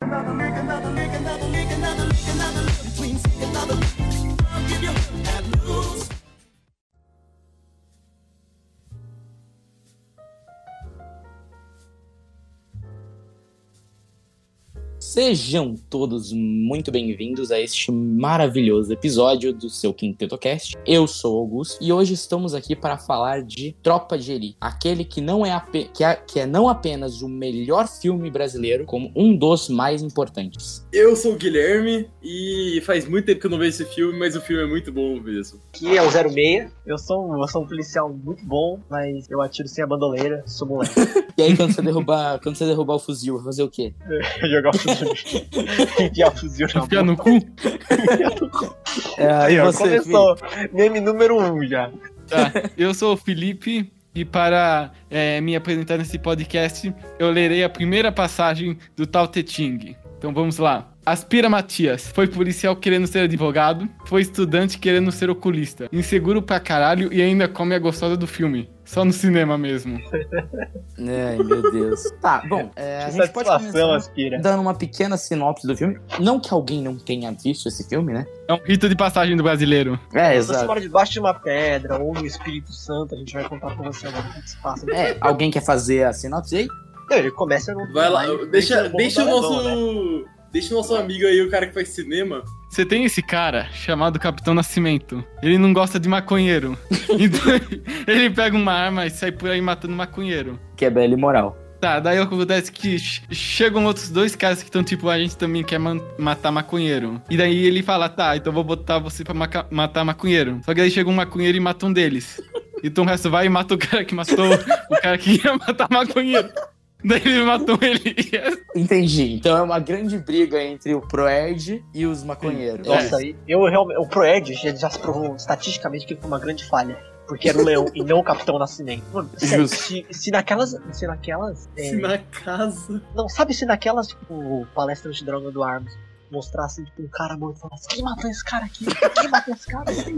another lick, another lick, another lick, another lick, another lick. Between sick, another lick. I'll give you that loose. Sejam todos muito bem-vindos a este maravilhoso episódio do seu Quinteto Cast. Eu sou o Augusto e hoje estamos aqui para falar de Tropa de Elite, aquele que não é, ape- que é- que é não apenas o melhor filme brasileiro, como um dos mais importantes. Eu sou o Guilherme e faz muito tempo que eu não vejo esse filme, mas o filme é muito bom mesmo. Aqui um é o 06. Eu sou, um- eu sou um policial muito bom, mas eu atiro sem a bandoleira, sou moleque. E aí quando você derrubar, quando você derrubar o fuzil, vai fazer o quê? Jogar o fuzil. Enfiar o fuzil na boca. Enfiar no cu? É, aí, ó, Você, começou. Meme número 1 um já. Tá. Eu sou o Felipe e para eh, me apresentar nesse podcast, eu lerei a primeira passagem do Tao Te Ching. Então vamos lá. Aspira Matias. Foi policial querendo ser advogado, foi estudante querendo ser oculista, inseguro pra caralho e ainda come a gostosa do filme. Só no cinema mesmo. Ai, meu Deus. Tá, bom, é, a Que gente pode satisfação, começar Aspira. dando uma pequena sinopse do filme. Não que alguém não tenha visto esse filme, né? É um rito de passagem do brasileiro. É, Se você mora debaixo de uma pedra ou no Espírito Santo, a gente vai contar pra você agora o que que se passa. É, alguém quer fazer a sinopse aí? Não, ele começa no. Vai lá, ele deixa, um pouco deixa o paradão, nosso. né? Deixa o nosso amigo aí, o cara que faz cinema. Você tem esse cara chamado Capitão Nascimento. Ele não gosta de maconheiro. Então, ele pega uma arma e sai por aí matando maconheiro. Que é bela e moral. Tá, daí acontece que ch- chegam outros dois caras que estão tipo, a gente também quer man- matar maconheiro. E daí ele fala, tá, então vou botar você pra maca- matar maconheiro. Só que daí chega um maconheiro e mata um deles. Então o resto vai e mata o cara que matou o cara que ia matar maconheiro. Daí ele matou ele. Entendi. Então é uma grande briga entre o Proerd e os maconheiros. Nossa, aí eu realmente. O Proed já, já se provou estatisticamente que ele foi uma grande falha. Porque era o Leão e não o Capitão Nascimento. Mano, sério, Justo. se, se naquelas. Se naquelas. é, Se na casa. Não, sabe se naquelas, tipo, palestras de droga do Arms mostrasse, tipo, um cara morto e falasse, quem matou esse cara aqui? Quem matou esse cara aqui?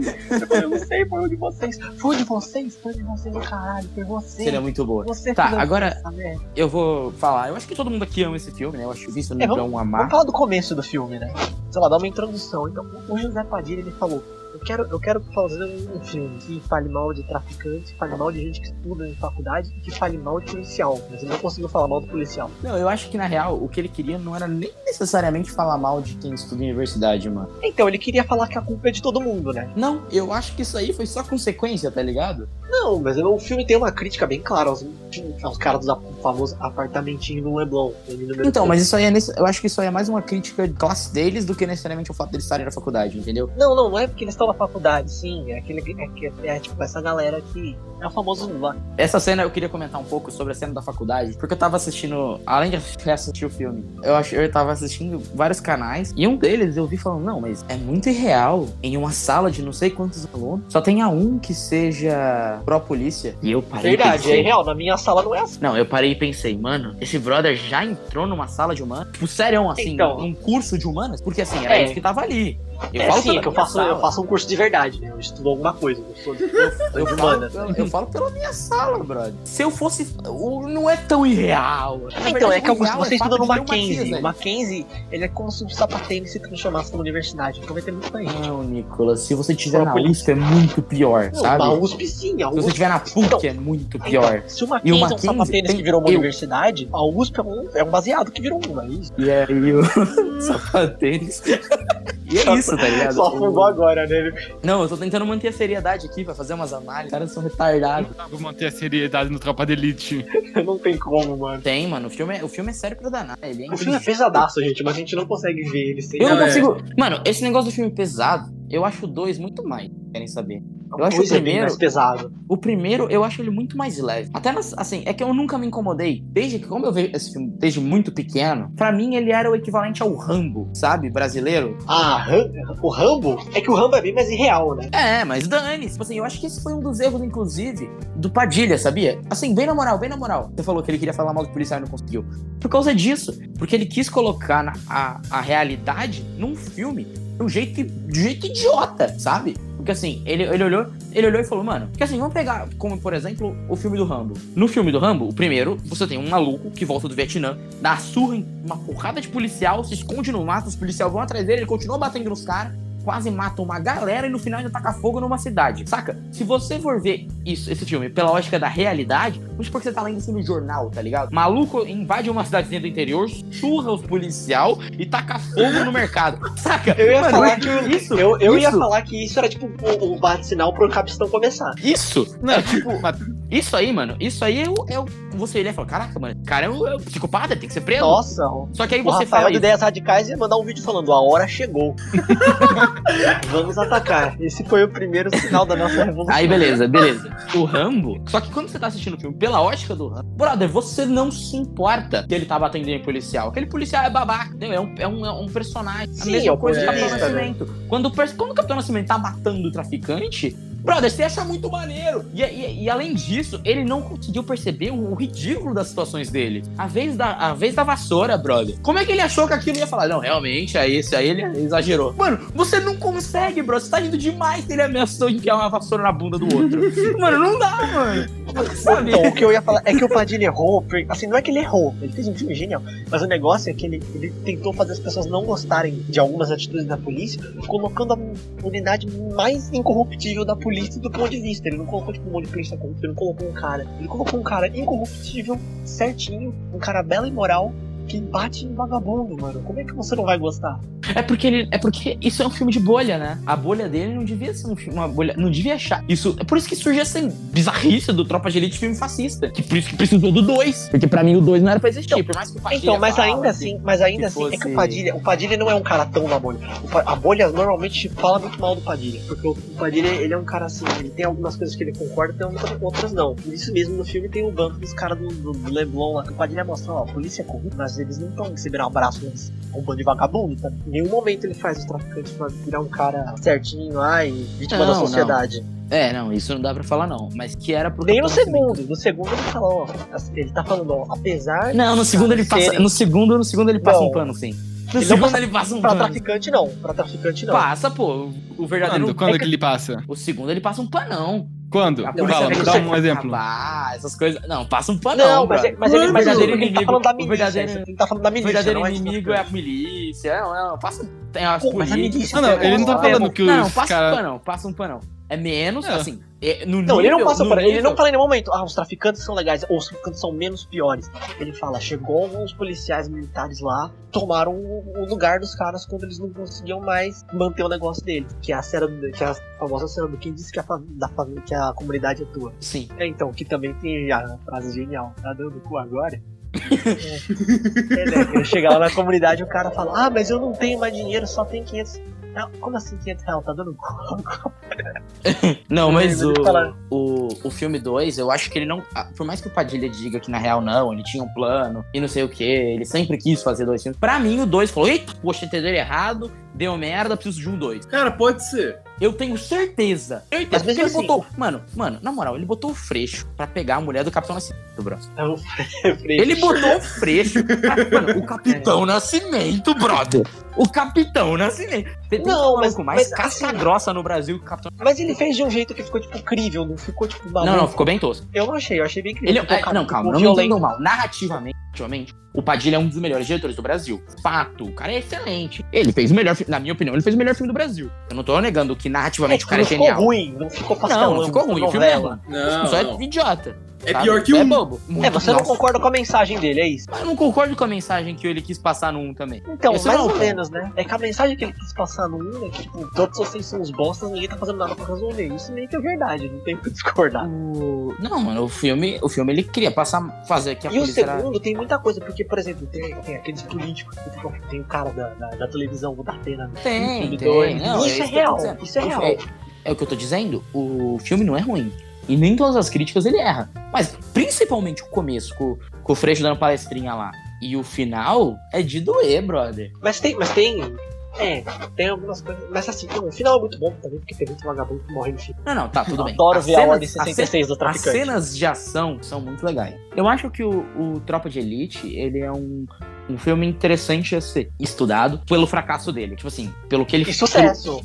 Eu não sei, foi um de vocês. Foi um de vocês? Foi um de vocês, oh, caralho, foi você. Seria muito boa. Você Tá, filho da agora- puta, né? Eu vou falar. Eu acho que todo mundo aqui ama esse filme, né? Eu acho que isso não É, é, vamos- um Vamos amar. falar do começo do filme, né? Sei lá, dá uma introdução. Então, o José Padilha, ele falou, eu quero, eu quero fazer um filme que fale mal de traficante, que fale mal de gente que estuda em faculdade e que fale mal de policial. Mas ele não conseguiu falar mal do policial. Não, eu acho que na real o que ele queria não era nem necessariamente falar mal de quem estuda em universidade, mano. Então, ele queria falar que a culpa é de todo mundo, né? Não, eu acho que isso aí foi só consequência, tá ligado? Não, mas o filme tem uma crítica bem clara aos, aos caras do ap- famoso apartamentinho no Leblon. ele número Então, três. mas isso aí é. nesse- Eu acho que isso aí é mais uma crítica de classe deles do que necessariamente o fato deles estarem na faculdade, entendeu? Não, não, não é porque eles estão na faculdade, sim. É, aquele, é, que- é tipo essa galera que é o famoso lá. Essa cena eu queria comentar um pouco sobre a cena da faculdade, porque eu tava assistindo, além de assistir o filme, eu, ach, eu tava assistindo vários canais, e um deles eu vi falando, não, mas é muito irreal em uma sala de não sei quantos alunos, só tenha um que seja pró-polícia. E eu parei e Verdade, é pensei, real. Na minha sala não é assim. Não, eu parei e pensei, mano, esse brother já entrou numa sala de humanas? Tipo, sério, assim, Então. num curso de humanas? Porque assim, era É. isso que tava ali. Eu é falo sim, pela que eu minha faço, eu sala. faço um curso de verdade, né? Eu estudo alguma coisa. Eu sou, assim. eu, Eu falo, de humanas. pela, eu falo pela minha sala, brother. Se eu fosse. o- Não é tão irreal. Na Então, verdade, é que eu, o irreal você é fato estuda no de ter uma tia, Mackenzie. velho. O Mackenzie, ele é como se um sapateiro se transformasse numa universidade. Então vai ter muito país. Não, Nicolas, se você tiver Só na por USP é muito pior, sabe? Não, a USP sim, a Se você USP tiver na PUC é muito pior. Então, se o Mackenzie, é um Mackenzie sapatênis tem que virou uma eu. universidade, a USP é um, é um baseado que virou uma. é Isso. E aí o sapatênis. E é isso, tá ligado? Só afundou agora, né? Não, eu tô tentando manter a seriedade aqui pra fazer umas análises. Os caras são retardados. Vou manter a seriedade no Tropa de Elite. Não tem como, mano. Tem, mano. O filme é, o filme é sério pra danar. Ele é O filme é incrível. pesadaço, gente, mas a gente não consegue ver ele sem. Eu não Não, é. consigo. Mano, esse negócio do filme pesado, eu acho dois muito mais. Querem saber? eu acho o Coisa bem primeiro- mais pesado. O primeiro, eu acho ele muito mais leve. Até nas- assim, é que eu nunca me incomodei. Desde que, como eu vejo esse filme desde muito pequeno, pra mim ele era o equivalente ao Rambo, sabe? Brasileiro. Ah, Ram- o Rambo? É que o Rambo é bem mais irreal, né? É, mas dane Tipo assim, eu acho que esse foi um dos erros, inclusive, do Padilha, sabia? Assim, bem na moral, bem na moral. Você falou que ele queria falar mal do policial e não conseguiu. Por causa disso. Porque ele quis colocar na- a, a realidade num filme de um jeito, de um jeito idiota, sabe? Porque assim, ele, ele olhou, ele olhou e falou, mano, porque assim, vamos pegar como, por exemplo, o filme do Rambo. No filme do Rambo, o primeiro, você tem um maluco que volta do Vietnã, dá a surra em uma porrada de policial, se esconde no mato, os policiais vão atrás dele, ele continua batendo nos caras, quase mata uma galera e no final ainda taca fogo numa cidade. Saca? Se você for ver isso, esse filme pela ótica da realidade, vamos supor que você tá lendo isso no jornal, tá ligado? Maluco invade uma cidadezinha do interior, surra os policial e taca fogo no mercado. Saca? Eu ia Mano, falar que o- isso, Eu, eu ia isso. falar que isso era tipo o, o bate-sinal pro capistão começar. Isso, Não, tipo, mas isso aí, mano, isso aí é o. É o você olhar e falar: caraca, mano, o cara é um, é um psicopata, ele tem que ser preso. Nossa, tá o Só que aí o você Rafael fala de isso. Ideias Radicais ia mandar um vídeo falando, a hora chegou. Vamos atacar. Esse foi o primeiro sinal da nossa revolução. Aí beleza, beleza. O Rambo. Só que quando você tá assistindo o filme pela ótica do Rambo, brother, você não se importa que ele tá batendo em policial. Aquele policial é babaca, entendeu? É um, é um, é um personagem. Sim, a mesma é o coisa do Capitão protagonista, né? Nascimento. Quando, o pers- quando o Capitão Nascimento tá matando o traficante. Brother, você acha muito maneiro. E, e- e além disso, ele não conseguiu perceber o, o ridículo das situações dele. A vez, da, a vez da vassoura, brother. Como é que ele achou que aquilo ia falar? Não, realmente, é esse aí ele exagerou. Mano, você não consegue, brother. Você tá indo demais se ele ameaçou enfiar uma vassoura na bunda do outro. mano, não dá, mano. Sabe? Então, o que eu ia falar é que o Padilha errou, porque- assim, não é que ele errou, ele fez um filme genial, mas o negócio é que ele, ele tentou fazer as pessoas não gostarem de algumas atitudes da polícia, colocando a unidade mais incorruptível da polícia do ponto de vista. Ele não colocou, tipo, um monte de polícia corrupto, ele não colocou um cara. Ele colocou um cara incorruptível, certinho, um cara belo e moral, que bate em vagabundo, mano. Como é que você não vai gostar? É porque ele. É porque isso é um filme de bolha, né? A bolha dele não devia ser um filme, uma bolha. Não devia achar. Isso, é por isso que surge essa bizarrice do Tropa de Elite filme fascista. Que por isso que precisou do 2. Porque pra mim o 2 não era pra existir. por mais que o Padilha Então, mas fala ainda que- assim, mas ainda se assim, é que fosse- o Padilha, o Padilha não é um cara tão na bolha. O Pa- a bolha normalmente fala muito mal do Padilha, porque o o Padilha, ele é um cara assim, ele tem algumas coisas que ele concorda, tem outras- outras não. Por isso mesmo, no filme tem o banco dos caras do, do- do Leblon lá, que o Padilha mostra, ó, a polícia é corrupta, mas eles não estão recebendo abraço, eles é um bando de vagabundo, tá? Em nenhum momento ele faz o traficante pra virar um cara certinho, ai, vítima Não, da sociedade. É, não, isso não dá pra falar, não. Mas que era pro assim- Nem no Capitão Nascimento. segundo, no segundo ele fala, ó, assim, ele tá falando, ó, apesar Não, no segundo ele passa. Serem- No segundo, no segundo ele passa Não. um pano, sim. No Ele não segundo passa- ele passa um Pra pano. traficante não, pra traficante não. Passa, pô. O verdadeiro. quando, quando é que que- ele passa? O segundo ele passa um panão. Quando? A polícia Fala, vê que dá você um vai exemplo. Ah, essas coisas. Não, passa um Não, panão. mas, é, brother. mas, ele, mas ele, verdadeiro ele tá inimigo- falando da o milícia. verdadeiro- Ele tá falando da O milícia. verdadeiro não é de inimigo é a milícia. Não, não, passa. Tem as Pô, mas a políticas. milícia Ah, não, você ele não tá gosta, falando né? que Não, não, os passa um caras. panão, passa um panão. É menos, É. assim. é- no Não, ele não nível- passa no por aí. Ele nível- não fala em nenhum momento, ah, os traficantes são legais, ou os traficantes são menos piores. Ele fala, chegou uns policiais militares lá, tomaram o o lugar dos caras quando eles não conseguiam mais manter o negócio deles. Que é a cena, do- que é a famosa cena do quem disse que a, fa- da família, que a comunidade é tua. Sim. É, então, que também tem a frase genial, tá dando cu agora? é, É, né? Ele chega lá na comunidade e o cara fala, ah, mas eu não tenho mais dinheiro, só tenho 500. Não, como assim 500 reais? Tá dando cu agora? Não, mas Ele o, fala- o, o filme 2, eu acho que ele não. ah, Por mais que o Padilha diga que na real não, ele tinha um plano e não sei o que, ele sempre quis fazer dois filmes. Pra mim, o 2 falou: eita, poxa, entendeu ele errado, deu merda, preciso de um 2. Cara, pode ser. Eu tenho certeza. Eu entendo. Mas Porque mesmo ele assim- botou. Mano, mano, na moral, ele botou o freixo pra pegar a mulher do Capitão Nascimento, bro. É um freio. Ele botou o freixo. pra- mano, o Capitão Nascimento, brother. O Capitão Nascimento. Tem Não, não, mas- mas, mais mas casca assim- grossa no Brasil que o Capitão. Mas ele fez de um jeito que ficou, tipo, crível, não ficou, tipo, maluco. Não, não, ficou bem tosco. Eu não achei, eu achei bem crível. Ele, ficou é, cara- não, ficou calma, não me violento. entendam mal. Narrativamente, narrativamente, o Padilha é um dos melhores diretores do Brasil. Fato, o cara é excelente. Ele fez o melhor, fi- na minha opinião, ele fez o melhor filme do Brasil. Eu não tô negando que É, narrativamente tipo, o cara é não ficou genial. ruim, não ficou pastelão. Não, não ficou ruim, o filme é novela. ruim. Não, Só não. é idiota. É sabe? pior que É um. bobo. Muito- É, você não nossa. concorda com a mensagem dele, é isso? Mas eu não concordo com a mensagem que ele quis passar no 1 também. Então, Esse mais não, ou pô. menos, né? É que a mensagem que ele quis passar no 1 é que, tipo, todos vocês são uns bostas, ninguém tá fazendo nada pra resolver. Isso meio que é verdade, não tem o que discordar. O- Não, mano, o filme, o filme ele queria passar, fazer que a E o polícia era- segundo tem muita coisa, porque, por exemplo, tem, tem aqueles políticos, que ficam- tem o cara da, da, da televisão, o da pena. Tem, Tudo tem. doido. Não, Isso é isso que eu tô real, dizendo. isso é real. É, é o que eu tô dizendo, o filme não é ruim. E nem todas as críticas ele erra. Mas principalmente o começo, com, com o Freixo dando palestrinha lá. E o final é de doer, brother. Mas tem, mas tem. É, tem algumas coisas. Mas assim, o final é muito bom também, porque tem muito vagabundo que morre no fim. Não, não, tá, tudo bem. Adoro As ver a cenas- ordem as cenas- 66 do As traficante. cenas de ação são muito legais. Eu acho que o, o Tropa de Elite, ele é um, Um filme interessante a ser estudado pelo fracasso dele. Tipo assim, pelo que ele E fez. sucesso.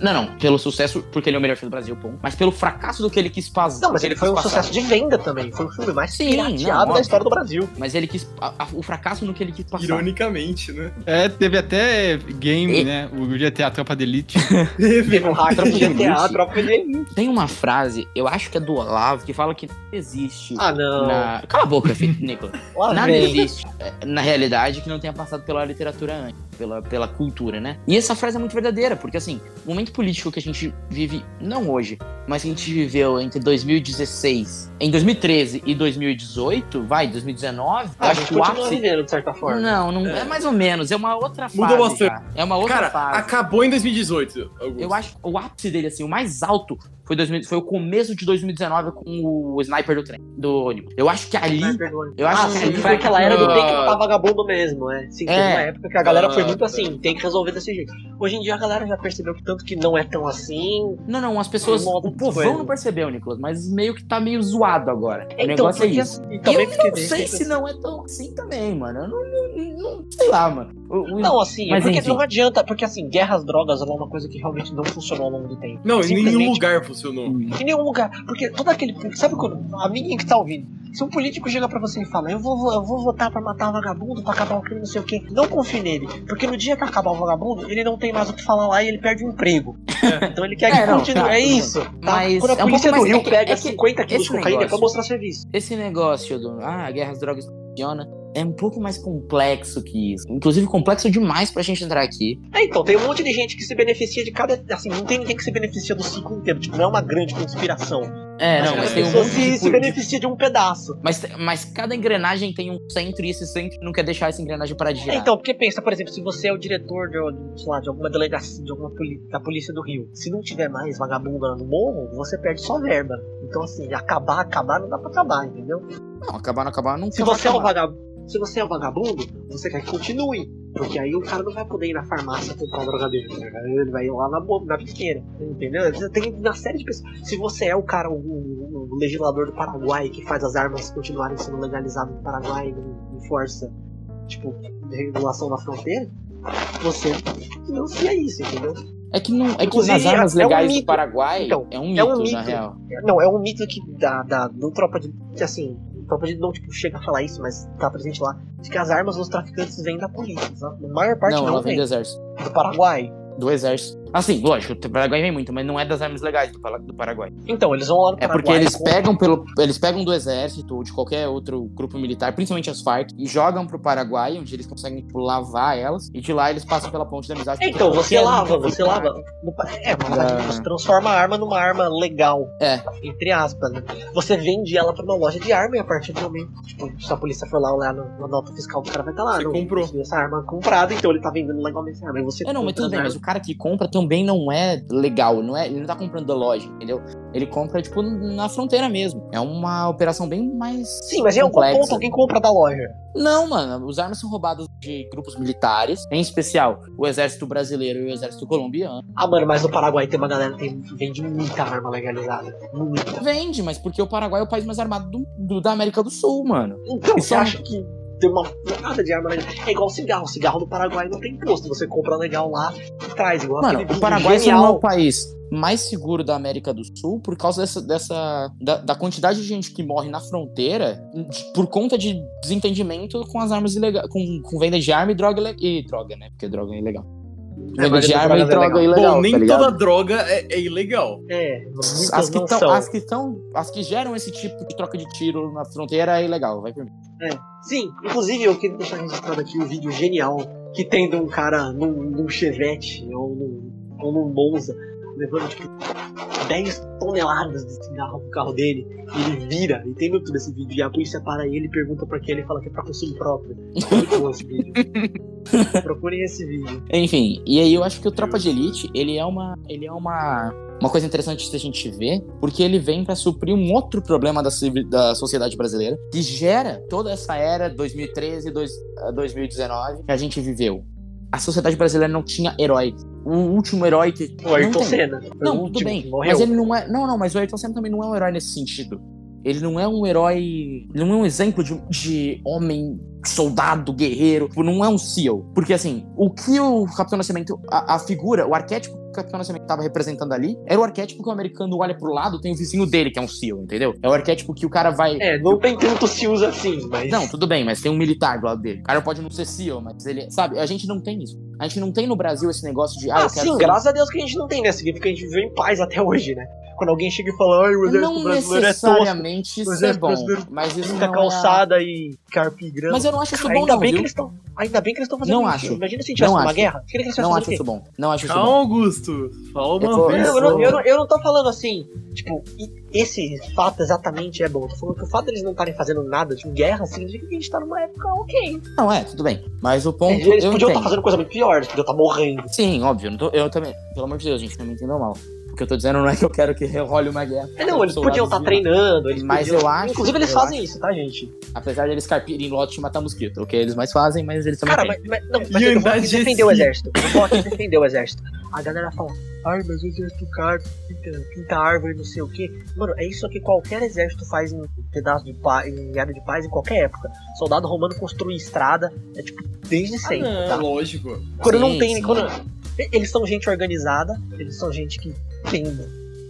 Não, não. Pelo sucesso, porque ele é o melhor filme do Brasil, bom. Mas pelo fracasso do que ele quis fazer. Não, mas ele foi um sucesso de de venda também. Foi o filme mais Sim, não, pirateado óbvio. da história do Brasil. Mas ele quis. a- a- o fracasso no que ele quis passar. Ironicamente, né? É, teve até game, E- né? O GTA Tropa de Elite. Teve um hack Tropa de de GTA, Elite. tropa de Elite. Tem uma frase, eu acho que é do Olavo, que fala que não existe. Ah, não. Ah, na- Cala a boca, filho, Nicolas. Lá Nada vem. existe é, na realidade que não tenha passado pela literatura antes, pela, pela cultura, né? E essa frase é muito verdadeira, porque assim, o momento político que a gente vive, não hoje, mas que a gente viveu entre 2016, em 2013 e 2018, vai, 2019, Ah, a acho gente que o continua ápice. vivendo, de certa forma. Não, não é. É. mais ou menos, é uma outra fase. Mudou bastante. já. É uma outra Cara, fase. acabou em 2018, Augusto. Eu acho que o ápice dele, assim, o mais alto foi, 2000 foi o começo de 2019 com o sniper do trem, do ônibus. Eu acho que ali. Vai, perdoe. Eu acho ah, que sim, ali foi aquela era do tem que matar vagabundo mesmo, é. Sim, teve É. uma época que a galera foi Ah, muito tá. assim, tem que resolver desse jeito. Hoje em dia a galera já percebeu que tanto que não é tão assim. Não, não, as pessoas. Foi um modo O povão coisa. não percebeu, Nicolas, mas meio que tá meio zoado agora. o Então, negócio é porque isso. assim, E também eu porque não sei tem- se não é tão assim também, mano. Eu não, não- não- sei lá, mano. O- o- Não, assim, Mas é porque enfim. não adianta, porque assim, guerras, drogas, ela é uma coisa que realmente não funcionou ao longo do tempo. Não, em Simplesmente- nenhum lugar funcionou. Em nenhum um lugar. Porque todo aquele. Sabe quando. Amiguinho que tá ouvindo. Se um político chega pra você e fala, eu vou, eu vou votar pra matar vagabundo, pra acabar o crime, não sei o quê, não confie nele. Porque no dia que acabar o vagabundo, ele não tem mais o que falar lá e ele perde o emprego. Então ele quer É, que não, continue. tá, é tudo isso. tá? Mas quando a é um pouco polícia do mais- Rio é que- pega é que 50 quilos de esse cocaína negócio- pra mostrar serviço. Esse negócio do. Ah, guerras, drogas funciona. É um pouco mais complexo que isso. Inclusive, complexo demais pra gente entrar aqui. É, então, tem um monte de gente que se beneficia de cada. Assim, não tem ninguém que se beneficia do ciclo inteiro. Tipo, não é uma grande conspiração. É, não, As mas tem um pessoas monte se, de se coisa. beneficia de um pedaço. Mas, mas cada engrenagem tem um centro e esse centro não quer deixar essa engrenagem para de É, girar. Então, porque pensa, por exemplo, se você é o diretor de, de, sei lá, de alguma delegacia, de alguma poli- da polícia do Rio, se não tiver mais vagabundo lá no morro, você perde sua verba. Então, assim, acabar, acabar, não dá pra acabar, entendeu? Não, acabar não acabar nunca. Se vai você é um acabar. vagabundo, se você é um vagabundo, você quer que continue. Porque aí o cara não vai poder ir na farmácia comprar droga dele. Ele vai ir lá na, bo- na biqueira. Entendeu? Você Tem uma série de pessoas. Se você é o cara, o, o- o legislador do Paraguai que faz as armas continuarem sendo legalizadas no Paraguai e não não força, tipo, regulação da fronteira, você financia isso, entendeu? É que, não, é que Inclusive, nas armas é um legais do mito. Paraguai Então, é um mito, é um na mito. real. Não, é um mito que da, da, do Tropa de. que, Assim, o Tropa de não tipo, chega a falar isso, mas tá presente lá. De que as armas dos traficantes vêm da polícia. sabe? A maior parte não, não, ela vem vem. do exército. Do Paraguai. Do exército. Assim, lógico, o Paraguai vem muito, mas não é das armas legais do, Pala- do Paraguai. Então, eles vão lá no É Paraguai. porque eles compram- pegam pelo. Eles pegam do exército ou de qualquer outro grupo militar, principalmente as Farc, e jogam pro Paraguai, onde eles conseguem tipo, lavar elas, e de lá eles passam pela ponte da amizade. Então, você Porque é lava, nunca foi você pra- lava. no pa- É, mas Ah. você transforma a arma numa arma legal. É. Entre aspas, né? Você vende ela pra uma loja de arma e a partir do momento, tipo, se a polícia for lá olhar no- na nota fiscal, o cara vai estar lá. Você não, comprou. não, Essa arma é comprada, então ele tá vendendo legalmente essa arma. E você É, não, mas compra tudo bem, as mas o armas. cara que compra também não é legal, não é, ele não tá comprando da loja, entendeu? Ele compra, tipo, na fronteira mesmo. É uma operação bem mais. Sim, mas em algum complexa. ponto alguém compra da loja. Não, mano, os armas são roubadas de grupos militares, em especial o exército brasileiro e o exército colombiano. Ah, mano, mas no Paraguai tem uma galera que tem- vende muita arma legalizada. Muita. Vende, mas porque o Paraguai é o país mais armado do- do- da América do Sul, mano. Então, E você são- acha que tem uma nada de arma legal? É igual cigarro. Cigarro no Paraguai não tem imposto. Você compra legal lá e traz. Igual Mano, aquele o vídeo Paraguai se tornou genial. o país mais seguro da América do Sul por causa dessa, dessa da, da quantidade de gente que morre na fronteira de- por conta de desentendimento com as armas ilegais, com, com venda de arma e droga ile- e droga, né? Porque droga é ilegal. Venda mas de droga arma e é legal. droga é ilegal. Bom, tá nem ligado? toda droga é, é ilegal. É, muitas As que, não tão, são. as que tão- as que geram esse tipo de troca de tiro na fronteira é ilegal, vai por mim. Sim, inclusive eu queria deixar registrado aqui o vídeo genial que tem de um cara num, num Chevette ou num, ou num Monza levando tipo 10 toneladas de cigarro pro carro dele e ele vira, e tem no YouTube esse vídeo, e a polícia para ele e pergunta pra que ele fala que é pra consumo próprio. Muito bom esse vídeo. Procurem esse vídeo. Enfim, e aí eu acho que o Tropa de Elite, ele é uma. Ele é uma. Uma coisa interessante da gente ver, porque ele vem pra suprir um outro problema da, civi- da sociedade brasileira, que gera toda essa era 2013 dois- a 2019 que a gente viveu. A sociedade brasileira não tinha herói. O último herói que. O Ayrton tem. Senna. Foi Não, o tudo último bem. que morreu. Mas ele não é. Não, não, mas o Ayrton Senna também não é um herói nesse sentido. Ele não é um herói. Ele não é um exemplo de, de homem soldado, guerreiro. Tipo, não é um SEAL. Porque, assim, o que o Capitão Nascimento, a, a figura, o arquétipo que o Capitão Nascimento estava representando ali, era o arquétipo que o americano olha pro lado, tem o vizinho dele, que é um SEAL, entendeu? É o arquétipo que o cara vai. É, não tem tanto se usa assim, mas. Não, tudo bem, mas tem um militar do lado dele. O cara pode não ser CEO, mas ele. Sabe, a gente não tem isso. A gente não tem no Brasil esse negócio de. Ah, Ah, eu quero sim, ser- graças a Deus que a gente não tem, né? Significa que a gente viveu em paz até hoje, né? Quando alguém chega e fala, ai, o exército Não brasileiro é tosco, necessariamente o isso é exército bom. brasileiro Mas isso não fica é... calçada e carpigrama. Mas eu não acho isso é bom, Ainda não, bem, que viu? eles tão, ainda bem que eles estão fazendo Não isso. acho. Imagina se tivesse Não uma acho. guerra. O que eles tivessem Não fazendo acho o quê? isso bom. Não acho isso bom. Calma, Augusto. Fala uma Eu tô- vez. Eu, eu não, só. eu, não, eu não tô falando assim, tipo, e- esse fato exatamente é bom. Eu tô falando que o fato deles não estarem fazendo nada de guerra significa que a gente tá numa época ok. Não, é, tudo bem. Mas o ponto. Eles eu podiam estar entendo. fazendo coisa muito pior, eles podiam estar morrendo. Sim, óbvio. eu não tô- eu também. Pelo amor de Deus, gente, não me entendam mal. O que eu tô dizendo não é que eu quero que role uma guerra. É, não, eles Soldados podiam estar de- treinando, eles Mas podiam- eu acho- Inclusive, eles eu fazem isso, tá, gente? Apesar deles carpirem em lote e matar mosquito. O que eles mais fazem, mas eles também. Cara, têm. mas, mas- não, mas E eu vou andar aqui de defender o sim. exército. Eu vou aqui defender o exército. A galera fala, ai, mas o exército cara, pinta, pinta árvore, não sei o quê. Mano, é isso que qualquer exército faz em pedaço de paz, em área de paz, em qualquer época. Soldado romano construir estrada, é tipo, desde Ah, sempre. não, tá? lógico. Quando Sim, não tem. sim. Quando... Eles são gente organizada, eles são gente que tem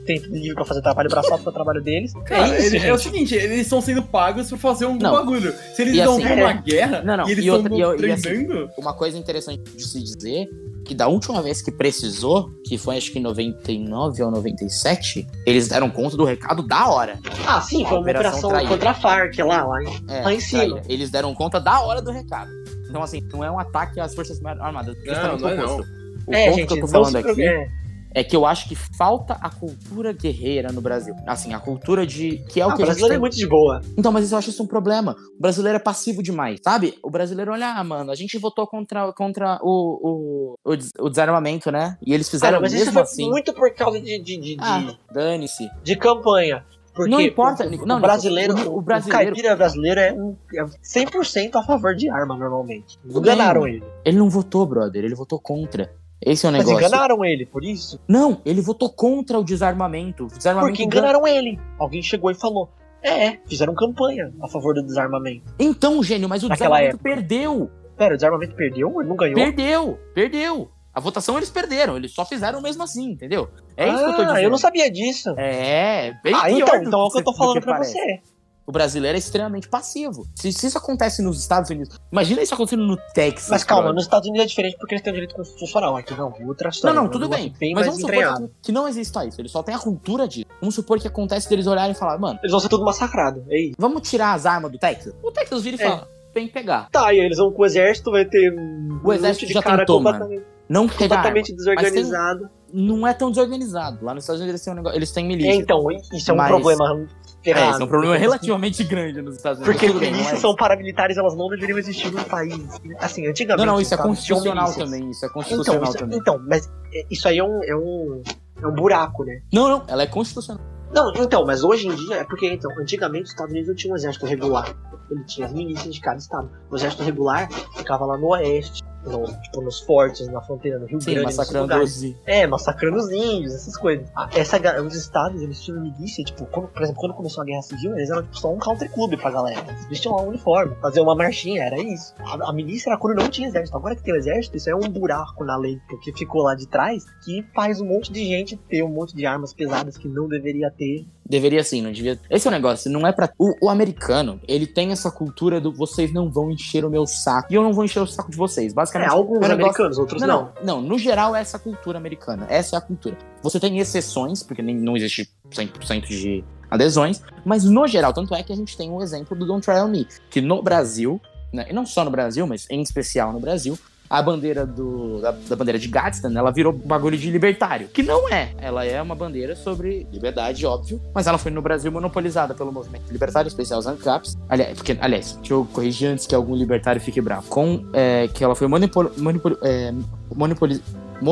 tempo livre pra fazer trabalho braçado pro trabalho deles. Cara, é isso, ele- é, gente. o seguinte, eles estão sendo pagos por fazer um Tá, Não. bagulho. Se eles E não assim- vão uma guerra né? Não, não, e eles e estão outra- e eu- e assim- treinando, Uma coisa interessante de se dizer que da última vez que precisou, que foi acho que em 99 ou 97, eles deram conta do recado da hora. Ah, sim, foi Operação uma operação, Traíra. contra a FARC lá, lá. hein? É, Lá em cima. traíra. Eles deram conta da hora do recado. Então, assim, não é um ataque às forças armadas. Não, justamente não é o não. oposto. O É, ponto gente, que eu tô não falando se preocupe- aqui é. é que eu acho que falta a cultura guerreira no Brasil. Assim, a cultura de. que é o Ah, que o a gente brasileiro é tem. muito de boa. Então, mas isso eu acho isso um problema. O brasileiro é passivo demais, sabe? O brasileiro, olha, ah, mano, a gente votou contra, contra o, o, o, des- o desarmamento, né? E eles Cara, fizeram Ah, mas isso mesmo foi assim. muito por causa de, de, de, de- Ah, dane-se. de campanha. Porque Não importa, o, Nico. o Não, Nico, brasileiro, o- o o, brasileiro- caipira brasileiro é, um- é 100% a favor de arma, normalmente. Tudo Enganaram bem. ele. Ele não votou, brother. Ele votou contra. Esse é o Mas Um negócio. enganaram ele, por isso. Não, ele votou contra o desarmamento. O desarmamento Porque engana- enganaram ele. Alguém chegou e falou. É, fizeram campanha a favor do desarmamento. Então, gênio, mas o Naquela desarmamento perdeu. Pera, o desarmamento perdeu? Ele não ganhou? Perdeu, perdeu. A votação eles perderam, eles só fizeram mesmo assim, entendeu? É isso que eu tô Ah, dizendo. não sabia disso. É, bem ah, pior então, do então é o que eu cê- tô do falando que pra parece. você. O brasileiro é extremamente passivo. Se, se isso acontece nos Estados Unidos, imagina isso acontecendo no Texas. Mas calma, brother. nos Estados Unidos é diferente porque eles têm um direito constitucional. Aqui não, outra Não, história. não, é um tudo negócio bem. Mas mais vamos entranhado. supor que, que não exista isso. Eles só têm a cultura disso. Vamos supor que acontece deles olharem e falar, mano, Eles vão ser tudo massacrados. É isso. vamos tirar as armas do Texas? O Texas vira e É. fala, vem pegar. Tá, e aí eles vão com o exército, vai ter um O exército monte de já cara tentou, mano. Tá, completamente, Não pegar arma. completamente desorganizado. Não é tão desorganizado. Lá nos Estados Unidos eles têm, um negócio, eles têm É, milícia. então, isso é um Mas- problema ferrado. É, isso é um problema relativamente grande nos Estados Unidos. Porque Tudo bem, não é milícias isso. são paramilitares, elas não deveriam existir no país. Assim, antigamente. Não, não, isso é sabe, constitucional tinham milícias. também. Isso é Então, constitucional isso, também. então, mas é, isso aí é um, é um, é um buraco, né? Não, não, ela é constitucional. Não, então, mas hoje em dia é porque, então, antigamente os Estados Unidos não tinha um exército regular. Ele tinha as milícias de cada estado. O exército regular ficava lá no oeste, no- tipo, nos fortes, na fronteira, no Rio Sim, Grande, nesses massacrando lugares. os. É, massacrando os índios, essas coisas. Ah, Essa, ga- os estados, eles tinham milícia, tipo, quando- por exemplo, quando começou a guerra civil, eles eram tipo, só um country club pra galera. Eles vestiam lá um uniforme, faziam uma marchinha, era isso. A, a milícia era quando não tinha exército. Agora que tem o exército, isso é um buraco na lei, porque ficou lá de trás, que faz um monte de gente ter um monte de armas pesadas que não deveria ter. Deveria sim, não devia. Esse é o negócio, não é pra. O, o americano, ele tem essa cultura do vocês não vão encher o meu saco. E eu não vou encher o saco de vocês. É, Basicamente. alguns negócio- americanos, outros Não, não. não, não, no geral é essa a cultura americana. Essa é a cultura. Você tem exceções, porque nem, não existe 100% de adesões, mas no geral, tanto é que a gente tem o exemplo do Don't Try On Me, que no Brasil, né, e não só no Brasil, mas em especial no Brasil, a bandeira do, da, da bandeira de Gadsden, ela virou bagulho de libertário, que não é. Ela é uma bandeira sobre liberdade, óbvio, mas ela foi no Brasil monopolizada pelo movimento libertário, especial os ANCAPs. Aliás, porque, aliás, deixa eu corrigir antes que algum libertário fique bravo. Com, é, que ela foi monopol, monopol, é, monopoli-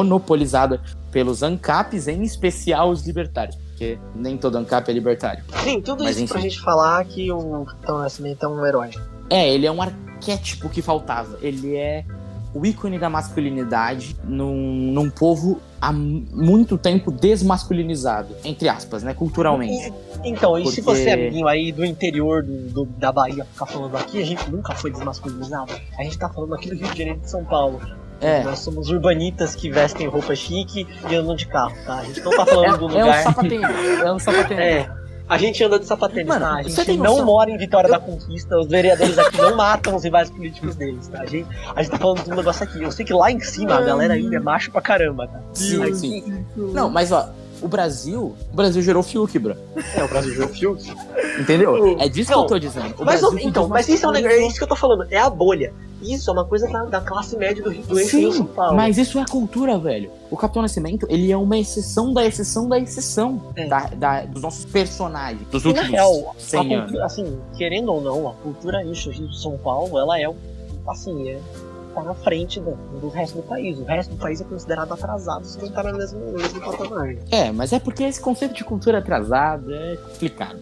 monopolizada pelos ANCAPs, em especial os libertários, porque nem todo ANCAP é libertário. Sim, tudo Mas isso pra enfim. gente falar que o Capitão Nascimento é um herói. É, ele é um arquétipo que faltava. Ele é o ícone da masculinidade num, num povo há mu- muito tempo desmasculinizado, entre aspas, né? Culturalmente. Então, e se Porque- você é amiguinho aí do interior do, do- da Bahia ficar falando aqui, a gente nunca foi desmasculinizado. A gente tá falando aqui do Rio de Janeiro e de São Paulo. É. Nós somos urbanitas que vestem roupa chique e andam de carro, tá? A gente não tá falando do É um lugar. sapatinho, é um sapatinho. É, A gente anda de sapatênis, Mano, tá? A você gente tem não noção? mora em Vitória da Conquista, os vereadores aqui não matam os rivais políticos deles, tá? A gente, a gente tá falando de um negócio aqui. Eu sei que lá em cima a galera ainda é macho pra caramba, tá? Sim, Aqui- sim. Não, mas ó, o Brasil, o Brasil gerou Fiuk, bro. É, o Brasil gerou Fiuk. Entendeu? É disso que Não, eu tô dizendo. O Mas, Brasil ô, então, mas isso é um negócio, é isso que eu tô falando, é a bolha. Isso é uma coisa da, da classe média do Rio do Oeste e do São Sim, Paulo. mas isso é cultura, velho. O Capitão Nascimento, ele é uma exceção da exceção da exceção É. da- da- dos nossos personagens. Dos E, na últimos real, a 100 anos. cultura, assim, querendo ou não, a cultura isso de São Paulo, ela é, um- assim, é, tá na frente do, do resto do país. O resto do país é considerado atrasado se não tá na mesma, no mesmo patamar. né? É, mas é porque esse conceito de cultura atrasada é complicado.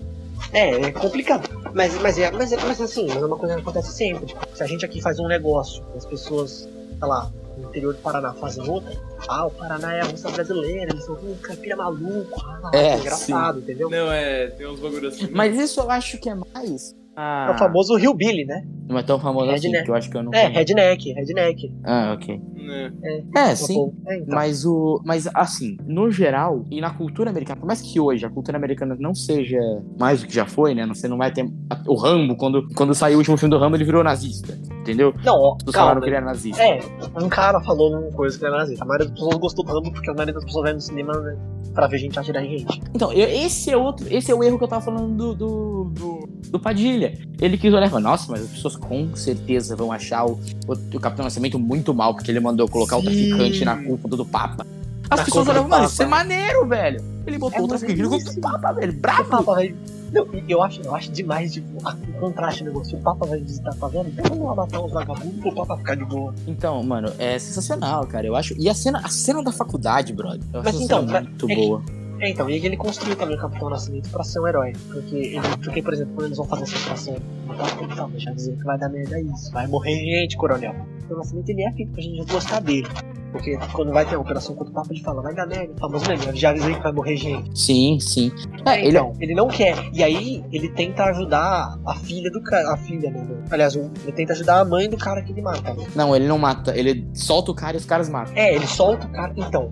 É, é complicado. Mas, mas, é, mas, é, mas assim, mas é uma coisa que acontece sempre. Se a gente aqui faz um negócio, as pessoas, sei lá, no interior do Paraná fazem outra, ah, o Paraná é a Rússia brasileira, eles são um caipira maluco, ah, É, é engraçado, entendeu? Não, é, tem uns bagulho assim. Mas isso eu acho que é mais. Ah, É o famoso Rio Billy, né? Não é tão famoso assim, Redneck. que eu acho que eu não. É, redneck, redneck. Ah, ok. né? É, sim. É, então. Mas o. Mas assim, no geral, e na cultura americana, por mais que hoje a cultura americana não seja mais do que já foi, né? Você não vai ter. O Rambo, quando, quando saiu o último filme do Rambo, ele virou nazista. Entendeu? Não, ó, Do salário calma. que ele era nazista. É, um cara falou uma coisa que era nazista. A maioria das pessoas gostou do Rambo porque a maioria das pessoas vai no cinema né, pra ver gente atirar em gente. Então, eu- esse é outro. Esse é o erro que eu tava falando do. do, do- do Padilha. Ele quis olhar e falar, nossa, mas as pessoas com certeza vão achar o, o, o Capitão Nascimento muito mal, porque ele mandou colocar o Sim. traficante na culpa do, do Papa. As Na pessoas culpa do olhavam, mano, Papa. isso é maneiro, velho. Ele botou É, o mas é traficante na culpa isso. do Papa, velho. O Bravo! Papa vai. Não, e eu acho, eu acho demais tipo, a- o contraste do negócio. O Papa vai visitar a favela, então vamos lá matar uns vagabundos pro Papa ficar de boa. Então, mano, é sensacional, cara. Eu acho. E a cena, a cena da faculdade, brother. Eu Mas acho então, uma cena muito é que- boa. É, então, e ele construiu também o Capitão Nascimento pra ser um herói. Porque, ele- porque por exemplo, quando eles vão fazer essa situação, então, então, deixa eu dizer que vai dar merda isso, vai morrer gente, coronel. O Capitão Nascimento ele é feito pra gente gostar dele. Porque quando vai ter a operação contra o Papa, ele fala, vai dar merda, o famoso meme, eu já avisei que vai morrer gente. Sim, sim. É, ele, Então, ele não quer. E aí, ele tenta ajudar a filha do cara. A filha, né? do- Aliás, o- ele tenta ajudar a mãe do cara que ele mata. né? não, ele não mata. Ele solta o cara e os caras matam. É, ele solta o cara. Então,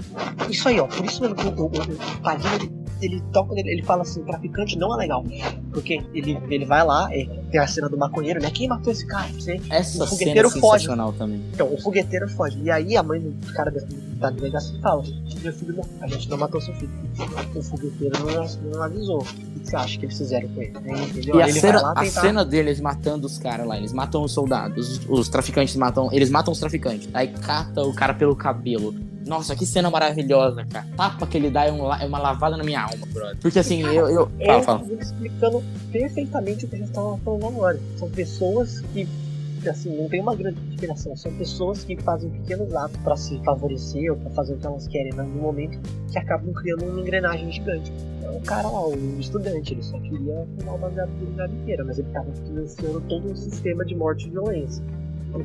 isso aí, ó. Por isso mesmo que o, o, o Padilha, ele, ele toca nele. Ele fala assim: traficante não é legal. Porque ele, ele vai lá, é, tem a cena do maconheiro, né? Quem matou esse cara? Não sei. Essa cena é O fogueteiro foge. sensacional também. Então, o fogueteiro foge. E aí a mãe do cara da, da delegacia fala: Meu filho morreu, a gente não matou seu filho. O fogueteiro não, não avisou. O que você acha que eles fizeram com ele? Aí, entendeu? E a Aí ele cena, vai lá a tentar- cena deles matando os caras lá, eles matam os soldados, os, os traficantes matam, eles matam os traficantes, aí cata o cara pelo cabelo. Nossa, que cena maravilhosa, cara. Tapa que ele dá é, um la- é uma lavada na minha alma, brother. Porque assim, eu. eu... Fala, É, Eles fala. estão explicando perfeitamente o que a gente estava falando agora. São pessoas que, assim, não tem uma grande inspiração. São pessoas que fazem pequenos atos para se favorecer ou para fazer o que elas querem né, no momento que acabam criando uma engrenagem gigante. Então, O cara lá, o estudante, ele só queria fumar uma gravidade inteira, mas ele estava financiando todo um sistema de morte e violência.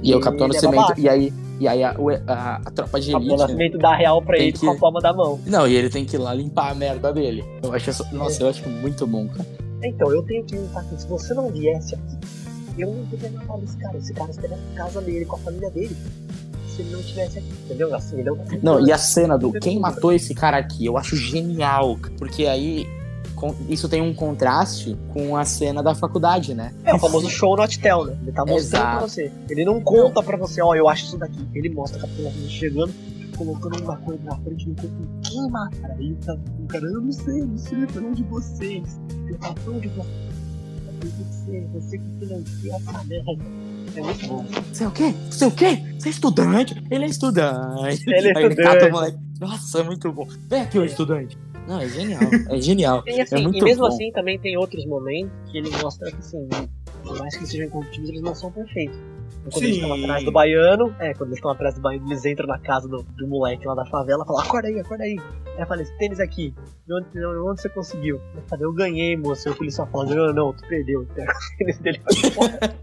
E o Capitão Ele é Nascimento. babaca. E aí, e aí a, o- a- a tropa de O Capitão elite. né? Nascimento dá real pra Tem ele com a que- palma da mão. Não, e ele tem que ir lá limpar a merda dele. Eu acho É. isso- Nossa, eu acho muito bom, cara. Então, eu tenho que limpar aqui. Se você não viesse aqui, eu não teria matado esse cara. Esse cara estaria na casa dele, com a família dele. Se ele não estivesse aqui, entendeu? Assim, ele é um- Não, e a cena do quem matou esse cara aqui, eu acho genial. Porque aí con- isso tem um contraste com a cena da faculdade, né? É o famoso show not tell, né? Ele tá mostrando Exato. pra você. Ele não conta pra você, ó, eu acho isso daqui. Ele mostra a capitão chegando, colocando uma coisa na frente do corpo. Quem mata? Aí tá o cara, eu não sei, não sei, foi um de vocês. Eu tá tão de vocês. Você, você que financia essa merda. É muito bom. Você é o quê? Você é o quê? Você é estudante? Ele é estudante. Ele é Aí cata o estudante. moleque. Nossa, é muito bom. Vem aqui, ô estudante. Não, é genial. É genial. E, assim, É muito e mesmo bom. assim também tem outros momentos que ele mostra que assim, por mais que sejam incorruptíveis, eles não são perfeitos. Então, Quando eles Sim. estão atrás do baiano, é, quando eles estão atrás do baiano, eles entram na casa do, do moleque lá da favela e falam, acorda aí, acorda aí. Aí fala, esse tênis aqui, de onde, de onde você conseguiu? Ele fala, eu ganhei, moço. Aí o policial fala, não, não, tu perdeu. Pega o tênis dele e vai embora.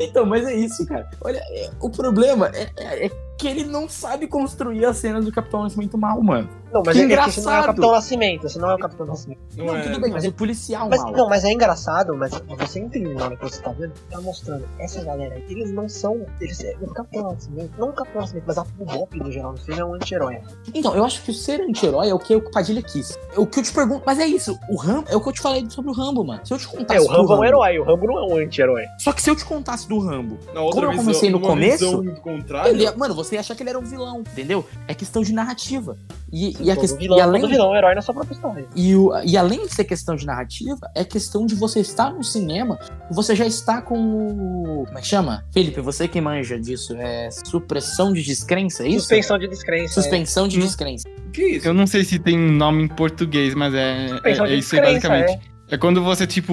Então, mas é isso, cara. Olha, é- o problema é, é- é que ele não sabe construir as cenas do Capitão Nascimento mal, mano. Não, mas Que é, é que você não é o engraçado. Capitão Nascimento, você não é o Capitão Nascimento. Não, tudo bem, mas o policial Mas, mal. não, mas é engraçado, mas você entende na hora que você tá vendo, tá mostrando, essa galera, eles não são, eles, é, o Capitão Nascimento, não o Capitão Nascimento, mas a Bop no geral no filme é um anti-herói. Então, eu acho que o ser anti-herói é o que o Padilha quis. É O que eu te pergunto, mas é isso, o Rambo, é o que eu te falei sobre o Rambo, mano. Se eu te contasse É, o do Rambo é um herói, o Rambo não é um anti-herói. Só que se eu te contasse do Rambo, Na outra Como eu visão- comecei no numa começo, visão Ah, contrária, ele ia- mano, você ia achar que ele era um vilão, entendeu? É questão de narrativa. E, e a Todo questão. vilão, E além todo vilão é um herói na sua própria história. E, o- e além de ser questão de narrativa, é questão de você estar no cinema, você já está com o. Como é que chama? Felipe, você que manja disso. É supressão de descrença, é isso? Suspensão de descrença. é. Suspensão de Hum. descrença. Que isso? Eu não sei se tem um nome em português, mas é, Suspensão é, é de isso aí, descrença, basicamente. É. quando você, tipo,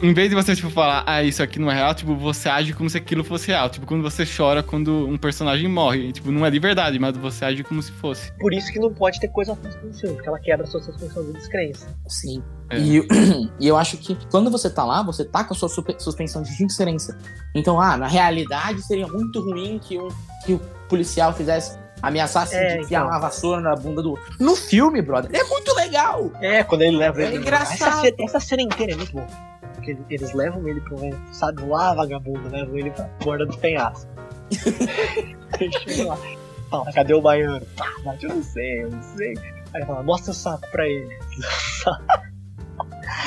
em vez de você, tipo, falar, ah, isso aqui não é real, tipo, você age como se aquilo fosse real. Tipo, quando você chora quando um personagem morre. E, tipo, não é de verdade, mas você age como se fosse. Por isso que não pode ter coisa ruim no filme, porque ela quebra a sua suspensão de descrença. Sim. É. E, e eu acho que quando você tá lá, você tá com a sua supe- suspensão de descrença. Então, ah, na realidade seria muito ruim que, um, que o policial fizesse. Ameaçasse É, de enfiar então. uma vassoura na bunda do. outro. No filme, brother, é muito legal! É, quando ele leva É ele. engraçado. Essa cena, essa cena inteira é muito boa. Porque ele- eles levam ele pro. Sabe lá, vagabundo, né? levam ele pra borda do penhasco. ele chega lá. Fala, cadê o baiano? Pá, mas eu não sei, eu não sei. Aí ele fala, mostra o saco pra ele.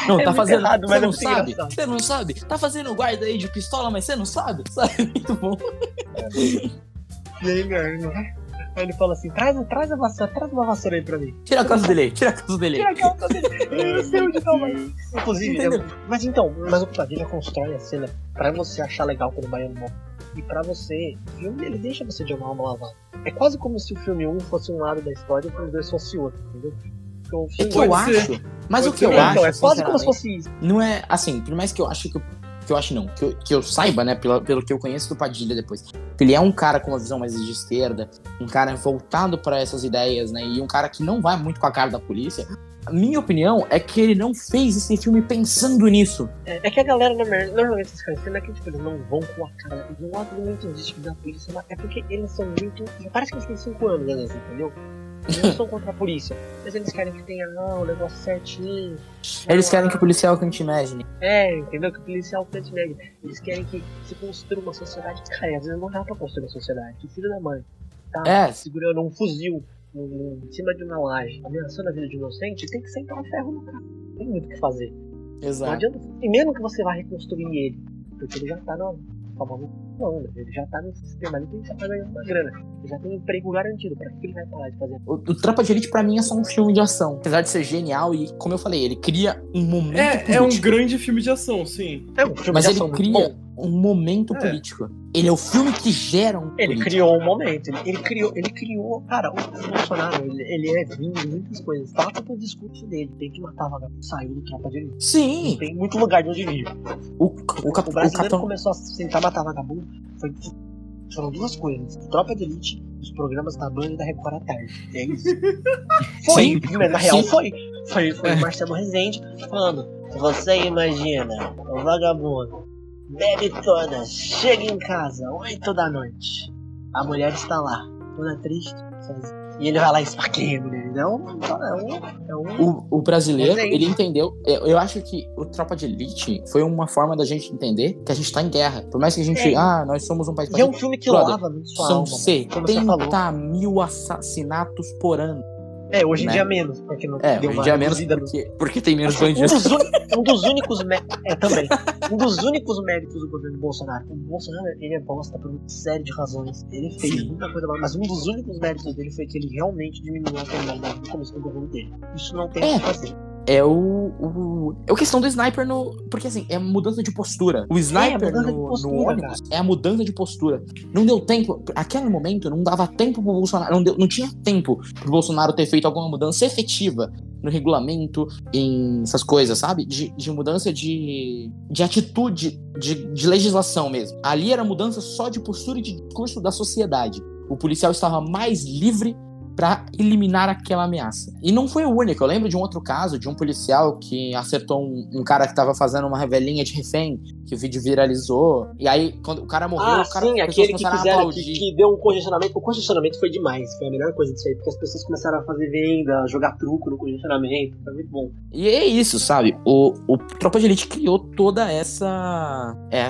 Não, É tá muito fazendo. errado, você mas é não muito sabe? engraçado. Você não sabe? Tá fazendo guarda aí de pistola, mas você não sabe? Sabe? Muito bom. E aí, meu, né? Aí ele fala assim, traz, traz a vassoura, traz uma vassoura aí pra mim. Tira a calça dele, aí, tira a calça dele. aí. Tira aquela coisa dele. Eu não sei onde tá o baiano. Inclusive, Entendeu? eu- mas então, mas o Padilha constrói a cena pra você achar legal quando o Baiano morre. E pra você, o filme ele deixa você de uma alma lavada. É quase como se o filme 1 fosse um lado da história e o filme 2 fosse outro, entendeu? Então, o O filme que eu Pode acho. Mas o Pode que eu ser. é, acho. então, é quase como sinceramente, se fosse isso. Não é. Assim, por mais que eu acho que. eu- Que eu acho não, que eu, que eu saiba, né, pelo, pelo que eu conheço do Padilha depois. que Ele é um cara com uma visão mais de esquerda, um cara voltado pra essas ideias, né, e um cara que não vai muito com a cara da polícia. A minha opinião é que ele não fez esse filme pensando nisso. É, é que a galera, na verdade, normalmente esses caras, não é que tipo, eles não vão com a cara, eles não abrem muito disso da polícia, mas é porque eles são muito. Parece que eles têm 5 anos, às vezes, entendeu? Eles não são contra a polícia, mas eles querem que tenha ah, o negócio certinho. Eles ah, querem que o policial cante Imagine. É, entendeu? Que o policial pede nele. Eles querem que se construa uma sociedade. Cara, e às vezes não dá pra construir uma sociedade. Que filho da mãe. Tá É, segurando um fuzil no- no- em cima de uma laje, ameaçando a vida de um inocente, tem que sentar ferro no cara. Não Tem muito o que fazer. Não exato. adianta. E mesmo que você vá reconstruir ele, porque ele já tá na famosa onda, ele já tá no sistema ali, ele já tá ganhando uma grana. Ele já tem um emprego garantido. Pra que ele vai parar de fazer? O, o Tropa de Elite, pra mim, é só um filme de ação. Apesar de ser genial e, como eu falei, ele cria um momento É, político. é um grande filme de ação, sim. É um filme Mas de ele ação muito cria bom. um momento É. político. Ele é o filme que gera um Ele político. criou um momento, ele, ele criou, ele criou, cara, o Bolsonaro, ele, ele é vindo de muitas coisas, trata com o discurso dele, tem que matar vagabundo, saiu do tropa de elite, Sim! tem muito lugar de onde vir. O, o, cap- O o brasileiro Capitão... começou a tentar matar vagabundo, foi, tipo, foram duas coisas, tropa de elite, os programas da Band e da Record à tarde, é isso. Foi, Sim. né, na real Sim. foi, foi, foi É. o Marcelo Rezende falando, você imagina, o vagabundo, bebe todas, chega em casa, 8 da noite. A mulher está lá, toda triste, sozinha. E ele vai lá e esfaqueia a mulher. Não, não, é um. É um. O, o brasileiro, Mas é isso. ele entendeu. Eu, eu acho que o Tropa de Elite foi uma forma da gente entender que a gente tá em guerra. Por mais que a gente. É. Ah, nós somos um país. E é um filme que Brother, lava muito sua São alma. como você 70 mil assassinatos por ano. É, hoje em né? dia menos, porque não É, hoje deu em uma dia menos reduzida no- porque, porque tem menos Um bandidos. dos, uni- um dos únicos mé- é, também. Um dos únicos méritos do governo Bolsonaro. O Bolsonaro ele é bosta por uma série de razões. Ele fez Sim. muita coisa, mal, mas um dos únicos méritos dele foi que ele realmente diminuiu a criminalidade no começo do governo dele. Isso não tem o É. que fazer. é o, o. É a questão do sniper no. Porque assim, é mudança de postura. O sniper É, mudança de no, postura, no ônibus é a mudança de postura. Não deu tempo. Aquele momento não dava tempo pro Bolsonaro. Não, deu, não tinha tempo pro Bolsonaro ter feito alguma mudança efetiva no regulamento, em essas coisas, sabe? De, de mudança de, de atitude, de, de legislação mesmo. Ali era mudança só de postura e de discurso da sociedade. O policial estava mais livre pra pra eliminar aquela ameaça. E não foi o único. Eu lembro de um outro caso de um policial que acertou um, um cara que tava fazendo uma revelinha de refém, que o vídeo viralizou. E aí, quando o cara morreu, Ah, o cara, sim, as pessoas aquele que começaram a fizeram, que, aplaudir. que deu um congestionamento. O congestionamento foi demais, foi a melhor coisa disso aí, porque as pessoas começaram a fazer venda, jogar truco no congestionamento, foi muito bom. E é isso, sabe? O, o Tropa de Elite criou toda essa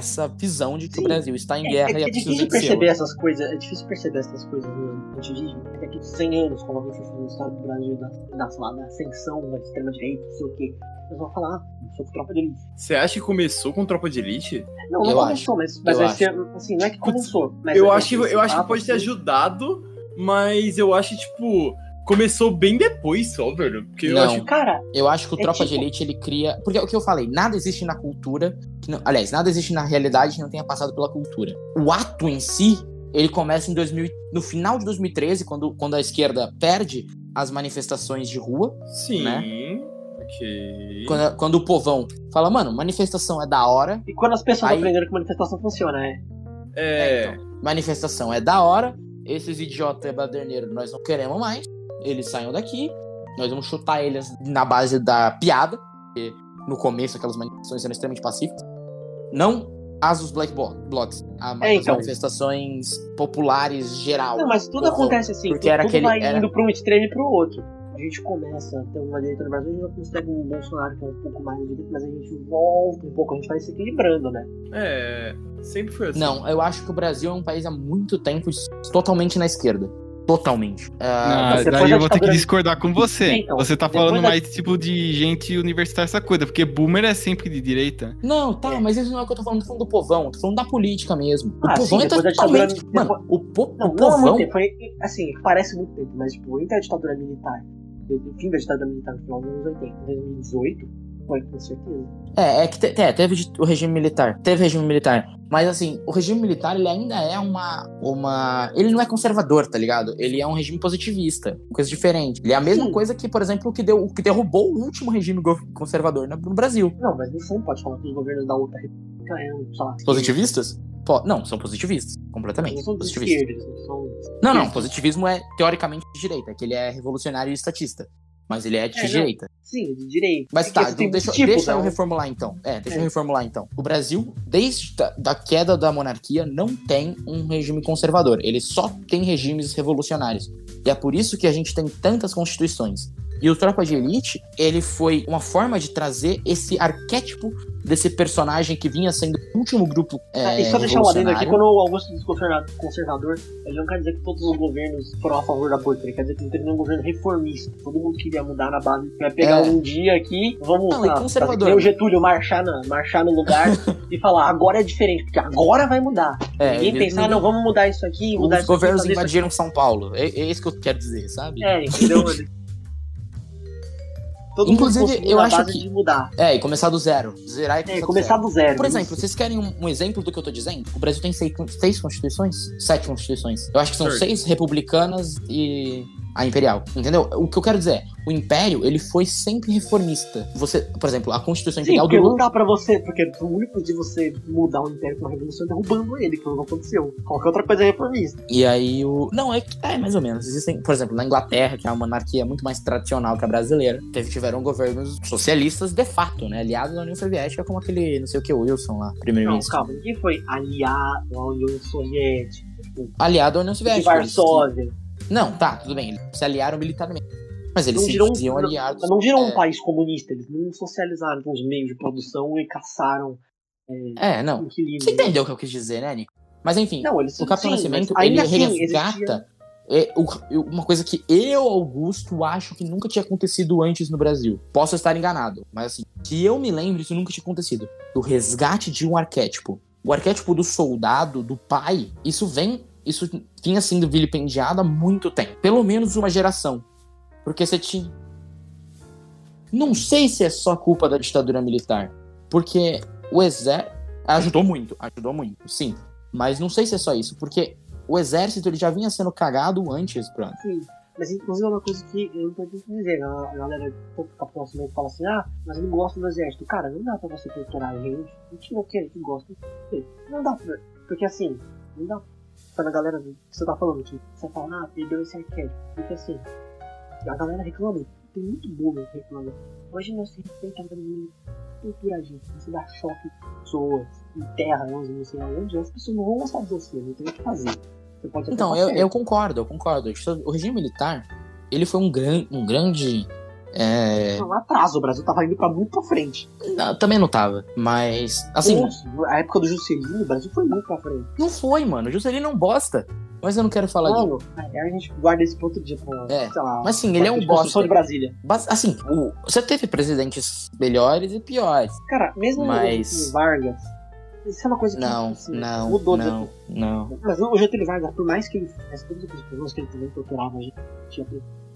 essa visão de que o Sim. Brasil está em É, guerra é, e é preciso difícil vencê-lo. perceber essas coisas, é difícil perceber essas coisas no antivismo. Daqui a 100 anos, quando alguém for fazer história do Brasil, da, da, sei lá, da ascensão da extrema-direita, não sei o quê, eles vão falar, ah, eu sou tropa de elite. Você acha que começou com tropa de elite? Não, não Eu começou, mas, mas eu vai ser, assim, não é que começou. Mas eu vai acho, que, ter esse eu acho que papo, pode ter assim. ajudado, mas eu acho, tipo, começou bem depois só, velho. Porque eu Não. acho Cara, Eu acho que o É Tropa de tipo- Elite ele cria. Porque é o que eu falei, nada existe na cultura. que não- Aliás, nada existe na realidade que não tenha passado pela cultura. O ato em si, ele começa em 2000, no final de 2013, quando, quando a esquerda perde as manifestações de rua. Sim. né? Ok. Quando, é quando o povão fala, mano, manifestação é da hora. e quando as pessoas Aí- aprenderam que manifestação funciona, é. É. então, manifestação é da hora. Esses idiotas é baderneiros, nós não queremos mais. Eles saiam daqui. Nós vamos chutar eles na base da piada. Porque no começo aquelas manifestações eram extremamente pacíficas. Não as os black bo- blocs. a- É, as então. manifestações populares geral. Não, mas tudo Porra, acontece assim. porque era tudo aquele- vai era- indo pra um extremo e pro outro. A gente começa a ter uma direita no Brasil, a gente já consegue um Bolsonaro que é um pouco mais de direita, mas a gente volta um pouco, a gente vai se equilibrando, né? É. Sempre foi assim. Não, eu acho que o Brasil é um país há muito tempo totalmente na esquerda. Totalmente. Ah, Ah, você daí pode eu vou ter que achar- discordar com você. Então, você tá depois falando da- mais tipo de gente universitária, essa coisa, porque boomer é sempre de direita. Não, tá, É. mas isso não é o que eu tô falando, tô falando do povão, tô falando da política mesmo. O Ah, povão sim, é depois da ditadura- totalmente. depois- Mano, o, po- Não, o não há muito povão. tempo. Foi, assim, parece muito tempo, mas tipo, entre a ditadura militar, o fim da ditadura militar no final dos anos 80, 2018, foi com certeza. É, é que te- é, teve de- o regime militar. Teve regime militar. Mas assim, o regime militar ele ainda é uma, uma. Ele não é conservador, tá ligado? Ele é um regime positivista. Uma coisa diferente. Ele é a mesma Sim. coisa que, por exemplo, o que, deu, o que derrubou o último regime go- conservador na- no Brasil. Não, mas você não pode falar que os governos da outra república eram, sei lá, Positivistas? Po- não, são positivistas. Completamente. eles não são de positivistas. esquerda, eles não são. Não, não, positivismo é teoricamente de direita, que ele é revolucionário e estatista. Mas ele é de É, não. direita. Sim, de direita. Mas É que tá, assim, tem então deixa, tipo, deixa tá? eu reformular então. É, deixa eu É. reformular então. O Brasil, desde da, da queda da monarquia, não tem um regime conservador. Ele só tem regimes revolucionários. E é por isso que a gente tem tantas constituições. E o Tropa de Elite, ele foi uma forma de trazer esse arquétipo desse personagem que vinha sendo o último grupo é, Ah, e só deixar um adendo aqui, revolucionário. quando o Augusto diz conserva- conservador, ele não quer dizer que todos os governos foram a favor do aborto, ele quer dizer que não teve nenhum governo reformista. Todo mundo queria mudar na base. Vai pegar É. um dia aqui, vamos Não, e sei lá, conservador, fazer que nem o né? Getúlio marchar, na, marchar no lugar e falar, agora é diferente, porque agora vai mudar. É, Ninguém ele- pensar, não, vamos mudar isso aqui, mudar Os isso aqui, governos fazer isso aqui. invadiram São Paulo. É, é isso que eu quero dizer, sabe? É, entendeu? Ele- Todo mundo Inclusive, conseguiu eu na acho base que- de mudar. É, e começar do zero. Zerar e É, começar, começar do zero. do zero. Por exemplo, vocês querem um, um exemplo do que eu tô dizendo? O Brasil tem seis, seis constituições? Sete constituições. Eu acho que são Certo. seis republicanas e a imperial. Entendeu? O que eu quero dizer é, o império, ele foi sempre reformista. Você, por exemplo, a Constituição Sim, Imperial porque do não Lula. dá pra você, porque o único de você mudar o império com uma revolução é derrubando ele, que foi o que aconteceu. Qualquer outra coisa é reformista. E aí o. Não, é que é mais ou menos. Existem, por exemplo, na Inglaterra, que é uma monarquia muito mais tradicional que a brasileira, teve, tiveram governos socialistas de fato, né? Aliados à União Soviética, como aquele, não sei o que, Wilson lá, Não, primeiro-ministro. calma, ninguém foi aliado à União Soviética, Aliado à União de Soviética. eles- Varsóvia. Não, tá, tudo bem. Eles se aliaram militarmente. Mas eles Não se virou um- diziam aliados. Mas não viram É. um país comunista, eles não socializaram com os meios de produção e caçaram É, não. inquilinos. Você entendeu o que eu quis dizer, né, Nico? Mas enfim, Não, eles o Capitão sim, Nascimento, mas ele ainda assim, existia- resgata é, o- eu- uma coisa que eu, Augusto, acho que nunca tinha acontecido antes no Brasil. Posso estar enganado, mas assim, que eu me lembro, isso nunca tinha acontecido. O resgate de um arquétipo. O arquétipo do soldado, do pai, isso vem. Isso vinha sendo vilipendiado há muito tempo. Pelo menos uma geração. Porque você tinha. Não sei se é só culpa da ditadura militar. Porque o exército. Ajudou muito, ajudou muito, sim. Mas não sei se é só isso, porque o exército ele já vinha sendo cagado antes, brother. Mas inclusive é uma coisa que é importante dizer, a galera do Capitão Nascimento fala assim, ah, mas eu não gosto do exército. Cara, não dá pra você torturar a gente, a gente não quer que gosta de você. Não dá pra. Porque assim, não dá Quando a galera vê o que você tá falando, tipo, você fala, ah, perdeu esse arquétipo. Porque assim, a galera reclama, tem muito boomer que reclama. Imagina se respeitar todo mundo torturadinho, você dá choque em pessoas, enterra elas, não sei aonde, as pessoas não vão gostar de você, não tem o que fazer. Você pode até Então, tá eu, certo. eu concordo, eu concordo. Isso- O regime militar, ele foi um, gran, um grande. é, Não, um atraso, o Brasil tava indo pra muito pra frente. não, também não tava, mas. Assim, Pô, a época do Juscelino, o Brasil foi muito pra frente. não foi, mano. O Juscelino é um bosta. Mas eu não quero falar disso. Mano, aí a gente guarda esse ponto de, tipo, É, sei lá, Mas sim, ele é um de bosta. construção de Brasília. Bas- Assim, o- você teve presidentes melhores e piores. Cara, mesmo Mas- o Vargas, isso é uma coisa que Não, assim, não, mudou de não, não. Mas o Getúlio Vargas, por mais que ele fizesse todas aquelas pessoas que ele também procurava, a gente tinha,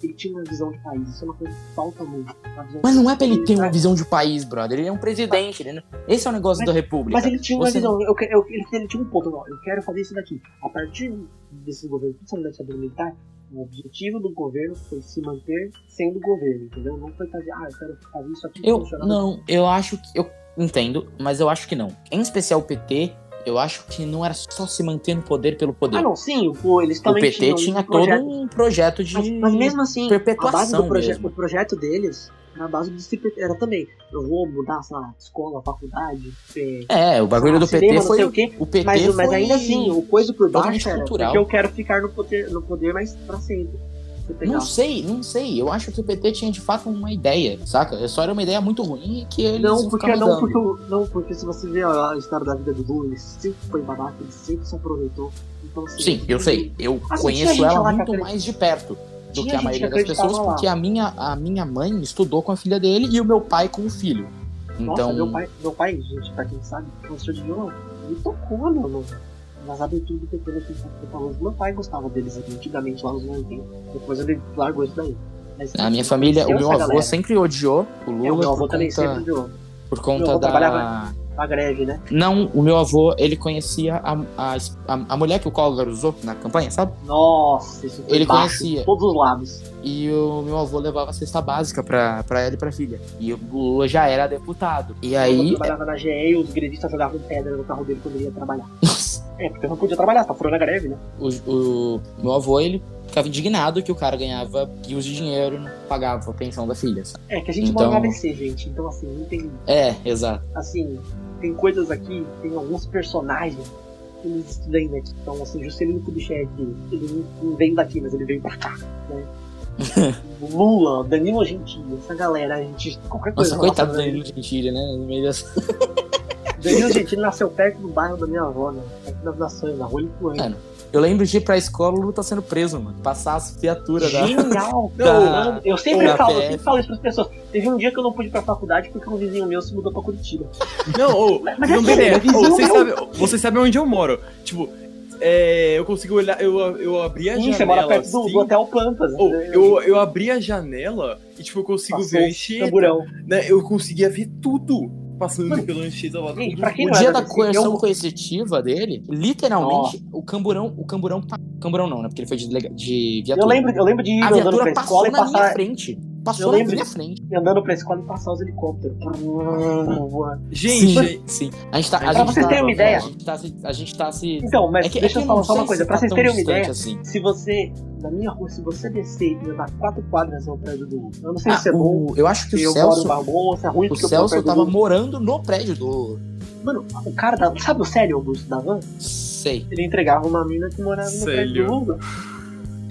ele tinha uma visão de país. Isso é uma coisa que falta muito. uma visão Mas de- né? não é pra ele ter uma visão de país, brother. Ele é um presidente. Ele não... Esse é o negócio Mas- da república. Mas ele tinha uma Você- visão, eu, que- eu- ele, ele tinha um ponto, ó, eu quero fazer isso daqui. A partir desse governo, principalmente da ditadura militar, o objetivo do governo foi se manter sendo governo, entendeu? Não foi fazer, ah, eu quero fazer isso aqui Eu funcionar. não, eu acho que eu entendo, mas eu acho que não. Em especial o PT, eu acho que não era só se manter no poder pelo poder. Ah, não, sim, pô, eles o também PT tinham tinha um todo projeto. um projeto de Mas, mas mesmo assim, a base perpetuação do proje- mesmo. o projeto deles era a base do se perpe- era também. Eu vou mudar essa escola, faculdade, eh, É, o bagulho do cinema, PT não sei foi o quê. o PT Mas, foi mas ainda assim, o coisa por totalmente baixo era cultural. porque eu quero ficar no poder, no poder mas pra sempre. Você pegar. Não sei, não sei. Eu acho que o PT tinha de fato uma ideia, saca? Só era uma ideia muito ruim e que eles Não iam porque, ficar não, mudando. porque, o- não, porque se você vê a a história da vida do Lula, ele sempre foi babaca, ele sempre se aproveitou. Então, assim, Sim, eu sei. Eu Assim, tinha conheço gente ela lá que muito acredita- mais de perto do Tinha que a gente maioria que das acreditava pessoas, lá. porque a minha, a minha mãe estudou com a filha dele e o meu pai com o filho. Nossa, Então, meu pai, meu pai, gente, pra quem sabe, professor de violão, ele tocou no, no, nas aberturas do PT aqui em São Paulo. Meu pai gostava deles assim, antigamente, lá nos anos 90. Depois ele largou isso daí. Mas, a minha família, o tem meu essa avô galera. sempre odiou o É, o Lula meu avô por, também conta, sempre violão. por conta Meu avô da. trabalhava- A greve, né? Não, o meu avô, ele conhecia a, a, a, a mulher que o Collor usou na campanha, sabe? Nossa, isso foi Ele baixo, conhecia. de todos os lados. E o meu avô levava a cesta básica pra, pra ela e pra filha. E o Lula já era deputado. E Ele aí. trabalhava na GE e os grevistas jogavam pedra no carro dele quando ele ia trabalhar. Nossa, É, porque não podia trabalhar, tá furando a greve, né? o, o meu avô, ele ficava indignado que o cara ganhava rios de dinheiro e não pagava a pensão da filha. sabe? É, que a gente Então- mora no ABC, gente. Então, assim, não tem É, exato. assim, tem coisas aqui, tem alguns personagens que não vêm daqui. Então, assim, Juscelino Kubitschek, ele não- não vem daqui, mas ele veio pra cá, né? O Lula, Danilo Gentili, essa galera, a gente, qualquer coisa. Nossa, coitado do nossa, Danilo Gentili, né? No meio dessa- Danilo Gentili nasceu perto do bairro da minha avó, né? Perto das nações, na rua Influente. É, Eu lembro de ir pra escola, o Lula tá sendo preso, mano. Passar as viaturas da. Genial! Da- Não, mano, eu sempre da falo, eu PF. sempre falo isso pras pessoas. Teve um dia que eu não pude ir pra faculdade porque um vizinho meu se mudou pra Curitiba. Não, ô, mas não, assim, beleza. é visão Ô, vocês, meu. sabem, ô, vocês sabem onde eu moro. Tipo, é, eu consigo olhar, eu, eu abri a Sim, é você janela. mora perto do, assim, do Hotel Pampas. ô, né? eu, eu abri a janela e, tipo, eu consigo Passou ver a o enxeta, Tamburão. né? Eu conseguia ver tudo passando pela enxeta lá. Gente, tudo. pra quem O não dia era da é um desse- coerção eu- coercitiva dele, literalmente, o camburão, o camburão, pa- camburão não, né? Porque ele foi de, delega- de viatura. Eu lembro, eu lembro de ir a andando pra viatura escola passou e na minha passar. frente. Eu Passou na lembro minha frente. e andando pra escola e passar os helicópteros. Gente, gente, sim. A gente tá, Pra a gente vocês tá- terem uma ideia. A gente tá, se- a gente tá se... Então, mas É que- é que deixa eu falar não só uma sei coisa, se pra tá vocês tão terem uma distante ideia, Assim. se você. Na minha rua, se você descer e andar quatro quadras ao prédio do Hugo, eu não sei Ah, se é bom, o- eu acho que se o eu moro em Celso, Barbosa, se é ruim, o porque eu moro Celso perto tava do Hugo. morando no prédio do... Mano, o cara da. Sabe o Célio Augusto da Van? Sei. Ele entregava uma mina que morava no prédio Célio. do Hugo.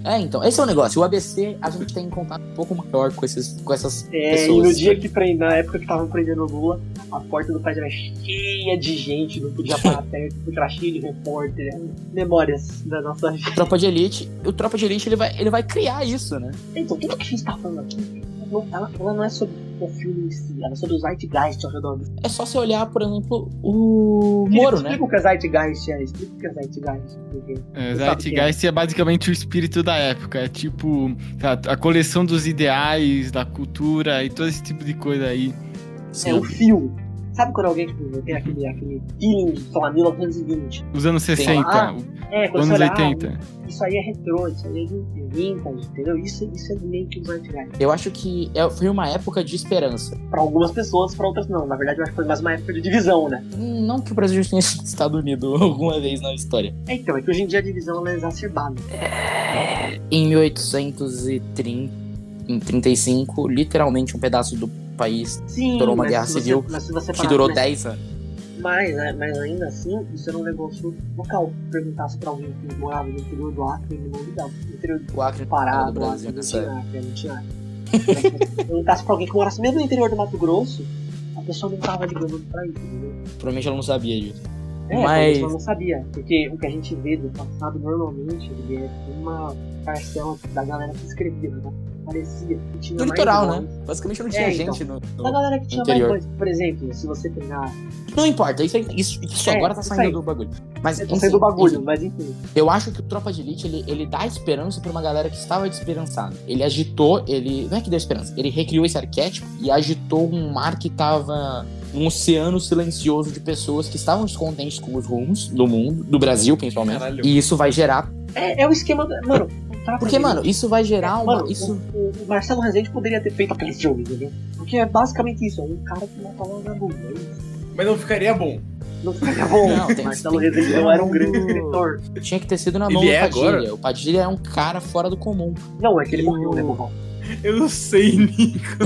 É, então, esse é o negócio. O ABC, a gente tem contato um pouco maior com, esses, com essas É, pessoas. né? e no dia que prende, na época que estavam prendendo o Lula, a porta do prédio era cheia de gente, não podia parar perto, porque era cheia de repórter. Memórias da nossa Tropa de Elite, o Tropa de Elite, ele vai, ele vai criar isso, né? Então, tudo que a gente tá falando aqui, não- ela, ela não é sobre o filme em si, ela é sobre os zeitgeist ao redor do filme. É só você olhar, por exemplo, o Moro, né? Explica o que é zeitgeist, é, explica o que é zeitgeist. Porque... É, Você sabe Zeitgeist é basicamente o espírito da época. É tipo a, a coleção dos ideais, da cultura e todo esse tipo de coisa aí. É o filme. Sabe quando alguém tipo, tem aquele, aquele feeling de, sei lá, 1920? Os anos 60, Ah, É, quando anos você olha, ah, 80. isso aí é retrô, isso aí é vintage, entendeu? Isso, isso é meio que zeitgeist. Eu acho que é- foi uma época de esperança. Pra algumas pessoas, pra outras não. Na verdade, eu acho que foi mais uma época de divisão, né? Hum, Não que o Brasil já tenha sido Estados Unidos alguma vez na história. É, então, é que hoje em dia a divisão ela é exacerbada. Em 1835, literalmente um pedaço do país Sim, Durou uma mas guerra se você- civil mas se você que parar durou pra- 10 anos. Mas, né, mas ainda assim, isso era um negócio local. Se perguntasse pra alguém que morava no interior do Acre, ele não ligava. No interior do O Acre Pará, do do Acre, Brasil é. não nessa época. tinha Acre, não tinha Acre. Se perguntasse pra alguém que morasse mesmo no interior do Mato Grosso, a pessoa não tava ligando pra isso, entendeu? Provavelmente ela não sabia disso. É, a Mas- pessoa não sabia. Porque o que a gente vê do passado, normalmente, ele é uma parcela da galera que escrevia, né? Parecia que tinha Do mais litoral, voz. né? Basicamente não tinha É, então. gente no- Da no. galera que tinha Interior. mais coisa. Por exemplo, se você pegar. Não importa, isso, aí- isso, isso É, agora tá isso saindo aí. do bagulho. Mas Eu enfim, tô saindo do bagulho, enfim, mas enfim. eu acho que o Tropa de Elite ele, ele dá esperança pra uma galera que estava desesperançada. Ele agitou, ele. Não é que deu esperança, ele recriou esse arquétipo e agitou um mar que tava. Um oceano silencioso de pessoas que estavam descontentes com os rumos do mundo, do Brasil principalmente. Caralho. E isso vai gerar. É, é o esquema. da- Mano, o tráfico Porque, de- mano, isso vai gerar uma. Mano, isso... o, o Marcelo Rezende poderia ter feito aquele filme, entendeu? Porque é basicamente isso, é um cara que mata lá na bunda. é Mas não ficaria bom. Não ficaria bom. Não, tem- Marcelo tem- Rezende não era um grande escritor. Tinha que ter sido na Ele mão do é Padilha. agora? O Padilha é um cara fora do comum. Não, é que ele E o- morreu, né, burrão? Eu não sei, Nico.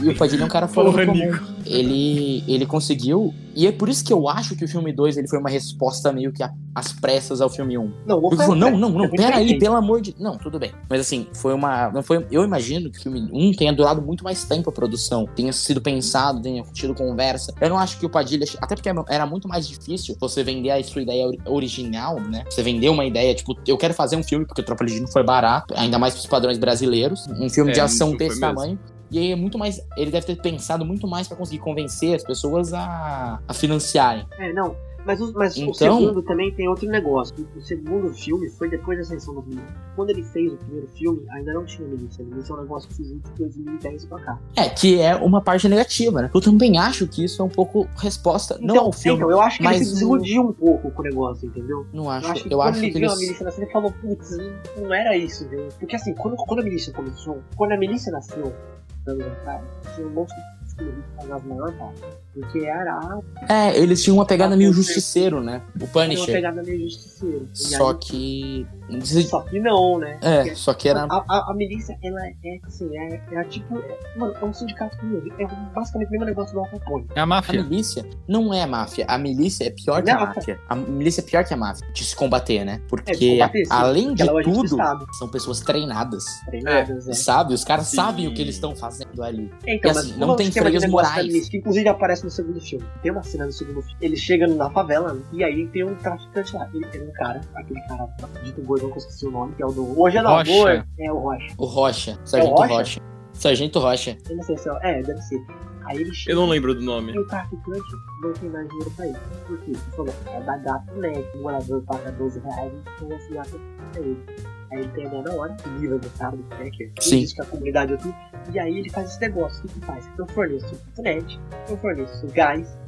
E o Padilha é um cara fora Porra, do comum. Nico. Ele, ele conseguiu. E é por isso que eu acho que o filme 2 ele foi uma resposta meio que a- às pressas ao filme 1. Um. Não, Porque falou, não, não, não, Eu entendi. pera aí, pelo amor de. Não, tudo bem. Mas assim, foi uma. Não foi, eu imagino que o filme 1 tenha durado muito mais tempo a produção. Tenha sido pensado, tenha tido conversa. Eu não acho que o Padilha. Até porque era muito mais difícil você vender a sua ideia ori- original, né? Você vender uma ideia, tipo, eu quero fazer um filme, porque o Tropa de Elite não foi barato, ainda mais pros padrões brasileiros. Um filme É, de ação não foi desse mesmo. tamanho. E aí é muito mais. Ele deve ter pensado muito mais pra conseguir convencer as pessoas a, a financiarem. É, não. Mas, o, mas o Então- segundo também tem outro negócio. O segundo filme foi depois da ascensão das milícias. Quando ele fez o primeiro filme, ainda não tinha milícia. Milícia é um negócio que surgiu de 2010 pra cá. É, que é uma parte negativa, né? Eu também acho que isso é um pouco resposta, não ao filme. então, eu acho que ele mas se o- desiludiu um pouco com o negócio, entendeu? Não Eu acho acho. que um Eu quando acho ele que viu a eles. milícia nascer, ele falou, putz, não, não era isso, viu? Porque assim, quando, quando a milícia começou, quando a milícia nasceu, anos atrás, tinha um monte de comunistas nas maior parte. Porque era É, eles tinham uma Tá pegada meio justiceiro, né? O uma Punisher. pegada meio justiceira. Então, E Só aí- que. Só que não, né? É, só que era. A, a, a milícia, ela é assim, é, é a tipo. é- mano, é um sindicato que eu vi, é basicamente o mesmo negócio do Al Capone. É a A máfia. milícia não é a máfia. A milícia é pior que a Não. máfia. A milícia é pior que a máfia de se combater, né? É, Porque, de combater, sim, além porque de ela é o agente do tudo, Estado. são pessoas treinadas. É. treinadas, né? Sabe? Os caras Sim. sabem o que eles estão fazendo ali. É, Então, E, mas assim, como não é o tem esquema de freios negócio da morais. milícia, Que inclusive aparece no segundo filme. Tem uma cena no segundo filme. Ele chega na favela né? e aí tem um traficante lá. Ele tem um cara, aquele cara dito gordão que eu esqueci o nome, que é o do. Hoje é do Rocha. amor. É o Rocha. O Rocha. Sargento É Rocha? Rocha. Sargento Rocha. Eu não sei se é. É, deve ser. Aí ele Eu chega. não lembro do nome. E o traficante não tem mais dinheiro pra ele. Por quê? Ele falou, é da gato net, o morador paga 12 reais e tem esse gato pra ele. Aí ele pega na hora, se livra do cara, do tracker, Sim. diz que a comunidade é tudo, e aí ele faz esse negócio. O que que faz? Eu forneço internet, eu forneço gás,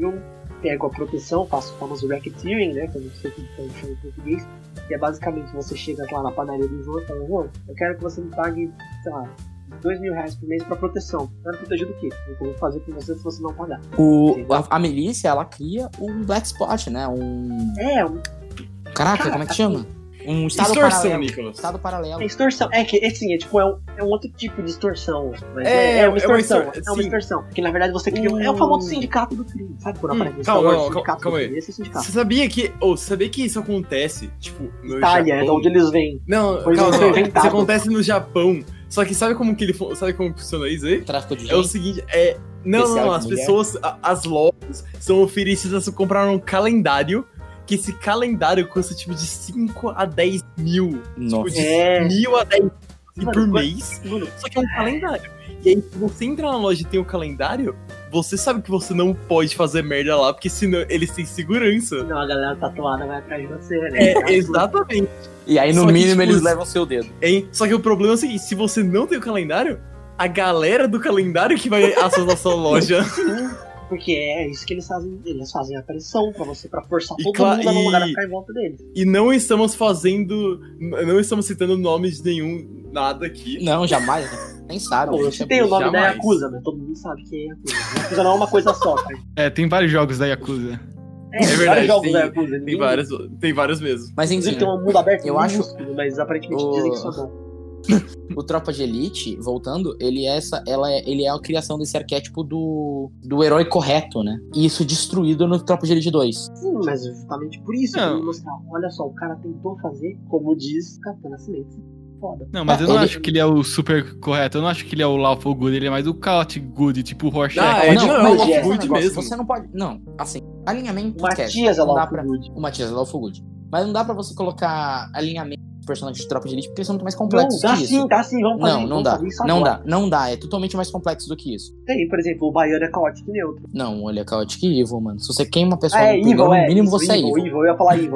eu pego a proteção, faço o famoso racketeering, né, que eu não sei como chama em português, que é basicamente você chega lá na padaria do João e fala, João, eu quero que você me pague, sei lá, 2 mil reais por mês pra proteção. Eu quero proteger do quê? O que eu vou fazer com você se você não pagar? O, a, a milícia, ela cria um black spot, né? Um. É, um- Caraca, como é que chama? Um Tá estado Distorção, paralelo. Um Nicolas. Estado paralelo. é extorsão. É que, assim, é tipo, é um, é um outro tipo de extorsão. Mas É, é, é uma uma extorsão. É uma, extor- sim. extorsão. Porque na verdade você cria. um- É o famoso sindicato do crime. Sabe quando Hum, aparece no Star calma, Wars? calma, sindicato calma do aí. crime? Esse é o sindicato. Você sabia que. Ou você sabia que isso acontece? Tipo, no Itália, é de Japão? onde eles vêm. Não, Foi calma, calma. inventado. Isso acontece no Japão. Só que sabe como que ele fu- sabe como funciona isso aí? Tráfico de É o gente. seguinte, é. Não, Especial não, de não, as mulher. pessoas, a- as lojas são oferecidas a comprar um calendário, que esse calendário custa tipo de 5 a 10 mil. Tipo, Nossa. de É. mil a 10 mil Mano, por quando- mês. Mano, Só que é um calendário. E aí, se você entra na loja e tem o calendário, você sabe que você não pode fazer merda lá, porque senão eles têm segurança. não, a galera tatuada vai atrás de você, né? É, exatamente. E aí, no Só que, mínimo, tipo, eles os- levam seu dedo. Hein? Só que o problema é o seguinte: se você não tem o calendário, a galera do calendário que vai acessar a sua loja. Porque é isso que eles fazem. Eles fazem a pressão pra você, pra forçar E todo cla- mundo a não e- lugar a ficar em volta deles. E não estamos fazendo. Não estamos citando nomes de nenhum nada aqui. Não, jamais. Nem sabe. é Não, eu citei o nome da é jamais. Yakuza, mas todo mundo sabe que é Yakuza. Yakuza não é uma coisa só, cara. É, tem vários jogos da Yakuza. É, tem verdade, vários jogos tem- da Yakuza. Tem vários, tem vários mesmo. Mas enfim, Inclusive tem um mundo aberto Eu minúsculo, acho- mas aparentemente o- dizem que isso é bom. o Tropa de Elite, voltando, ele é, essa, ela é, ele é a criação desse arquétipo do, do herói correto, né? E isso destruído no Tropa de Elite 2. Sim, mas é justamente por isso Não. que eu mostrar. Olha só, o cara tentou fazer, como diz Capitão Nascimento. Foda. Não, mas eu não Ele- acho que ele é o super correto. Eu não acho que ele é o Lawful Good. Ele é mais o Chaotic Good, tipo o Rorschach. Ah, É, ele não, é mas o esse Good negócio, mesmo. Você não pode... Não, assim, alinhamento... O esquece. Matias é Não dá lá o pra- Good. O Matias é lá o Fogood. Mas não dá pra você colocar alinhamento dos personagens de Tropa de Elite, porque eles são muito mais Não, complexos dá que isso. sim, dá sim, vamos fazer Não, não vamos dá. fazer isso Não agora. dá, não dá. É totalmente mais complexo do que isso. Tem, por exemplo, o Baiano é caótico e neutro. Não, olha, Chaotic é Evil, mano. Se você queima uma pessoa Ah, é um no pulgão, evil, é. no mínimo isso, você é evil, evil. evil. Eu ia falar evil.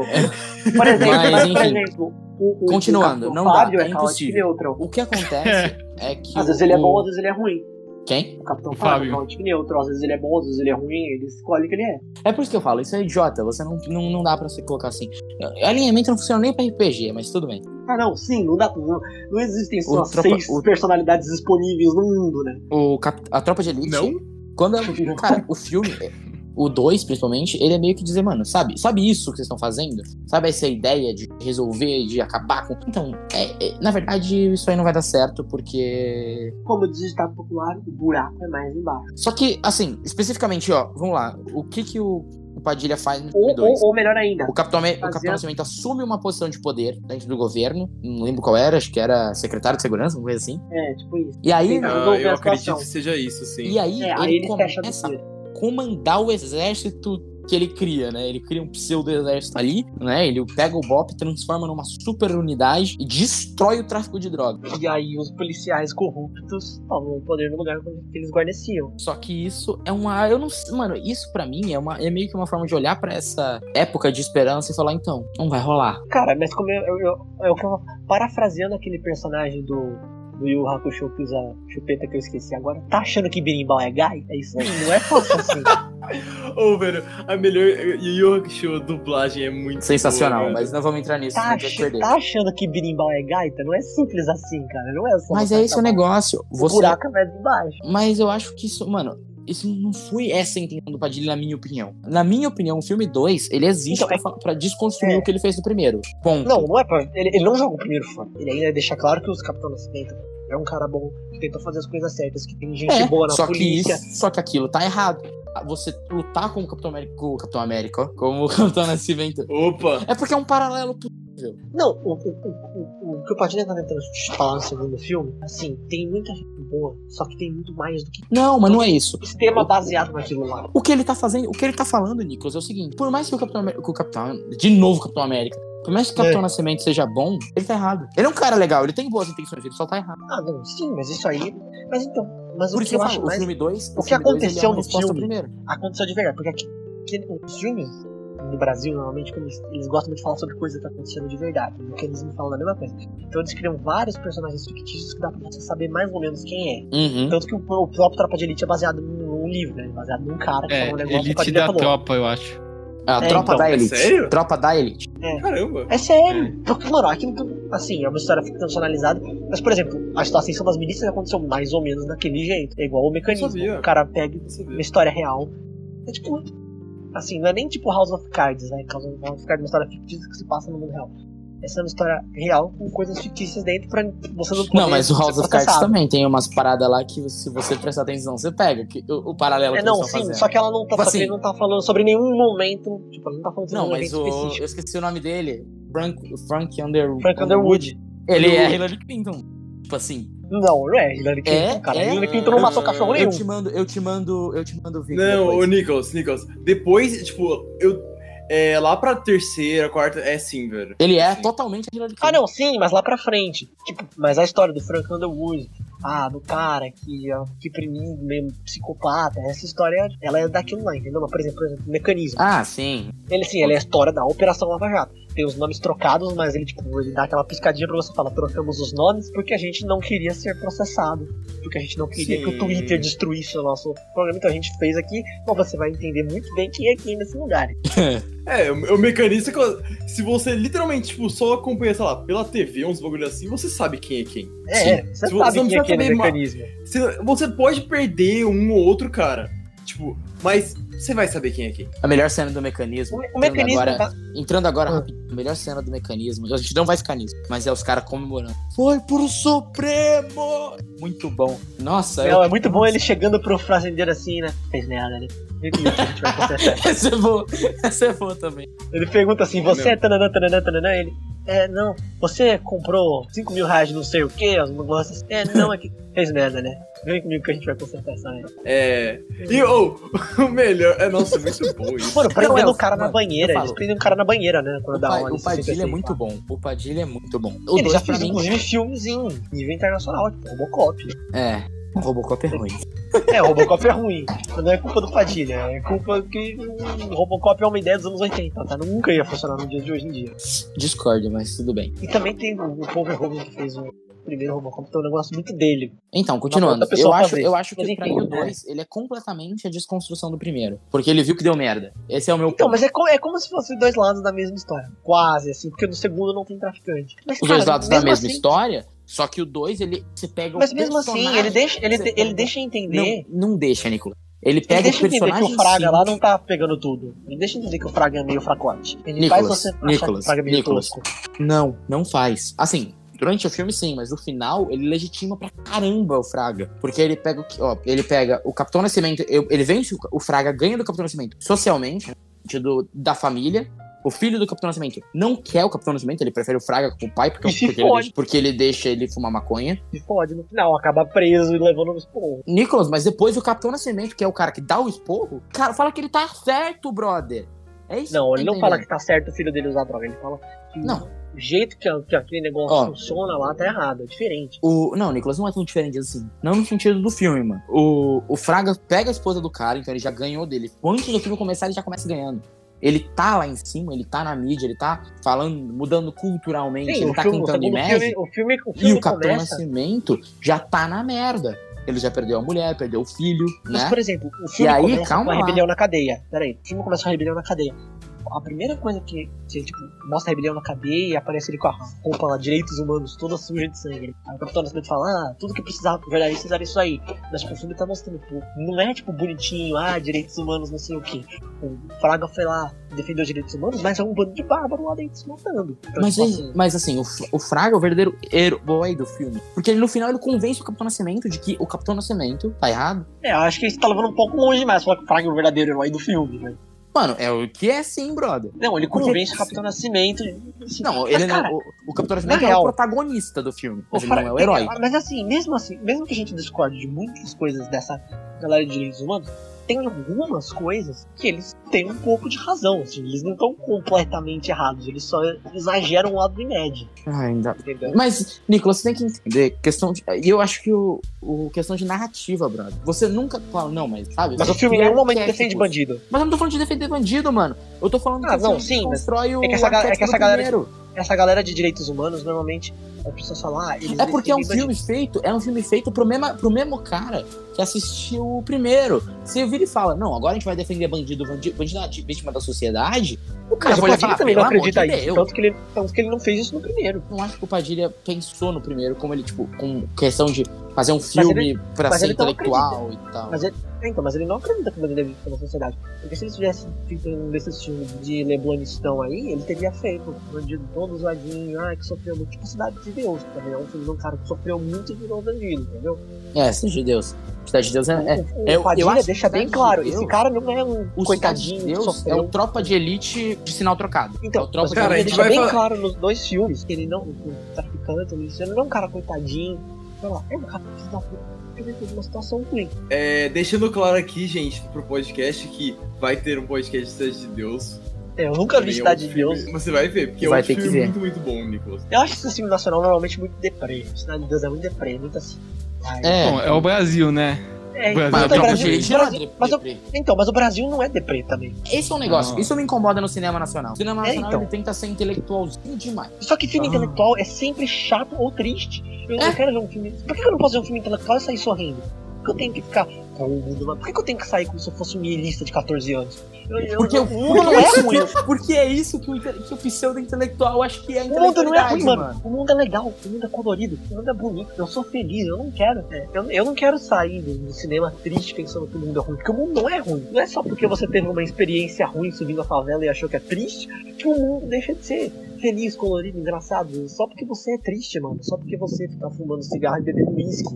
Por exemplo, Mas, mas, por enfim. exemplo, o, o, Continuando, o não dá, Fábio é é caótico e impossível. neutro. O que acontece é que. Às o- vezes ele é bom, às vezes ele é ruim. Quem? O Capitão O Fábio é Fábio. caótico e neutro. Às vezes ele é bom, às vezes ele é ruim. Ele escolhe o que ele é. É por isso que eu falo, isso é idiota. Você não, não, não dá pra você colocar assim. Alinhamento não funciona nem pra RPG, mas tudo bem. Ah, não, sim, não dá. Não, não existem só O tropa- seis o- personalidades disponíveis no mundo, né? O cap- A tropa de elite. Não? Quando. Cara, o filme. é, O 2, principalmente, ele é meio que dizer, mano, sabe, sabe isso que vocês estão fazendo? Sabe essa ideia de resolver, de acabar com. Então, é- é- na verdade, isso aí não vai dar certo, porque Como diz o ditado popular, o buraco é mais embaixo. Só que, assim, especificamente, ó, vamos lá. O que que o, o Padilha faz no Ou, filme 2? ou, ou melhor ainda, O Capitão, Ame- o Fazendo- Capitão Nascimento assume uma posição de poder dentro do governo, não lembro qual era, acho que era secretário de segurança, alguma coisa assim. é, tipo isso. E aí, Sim, Pra Ah, resolver eu a acredito situação. que seja isso, sim. e aí, É, ele, aí ele fecha a começa biqueira. a comandar o exército que ele cria, né? Ele cria um pseudo-exército ali, né? Ele pega o BOP, transforma numa super unidade e destrói o tráfico de drogas. E aí os policiais corruptos tomam o poder no lugar que eles guarneciam. Só que isso é uma. Eu não sei- Mano, isso pra mim é, uma, é meio que uma forma de olhar pra essa época de esperança e falar, então, não vai rolar. Cara, mas como eu, eu, eu, eu, eu parafraseando aquele personagem do, do Yu Hakusho que usa chupeta que eu esqueci agora, tá achando que berimbau é gay? É isso aí, não é fácil assim. Ô, velho, a melhor Yu Yu Hakusho dublagem é muito Sensacional, boa, velho. mas não vamos entrar nisso, Tá, senão a gente vai ach- perder. tá achando que berimbau é gaita? Não é simples assim, cara. Não é só. Mas botar é esse essa o negócio. O Você... buraco é mais embaixo. Mas eu acho que isso, mano, isso não foi essa a intenção do Padilha, na minha opinião. Na minha opinião, o filme 2, ele existe Então, pra, é- fa- pra desconstruir é. o que ele fez no primeiro. Ponto. Não, não é pra. Ele, ele não joga o primeiro fã. Ele ainda deixa claro que os Capitão Nascimento é um cara bom, que tentou fazer as coisas certas, que tem gente É, boa na só polícia. que isso, só que aquilo tá errado. Você lutar como o Capitão América, com o Capitão América, ó, como o Capitão Nascimento. Opa! É porque é um paralelo pro Não, o, o, o, o, o que o Padilha tá tentando te falar no segundo filme, assim, tem muita gente boa, só que tem muito mais do que Não, mas não é isso. um sistema baseado naquilo lá. O que ele tá fazendo, o que ele tá falando, Nicolas, é o seguinte: por mais que o Capitão América, que o Capitão, de novo o Capitão América, por mais que o Capitão É. Nascimento seja bom, ele tá errado. Ele é um cara legal, ele tem boas intenções, ele só tá errado. Ah, não, sim, mas isso aí. Mas então, mas o Por que, isso que eu, eu acho falo, o mais filme é 2, o que aconteceu no filme? aconteceu de verdade, porque aqui, aqui os filmes no Brasil, normalmente, quando eles, eles gostam de falar sobre coisas que tá acontecendo de verdade, porque eles não falam da mesma coisa. Então eles criam vários personagens fictícios que dá pra você saber mais ou menos quem é. Uhum. Tanto que o, o próprio Tropa de Elite é baseado num, num livro, né? Baseado num cara que É, falou um negócio que o Elite Padilha da falou. Tropa, eu acho. A É, tropa então, da é elite. sério? Tropa da elite. Caramba! É sério. Porque, mano, aquilo que- assim, é uma história ficcionalizada. Mas, por exemplo, a situação das milícias aconteceu mais ou menos daquele jeito. É igual o mecanismo. Sabia. O cara pega Não sabia. uma história real. É tipo. Assim, não é nem tipo House of Cards, né? House of House of Cards é uma história fictícia que se passa no mundo real. Essa é uma história real com coisas fictícias dentro pra você não poder Não, mas o House ser of Cards processado. também tem umas paradas lá que, se você prestar atenção, você pega que- o, o paralelo É, que não, eles sim, estão fazendo. só que ela não tá, Tipo sobre- assim- não tá falando sobre nenhum momento. Tipo, ela não tá falando sobre Não, um mas evento o, eu específico. esqueci o nome dele. Frank, Frank Under- Frank Underwood. Ele é Underwood. Hillary Clinton. Tipo assim, Não, não é Hillary Clinton, É, cara. é. Hillary Clinton não Eu- matou cachorro eu nenhum. Eu te mando, eu te mando, eu te mando o vídeo. Não, depois. ô Nicholas, Nicholas, depois, tipo, eu. É, lá pra terceira, quarta, é sim, velho. Ele é Sim. totalmente a Hillary Clinton. Ah, não, sim, mas lá pra frente. Tipo, mas a história do Frank Underwood, ah, do cara que ó, que primido, meio psicopata, essa história, ela é daquilo lá, entendeu? Mas, por exemplo, por exemplo, o mecanismo. Ah, sim. Ele, sim, ele é a história da Operação Lava Jato. tem os nomes trocados, mas ele, tipo, ele dá aquela piscadinha pra você falar, trocamos os nomes porque a gente não queria ser processado. Porque a gente não queria que o Sim. Twitter destruísse o nosso programa, então a gente fez aqui. Bom, você vai entender muito bem quem é quem nesse lugar. É, o, o mecanismo é que se você literalmente, tipo, só acompanha, sei lá, pela TV, uns bagulho assim, você sabe quem é quem. É, Se você sabe você não quem é precisa quem no saber ma- mecanismo. Você, você pode perder um ou outro, cara. Tipo, mas você vai saber quem é quem. A melhor cena do mecanismo. O, o entrando mecanismo agora- tá- Entrando agora Ah. rapidinho, a melhor cena do mecanismo. A gente não vai ficar nisso, mas é os caras comemorando. Foi pro Supremo! Muito bom. Nossa, Não, é muito bom ele chegando pro fazendeiro assim, né? Fez merda, né? Vem comigo que a gente vai processar. essa é boa. Essa é boa também. Ele pergunta assim, você é tananã, tananã, tananã? Ele, é, não, você comprou 5 mil reais de não sei o que, um negócio assim. É, não, é que fez merda, né? Vem comigo que a gente vai consertar essa merda. É. E ou, o melhor. É, nossa, muito bom isso. Mano, prendendo Não, é, o cara na mano, banheira, eu eles falo. prendem o cara na banheira, né? Quando O, dá Pa- uma o Padilha é muito bom. O Padilha é muito bom. O Ele dois já pra fez, mim. inclusive, filmezinho, nível internacional, tipo, Robocop. É. O Robocop é ruim. É, Robocop é ruim. Não é culpa do Padilha, é culpa que hum, Robocop é uma ideia dos anos 80, tá? Nunca ia funcionar no dia de hoje em dia. Discordo, mas tudo bem. E também tem o o Paul Verhoeven que fez o primeiro Robocop, então é um negócio muito dele. Então, continuando. outra pessoa Eu acho, fazer. eu acho Mas que pra enfim, mim o né? 2, ele é completamente a desconstrução do primeiro. Porque ele viu que deu merda. Esse é o meu Então, ponto. mas é, co- é como se fossem dois lados da mesma história. Quase, assim, porque no segundo não tem traficante. Mas, Os cara, dois lados da mesmo mesma assim- história, só que o 2, ele se pega Mas o mesmo assim, personagem- ele deixa, ele, Você de- pega- ele deixa entender. Não, não deixa, Nicolas. Ele Ele pega deixa o entender que personagem o Fraga sim. lá não tá pegando tudo. Ele deixa entender que o Fraga é meio fracote. Ele faz Nicolas, você achar que o Nicolas, Fraga é meio Nicolas. tosco. Não, não faz. Assim, durante o filme sim, mas no final ele legitima pra caramba o Fraga. Porque ele pega o que, ó, ele pega o Capitão Nascimento, eu- ele vence o, o Fraga, ganha do Capitão Nascimento socialmente, né, do, da família. O filho do Capitão Nascimento não quer o Capitão Nascimento, ele prefere o Fraga como pai, porque, E se porque, ele, fode. deixa, porque ele deixa ele fumar maconha. E fode no final, acaba preso e levando nos porros. Nicolas, mas depois o Capitão Nascimento, que é o cara que dá o esporro, cara, fala que ele tá certo, brother. É isso Não, que ele tá não fala entendendo. que tá certo o filho dele usar droga. Ele fala que Não. o jeito que, a- que aquele negócio Ó. funciona lá tá errado, é diferente. O... Não, Nicolas, não é tão diferente assim. Não no sentido do filme, mano. O... o Fraga pega a esposa do cara, então ele já ganhou dele. Antes do filme começar, ele já começa ganhando. Ele tá lá em cima, ele tá na mídia, ele tá falando, mudando culturalmente, Sim, ele o tá filme- o cantando segundo imagem. filme- O filme, o filme E o Capitão começa. Nascimento já tá na merda. Ele já perdeu a mulher, perdeu o filho, Mas, né? por exemplo, o filme E aí, começa calma com a lá. rebelião na cadeia. Peraí, o filme começa com a rebelião na cadeia. A primeira coisa que, que, tipo, mostra a rebelião na cadeia e aparece ele com a roupa lá, direitos humanos, toda suja de sangue. Aí o Capitão Nascimento fala, ah, tudo que precisava pro verdadeiro vocês fizeram isso aí. Mas tipo, o filme tá mostrando, pô, não é tipo bonitinho, ah, direitos humanos, não sei o quê. O Fraga foi lá, defendeu os direitos humanos, mas é um bando de bárbaro lá dentro se matando. Então, Mas, tipo, ele- mas assim, o, F- o Fraga é o verdadeiro herói do filme. Porque ele, no final ele convence o Capitão Nascimento de que o Capitão Nascimento tá errado. é, eu acho que isso tá levando um pouco longe demais, falar que o Fraga é o verdadeiro herói do filme, né? Mano, é o que é sim, brother. Não, ele Porque- convence o Capitão Nascimento. assim, Não, mas, ele não- cara, o, o Capitão Nascimento é na o real- protagonista do filme, mas Ô, ele não Fra- é o herói. Mas assim, mesmo assim, mesmo que a gente discorde de muitas coisas dessa galera de direitos humanos, tem algumas coisas que eles têm um pouco de razão. Assim, eles não estão completamente errados, eles só exageram o lado do inédito. Ah, ainda. Entendeu? Mas, Nicolas, você tem que entender. Questão de. E eu acho que o, o questão de narrativa, brother. Você nunca fala, não, mas sabe? Mas o filme em é nenhum momento defende bandido. Mas eu não tô falando de defender bandido, mano. Eu tô falando Ah, que o não, filme sim, mas constrói o. é que essa ga- é arquétipo que essa do galera- primeiro. Essa galera de direitos humanos, normalmente, a pessoa fala, ah, eles É porque é um defendem bandido. filme feito, é um filme feito pro mesmo, pro mesmo cara que assistiu o primeiro. Você vira e fala, não, agora a gente vai defender bandido, bandido, bandido é uma vítima da sociedade. O cara Mas o vai olhar e Padilha falar, também não "Pelo amor de acredita isso. então Deus." Tanto que, ele, tanto que ele não fez isso no primeiro. não acho que o Padilha pensou no primeiro, como ele, tipo, com questão de fazer um ele- filme pra mas ser ele tava intelectual e tal. Mas ele, é, então, mas ele não acredita que o bandido é vítima da sociedade. Porque se ele tivesse feito um desses filmes de Leblonistão aí, ele teria feito um bandido todo zoadinho, ah, que sofreu muito, tipo Cidade de Deus, também é um filme de um cara que sofreu muito e virou bandido, entendeu? É, Cidade de Deus. Cidade de Deus é. é- o, o eu- eu Padilha acho que deixa Cidade bem de claro, Deus- esse cara não é um o coitadinho Cidade de que Deus sofreu. é o tropa de elite de sinal trocado. é Então, o mas tropa o de cara, cara, a ele elite. gente deixa vai bem falar- claro nos dois filmes que ele não, o traficante, ele ele não é um cara coitadinho, sei lá, é um cara que tá de uma situação ruim. É, deixando claro aqui, gente, pro podcast que vai ter um podcast Cidade de Deus. É, eu nunca vi Também é Cidade um de filme- Deus. Você vai ver, porque Vai é um ter que filme ver. muito, muito bom, Nicolas. Eu acho esse filme é nacional normalmente muito deprê. Cidade de Deus é muito deprê, muito assim. Ai, É, Bom, é o Brasil, né? É, Mas mas, eu troco o Tropa Brasil, de Elite o gera Brasil- deprê. mas o- então, mas o Brasil não é deprê também. Esse é um negócio. Não. Isso me incomoda no cinema nacional. O cinema Ah. É, nacional então. ele tenta ser intelectualzinho demais. Só que filme Ah. intelectual é sempre chato ou triste. Eu não É. quero ver um filme. Por que eu não posso ver um filme intelectual e sair sorrindo? Por que eu tenho que ficar. "Ah, o mundo não- Por que eu tenho que sair como se eu fosse um niilista de 14 anos? Eu- eu- Porque eu- o o mundo mundo não é é ruim. ruim. Porque é isso que o, inte- que o pseudo-intelectual acho que é a O mundo não é intelectualidade, ruim, mano. O mundo é legal, o mundo é colorido, o mundo é bonito. Eu sou feliz, eu não quero. é, eu, eu não quero sair do, do cinema triste pensando que o mundo é ruim. Porque o mundo não é ruim. Não é só porque você teve uma experiência ruim subindo a favela e achou que é triste que o mundo deixa de ser feliz, colorido, engraçado. Só porque você é triste, mano. Só porque você fica fumando cigarro e bebendo uísque.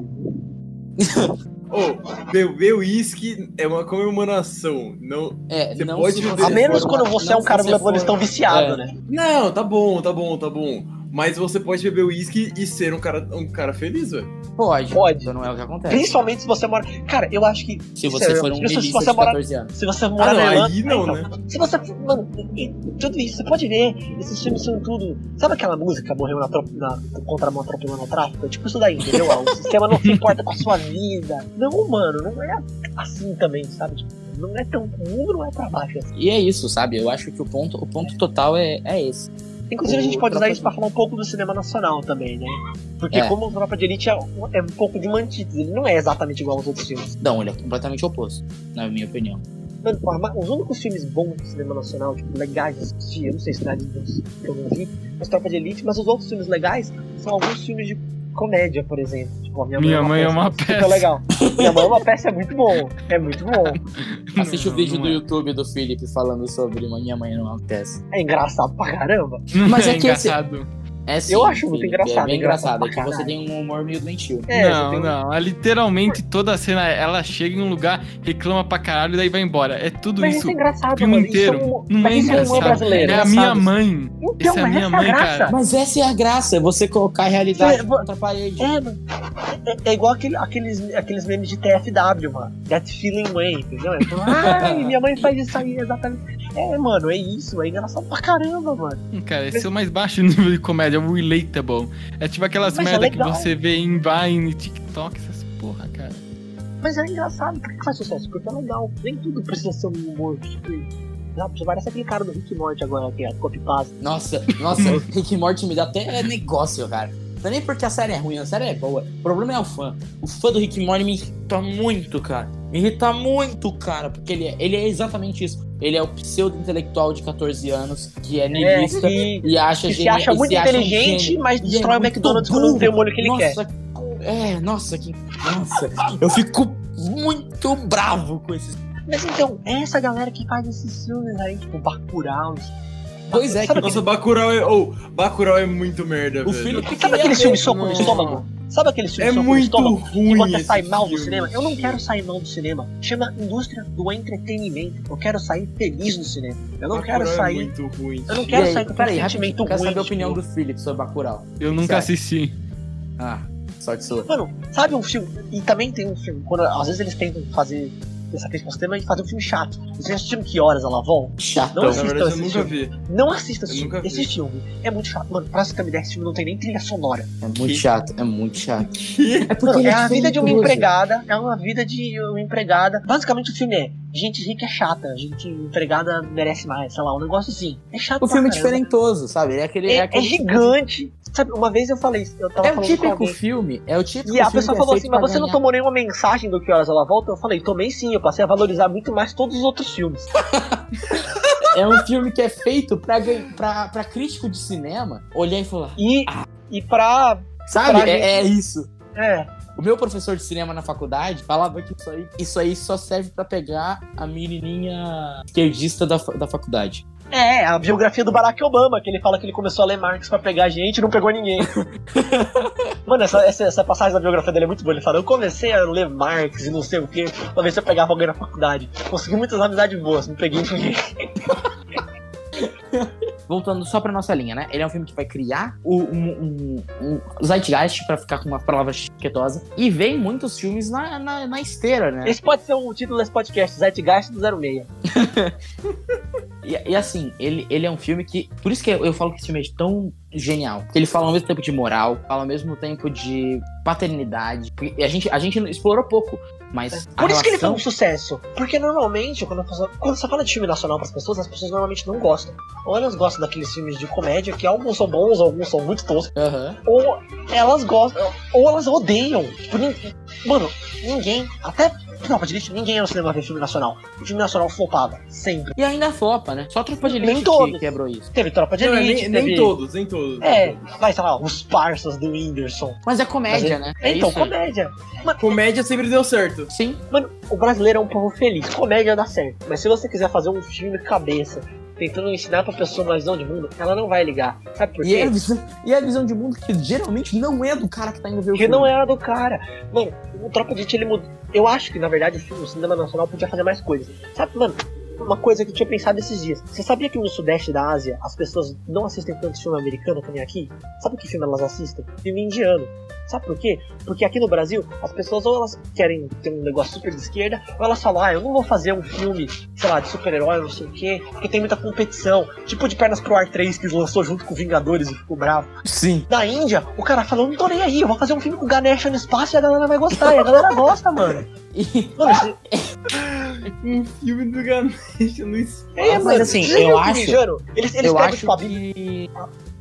Ô, beber uísque é uma comemoração. Não, É, Você não pode se viver. você A menos for quando uma- você não é um se cara você for- monopolistão viciado, É. né? não, tá bom, tá bom, tá bom. Mas você pode beber uísque e ser um cara, um cara feliz, velho. Pode. Pode. Então não é o que acontece. Principalmente se você mora. Cara, eu acho que. Se você for um sinceramente, milícia se de você mora 14 anos. Se você mora Ah, na não, Irlanda. aí não, né? Se você. Mano, e- e tudo isso, você pode ver. Esses filmes são tudo. Sabe aquela música morreu na, trop- na contramão atropelando o tráfico? É tipo isso daí, entendeu? Ah, O sistema não se importa com a sua vida. Não, mano, não é assim também, sabe? Tipo, não é tão. O mundo não é pra baixo assim. E é isso, sabe? Eu acho que o ponto, o ponto total é, é esse. Inclusive, a gente O pode usar Tropa isso de- pra falar um pouco do cinema nacional também, né? Porque, É. como o Tropa de Elite é, um- é um pouco de uma antítese, ele não é exatamente igual aos outros filmes. Não, ele é completamente oposto, na minha opinião. Mano, pô, ma- os únicos filmes bons do cinema nacional, tipo, legais de assistir, eu não sei se Cidade de Deus que eu não vi, mas Tropa de Elite, mas os outros filmes legais são alguns filmes de comédia, por exemplo. Tipo, a Minha Mãe, Minha mãe é uma Peça. peça. Então, legal. Minha Mãe é uma Peça é muito bom. É muito bom. Assiste o Não, vídeo não do é. YouTube do Felipe falando sobre Minha Mãe Não Acontece. É engraçado pra caramba. Não Mas é, é que esse- engraçado. É sim, Eu acho muito Felipe, engraçado, É bem engraçado engraçado, é que pra você caralho. tem um humor meio doentio. É, não, você tem um- não. É literalmente toda a cena. Ela chega em um lugar, reclama pra caralho e daí vai embora. É tudo Mas isso. é engraçado, O filme mano. inteiro. Isso é um... Não mas é isso é um humor engraçado. brasileiro. É a engraçado. minha mãe. Então, Essa é a mas minha essa mãe, é a graça. cara. Mas essa é a graça, é você colocar a Cê- realidade vo- contra a parede. É, mano. É, é- é igual aquele- aqueles, aqueles memes de TFW, mano. That feeling way, entendeu? É, tipo, Ai, minha mãe faz isso aí, exatamente. É, mano, é isso. É engraçado pra caramba, mano. Hum, Cara, esse é o mais baixo nível de comédia, é o relatable. É tipo aquelas Mas é merda que legal. você vê em Vine, TikTok, essas porra, cara. Mas é engraçado. Por que faz sucesso? Porque é legal. Nem tudo precisa ser um humor. Tipo, não, você parece aquele cara do Rick e Morty agora, que é copypasta. Nossa, nossa, Rick e Morty me dá até negócio, cara. Não é nem porque a série é ruim, a série é boa. O problema é o fã. O fã do Rick e Morty me irrita muito, cara. Me irrita muito, cara, porque ele é, ele é exatamente isso. Ele é o pseudo-intelectual de 14 anos, que é É, niilista que, e acha que se geni- acha e muito se acha um inteligente, gênio. mas E é destrói o muito McDonald's quando não burro. tem o molho que ele quer. Nossa, é, nossa, que. Nossa, eu fico muito bravo com esses. Mas então, é essa galera que faz esses filmes aí, tipo, Bacurau. Pois é, Sabe que Nossa, Bacurau é. Oh, Bacurau é muito merda, o velho. Felipe Sabe queria aquele ver- filme soco no não. estômago? Sabe aquele filme É soco no muito estômago? ruim. e você sai esse mal do filme. cinema. Eu não quero sair mal do cinema. Chama indústria do entretenimento. Eu quero sair feliz do cinema. Eu não Bacurau quero é sair. muito ruim. Eu não E quero aí, sair com peraí, aquele rapidinho, sentimento eu quero ruim. saber a opinião tipo. do Felipe sobre Bacurau. Eu nunca Sério. assisti. Ah, sorte sua. Mano, sabe um filme. E também tem um filme. Quando às vezes eles tentam fazer essa crítica ao cinema e fazer um filme chato. Vocês assistiram que horas ela vão? Chato. Não Na assistam verdade, eu esse nunca filme. vi. Não assista Eu esse nunca filme. vi. Esse filme é muito chato. Mano, pra você ter uma ideia, esse filme não tem nem trilha sonora. É muito chato, é muito chato. É Mano, ele é a vida de uma diferentoso. empregada, é uma vida de uma empregada. Basicamente o filme é gente rica é chata, gente empregada merece mais, sei lá, um negócio assim. É chato O pra filme é caramba. diferentoso, sabe? Ele é aquele. É, é aquele- gigante. Sabe, uma vez eu falei isso, eu tava É o falando com típico alguém. filme. É o típico E a filme pessoa que é falou feito assim, mas pra você não ganhar. tomou nenhuma mensagem do que horas ela volta? Eu falei, tomei sim, eu passei a valorizar muito mais todos os outros filmes. É um filme que é feito pra, gan- pra, pra crítico de cinema olhar e falar. E, e pra. Sabe? Pra É, gente- é isso. É, O meu professor de cinema na faculdade falava que isso aí, isso aí só serve pra pegar a menininha esquerdista da, fa- da faculdade. é, a biografia do Barack Obama, que ele fala que ele começou a ler Marx pra pegar gente e não pegou ninguém. Mano, essa, essa, essa passagem da biografia dele é muito boa. Ele fala: Eu comecei a ler Marx e não sei o que, pra ver se eu pegava alguém na faculdade. Consegui muitas amizades boas, não peguei ninguém. voltando só pra nossa linha, né? Ele é um filme que vai criar o, um, um, um zeitgeist, pra ficar com uma palavra chiquetosa, e vem muitos filmes na, na, na esteira, né? um Esse pode ser o título desse podcast: Zeitgeist do 06. E, e assim, ele, ele é um filme que. Por isso que eu, eu falo que esse filme é tão genial. Porque ele fala ao mesmo tempo de moral, fala ao mesmo tempo de paternidade. Porque a gente, a gente explorou pouco, mas. a Por isso que ele foi relação- um sucesso. Porque normalmente, quando, a pessoa- quando você fala de filme nacional pras pessoas, as pessoas normalmente não gostam. Ou elas gostam daqueles filmes de comédia, que alguns são bons, alguns são muito toscos. Aham. Ou elas gostam, ou elas odeiam. Tipo, nin- mano, ninguém, até Tropa de Elite, ninguém ia no cinema ver filme nacional. O filme nacional flopava, sempre. E ainda flopa, né? Só a tropa de Nem elite que todos. quebrou isso. Teve Tropa de Não, é Elite, nem, nem teve- todos, nem todos. É, vai, sei lá, Os Parsas do Whindersson. Mas é comédia, né? É então, isso. comédia. Comédia sempre deu certo. Sim. Mano, o brasileiro é um povo feliz. Comédia dá certo. Mas se você quiser fazer um filme cabeça, tentando ensinar pra pessoa uma visão de mundo, ela não vai ligar. Sabe por E é, a quê? visão, e é a visão de mundo que geralmente não é do cara que tá indo ver o Porque filme. não era do cara. Mano, o Tropa de Elite, ele mudou. Eu acho que, na verdade, o filme, o cinema nacional podia fazer mais coisas. Sabe, mano, uma coisa que eu tinha pensado esses dias. Você sabia que no sudeste da Ásia, as pessoas não assistem tanto filme americano que nem aqui? Sabe que filme elas assistem? Filme indiano. Sabe por quê? Porque aqui no Brasil, as pessoas ou elas querem ter um negócio super de esquerda, ou elas falam, ah, eu não vou fazer um filme, sei lá, de super-herói, não sei o quê, porque tem muita competição. Tipo de Pernas pro Ar 3, que lançou junto com Vingadores e ficou bravo Sim. da Índia, o cara falou, "Eu não tô nem aí, eu vou fazer um filme com o Ganesha no espaço e a galera vai gostar. E a galera gosta, mano. E- Mano, esse- Hum. Um filme do Ganesh no espaço. é, mas mano, assim, você já eu viu o acho- Kilimanjaro? Eles, eles eu pegam, acho tipo, a Bíblia. que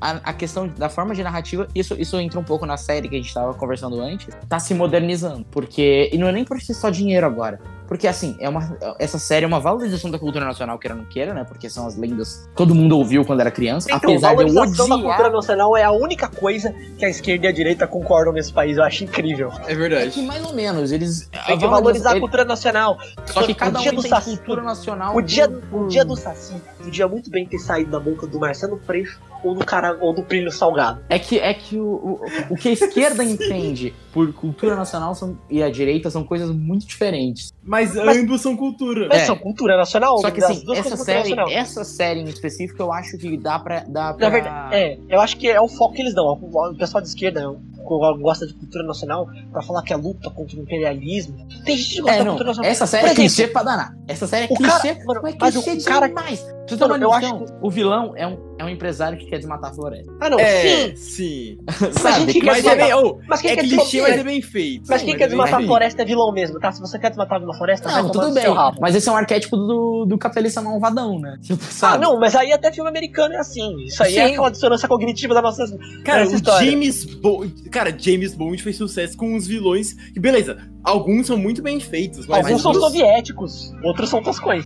a, a questão da forma de narrativa, isso, isso entra um pouco na série que a gente tava conversando antes, tá se modernizando. Porque. E não é nem por ser só dinheiro agora. Porque, assim, é uma, essa série é uma valorização da cultura nacional, queira ou não queira, né? Porque são as lendas que todo mundo ouviu quando era criança. Então, apesar de eu valorização da odiar cultura nacional é a única coisa que a esquerda e a direita concordam nesse país. Eu acho incrível. É É que verdade. mais ou menos, eles. Tem que valoriza- valorizar a Ah, ele- Ah, cultura nacional. Só que O cada um dia tem do Saci. cultura nacional. um O dia, por- o dia do Saci podia muito bem ter saído da boca do Marcelo Freixo ou do cara ou do Plínio Salgado. É que, é que o, o, o que a esquerda entende por cultura nacional são- e a direita são coisas muito diferentes. Mas, Mas- ambos são cultura. Mas É. são cultura nacional? Só que as assim, duas essa são cultura série, nacional. essa série em específico, eu acho que dá pra. Dá pra... Na verdade, é, eu acho que é o foco que eles dão. O pessoal de esquerda o- gosta de cultura nacional pra falar que é luta contra o imperialismo. Tem gente que gosta É, da não. cultura nacional. Essa série Por é exemplo, clichê pra danar. Essa série é o cara- clichê. mano, mas é mas clichê o cara- demais. Tu tem uma Mano, eu acho noção, o vilão é um, é um empresário que quer desmatar a floresta. Ah, não, sim. É, sim. Sabe? gente Mas quer é desmatar- bem. oh, Mas quem é quer clichê, desmatar, mas é bem feito. mas quem Sim, quer é bem desmatar a feito. floresta é vilão mesmo, tá? Se você quer desmatar uma floresta, vai Não, tomar tudo no bem. seu rabo. Mas esse é um arquétipo do, do capitalista malvadão, né? Tipo, Ah, sabe? não, mas aí até filme americano é assim. Isso aí é Sim. aquela dissonância cognitiva da nossa. Cara, essa o história. James Bond. Cara, James Bond fez sucesso com os vilões. Que beleza, alguns são muito bem feitos, mas. Alguns são outros- soviéticos, outros são toscões.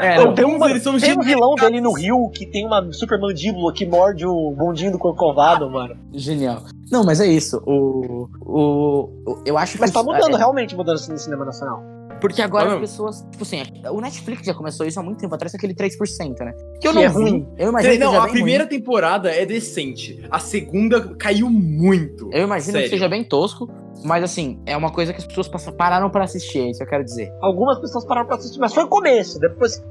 É, Não, não. tem um, Alguns, eles são tem um geniais. vilão dele no Rio que tem uma super mandíbula que morde o bondinho do Corcovado, mano. Genial. Não, mas é isso. O, o, o- eu acho que. Mas tá os- mudando, é, realmente mudando assim no cinema nacional. Porque agora Tá Ah. as mesmo? pessoas. Tipo assim, o Netflix já começou isso há muito tempo atrás, aquele 3%, né? Que eu é vi. ruim. Eu imagino que é Não, seja a bem primeira ruim. temporada é decente. A segunda caiu É. muito. Eu imagino Sério. que seja bem tosco, mas assim, é uma coisa que as pessoas passa- pararam pra assistir, é isso que eu quero dizer. Algumas pessoas pararam pra assistir, mas foi o começo. Depois.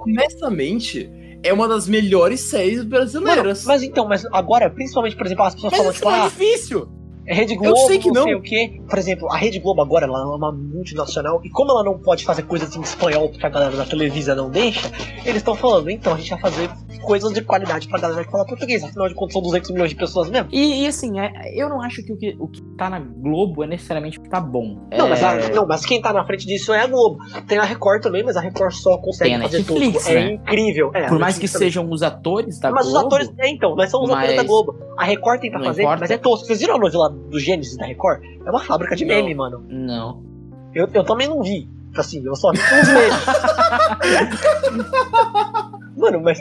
Honestamente, é uma das melhores séries brasileiras. Mas então, mas agora, principalmente, por exemplo, as pessoas falam, isso tipo, não é assim, ah, difícil. é Rede Globo, sei que não sei não. o quê. Por exemplo, a Rede Globo agora, ela é uma multinacional, e como ela não pode fazer coisas em espanhol porque a galera da Televisa não deixa, eles estão falando, então a gente vai fazer coisas de qualidade pra galera que fala português, afinal de contas são 200 milhões de pessoas mesmo. E, e, assim, é- eu não acho que o, que o que tá na Globo é necessariamente o que tá bom. Não, É, mas a- não, mas quem tá na frente disso é a Globo. Tem a Record também, mas a Record só consegue Tem a fazer Netflix, tudo. né? É incrível. É, a Por mais que Netflix também. sejam os atores da mas Tá Globo. os atores. É, então, mas são os atores mas- da Globo. A Record tenta Não fazer, importa. mas é tosco. Vocês viram a novela do Gênesis da Record? É uma fábrica de Não. meme, mano. Não. Eu, eu também não vi. Assim, eu só vi uns memes. mano, mas.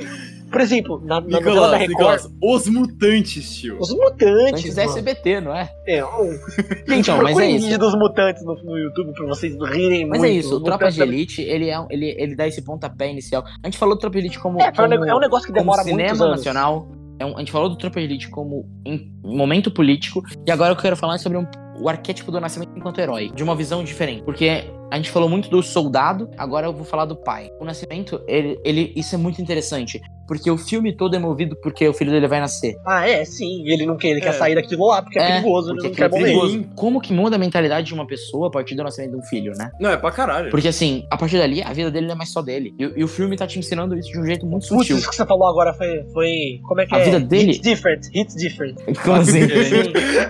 Por exemplo, na, na novela da Nicolas, Record. Nicolas, os mutantes, tio. Os Antes mutantes. da Mano. SBT, não é? É, um... Gente, Então, mas é procurem isso. vídeo dos mutantes no, no YouTube pra vocês rirem Mas muito. é isso, o Os Tropa Mutantes de Elite, ele, é, um- ele, ele dá esse pontapé inicial. A gente falou do Tropa de Elite como. É, foi como- um nego- é um negócio que como demora muito. cinema muitos anos. nacional. É um- a gente falou do Tropa de Elite como em- momento político. E agora eu quero falar sobre um- o arquétipo do nascimento enquanto herói. De uma visão diferente. Porque a gente falou muito do soldado, agora eu vou falar do pai. O nascimento, ele, ele- isso é muito interessante. Porque o filme todo é movido porque o filho dele vai nascer. Ah, é, sim. Ele não quer, ele quer É. sair daquilo lá porque é, É, perigoso, ele Porque não quer aquilo é morrer. perigoso. Como que muda a mentalidade de uma pessoa a partir do nascimento de um filho, né? Não, é pra caralho. Porque assim, a partir dali, a vida dele não é mais só dele. E, e o filme tá te ensinando isso de um jeito muito Putz, sutil. isso que você falou agora foi. foi como é que A é? vida dele- Hits different, hits different. Como assim? Sim.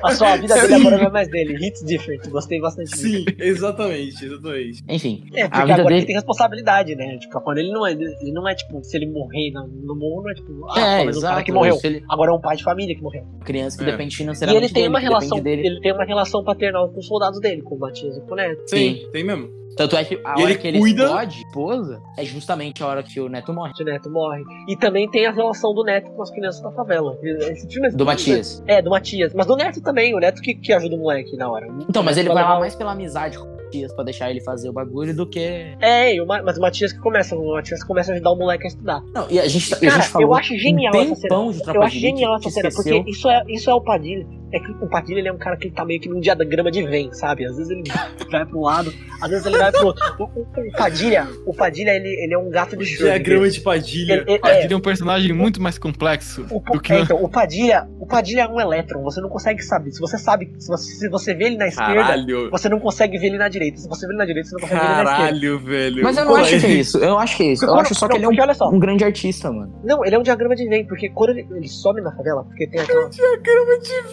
A sua vida dele agora não é mais dele. Hits different. Gostei bastante disso. Sim, exatamente, exatamente. Enfim, É, a porque vida agora ele dele. tem responsabilidade, né? Tipo, quando ele não é, ele não é tipo, se ele morrer no, no mundo, não é tipo, ah, é, mas o cara exato. que morreu. Se ele, Agora é um pai de família que morreu. criança que É. depende E financeiramente ele tem dele, uma que relação, depende dele. ele tem uma relação paternal com os soldados dele, com o Matias e com o Neto. Sim, tem mesmo. Tanto é que a hora E ele que ele cuida- explode, esposa, é justamente a hora que o neto morre. que O Neto morre. E também tem a relação do Neto com as crianças da favela. Esse filme é- Do Matias. É, do Matias. Mas do Neto também, o Neto que, que ajuda o moleque na hora. Então, mas O ele Neto vai lá levar- mais pela amizade com o Matias pra deixar ele fazer o bagulho do que. É, e o Ma- mas o Matias que começa, o Matias começa a ajudar o moleque a estudar. Não, e a gente, tá- e a Cara, gente falou eu acho genial um essa cena. tempão de Tropa Eu acho de Elite, genial a gente essa cena, esqueceu. porque isso é, isso é o Padilha. É que o Padilha ele é um cara que ele tá meio que num diagrama de Venn, sabe? Às vezes ele vai pro lado, às vezes ele vai pro outro. O, o- o Padilha, o Padilha ele, ele é um gato de chão. Diagrama de padilha. Padilha é um personagem muito mais complexo o, do que é, então, o Padilha, o Padilha é um elétron, você não consegue saber. Se você sabe, se você, se você vê ele na esquerda, Caralho. você não consegue ver ele na direita. Se você vê ele na direita, você não consegue ver ele na esquerda. Caralho, velho. Mas eu não Pô, acho que é isso. Eu não acho que é isso. Eu Não, acho só que não, ele é porque olha só. um, um grande artista, mano. Não, ele é um diagrama de Venn, porque quando ele, ele some na favela, porque tem aquela.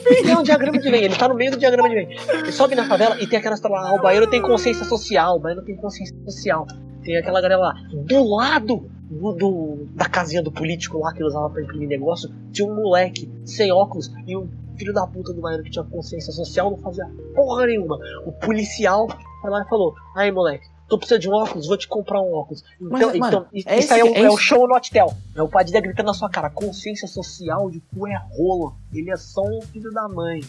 Ele é um diagrama de Venn, ele tá no meio do diagrama de Venn. Ele sobe na favela e tem aquela história lá, ah, o baiano tem consciência social, o baiano tem consciência social. Tem aquela galera lá. Do lado do, do- da casinha do político lá que ele usava pra imprimir negócio, tinha um moleque sem óculos e um filho da puta do baiano que tinha consciência social não fazia porra nenhuma. O policial foi lá e falou: aí moleque. Tu precisa de um óculos, vou te comprar um óculos. Mas, Então, mano, então isso é isso aí é, esse- o, é é o isso- show no hotel. Meu pai dele tá gritando na sua cara, consciência social de cu é rolo. Ele é só um filho da mãe.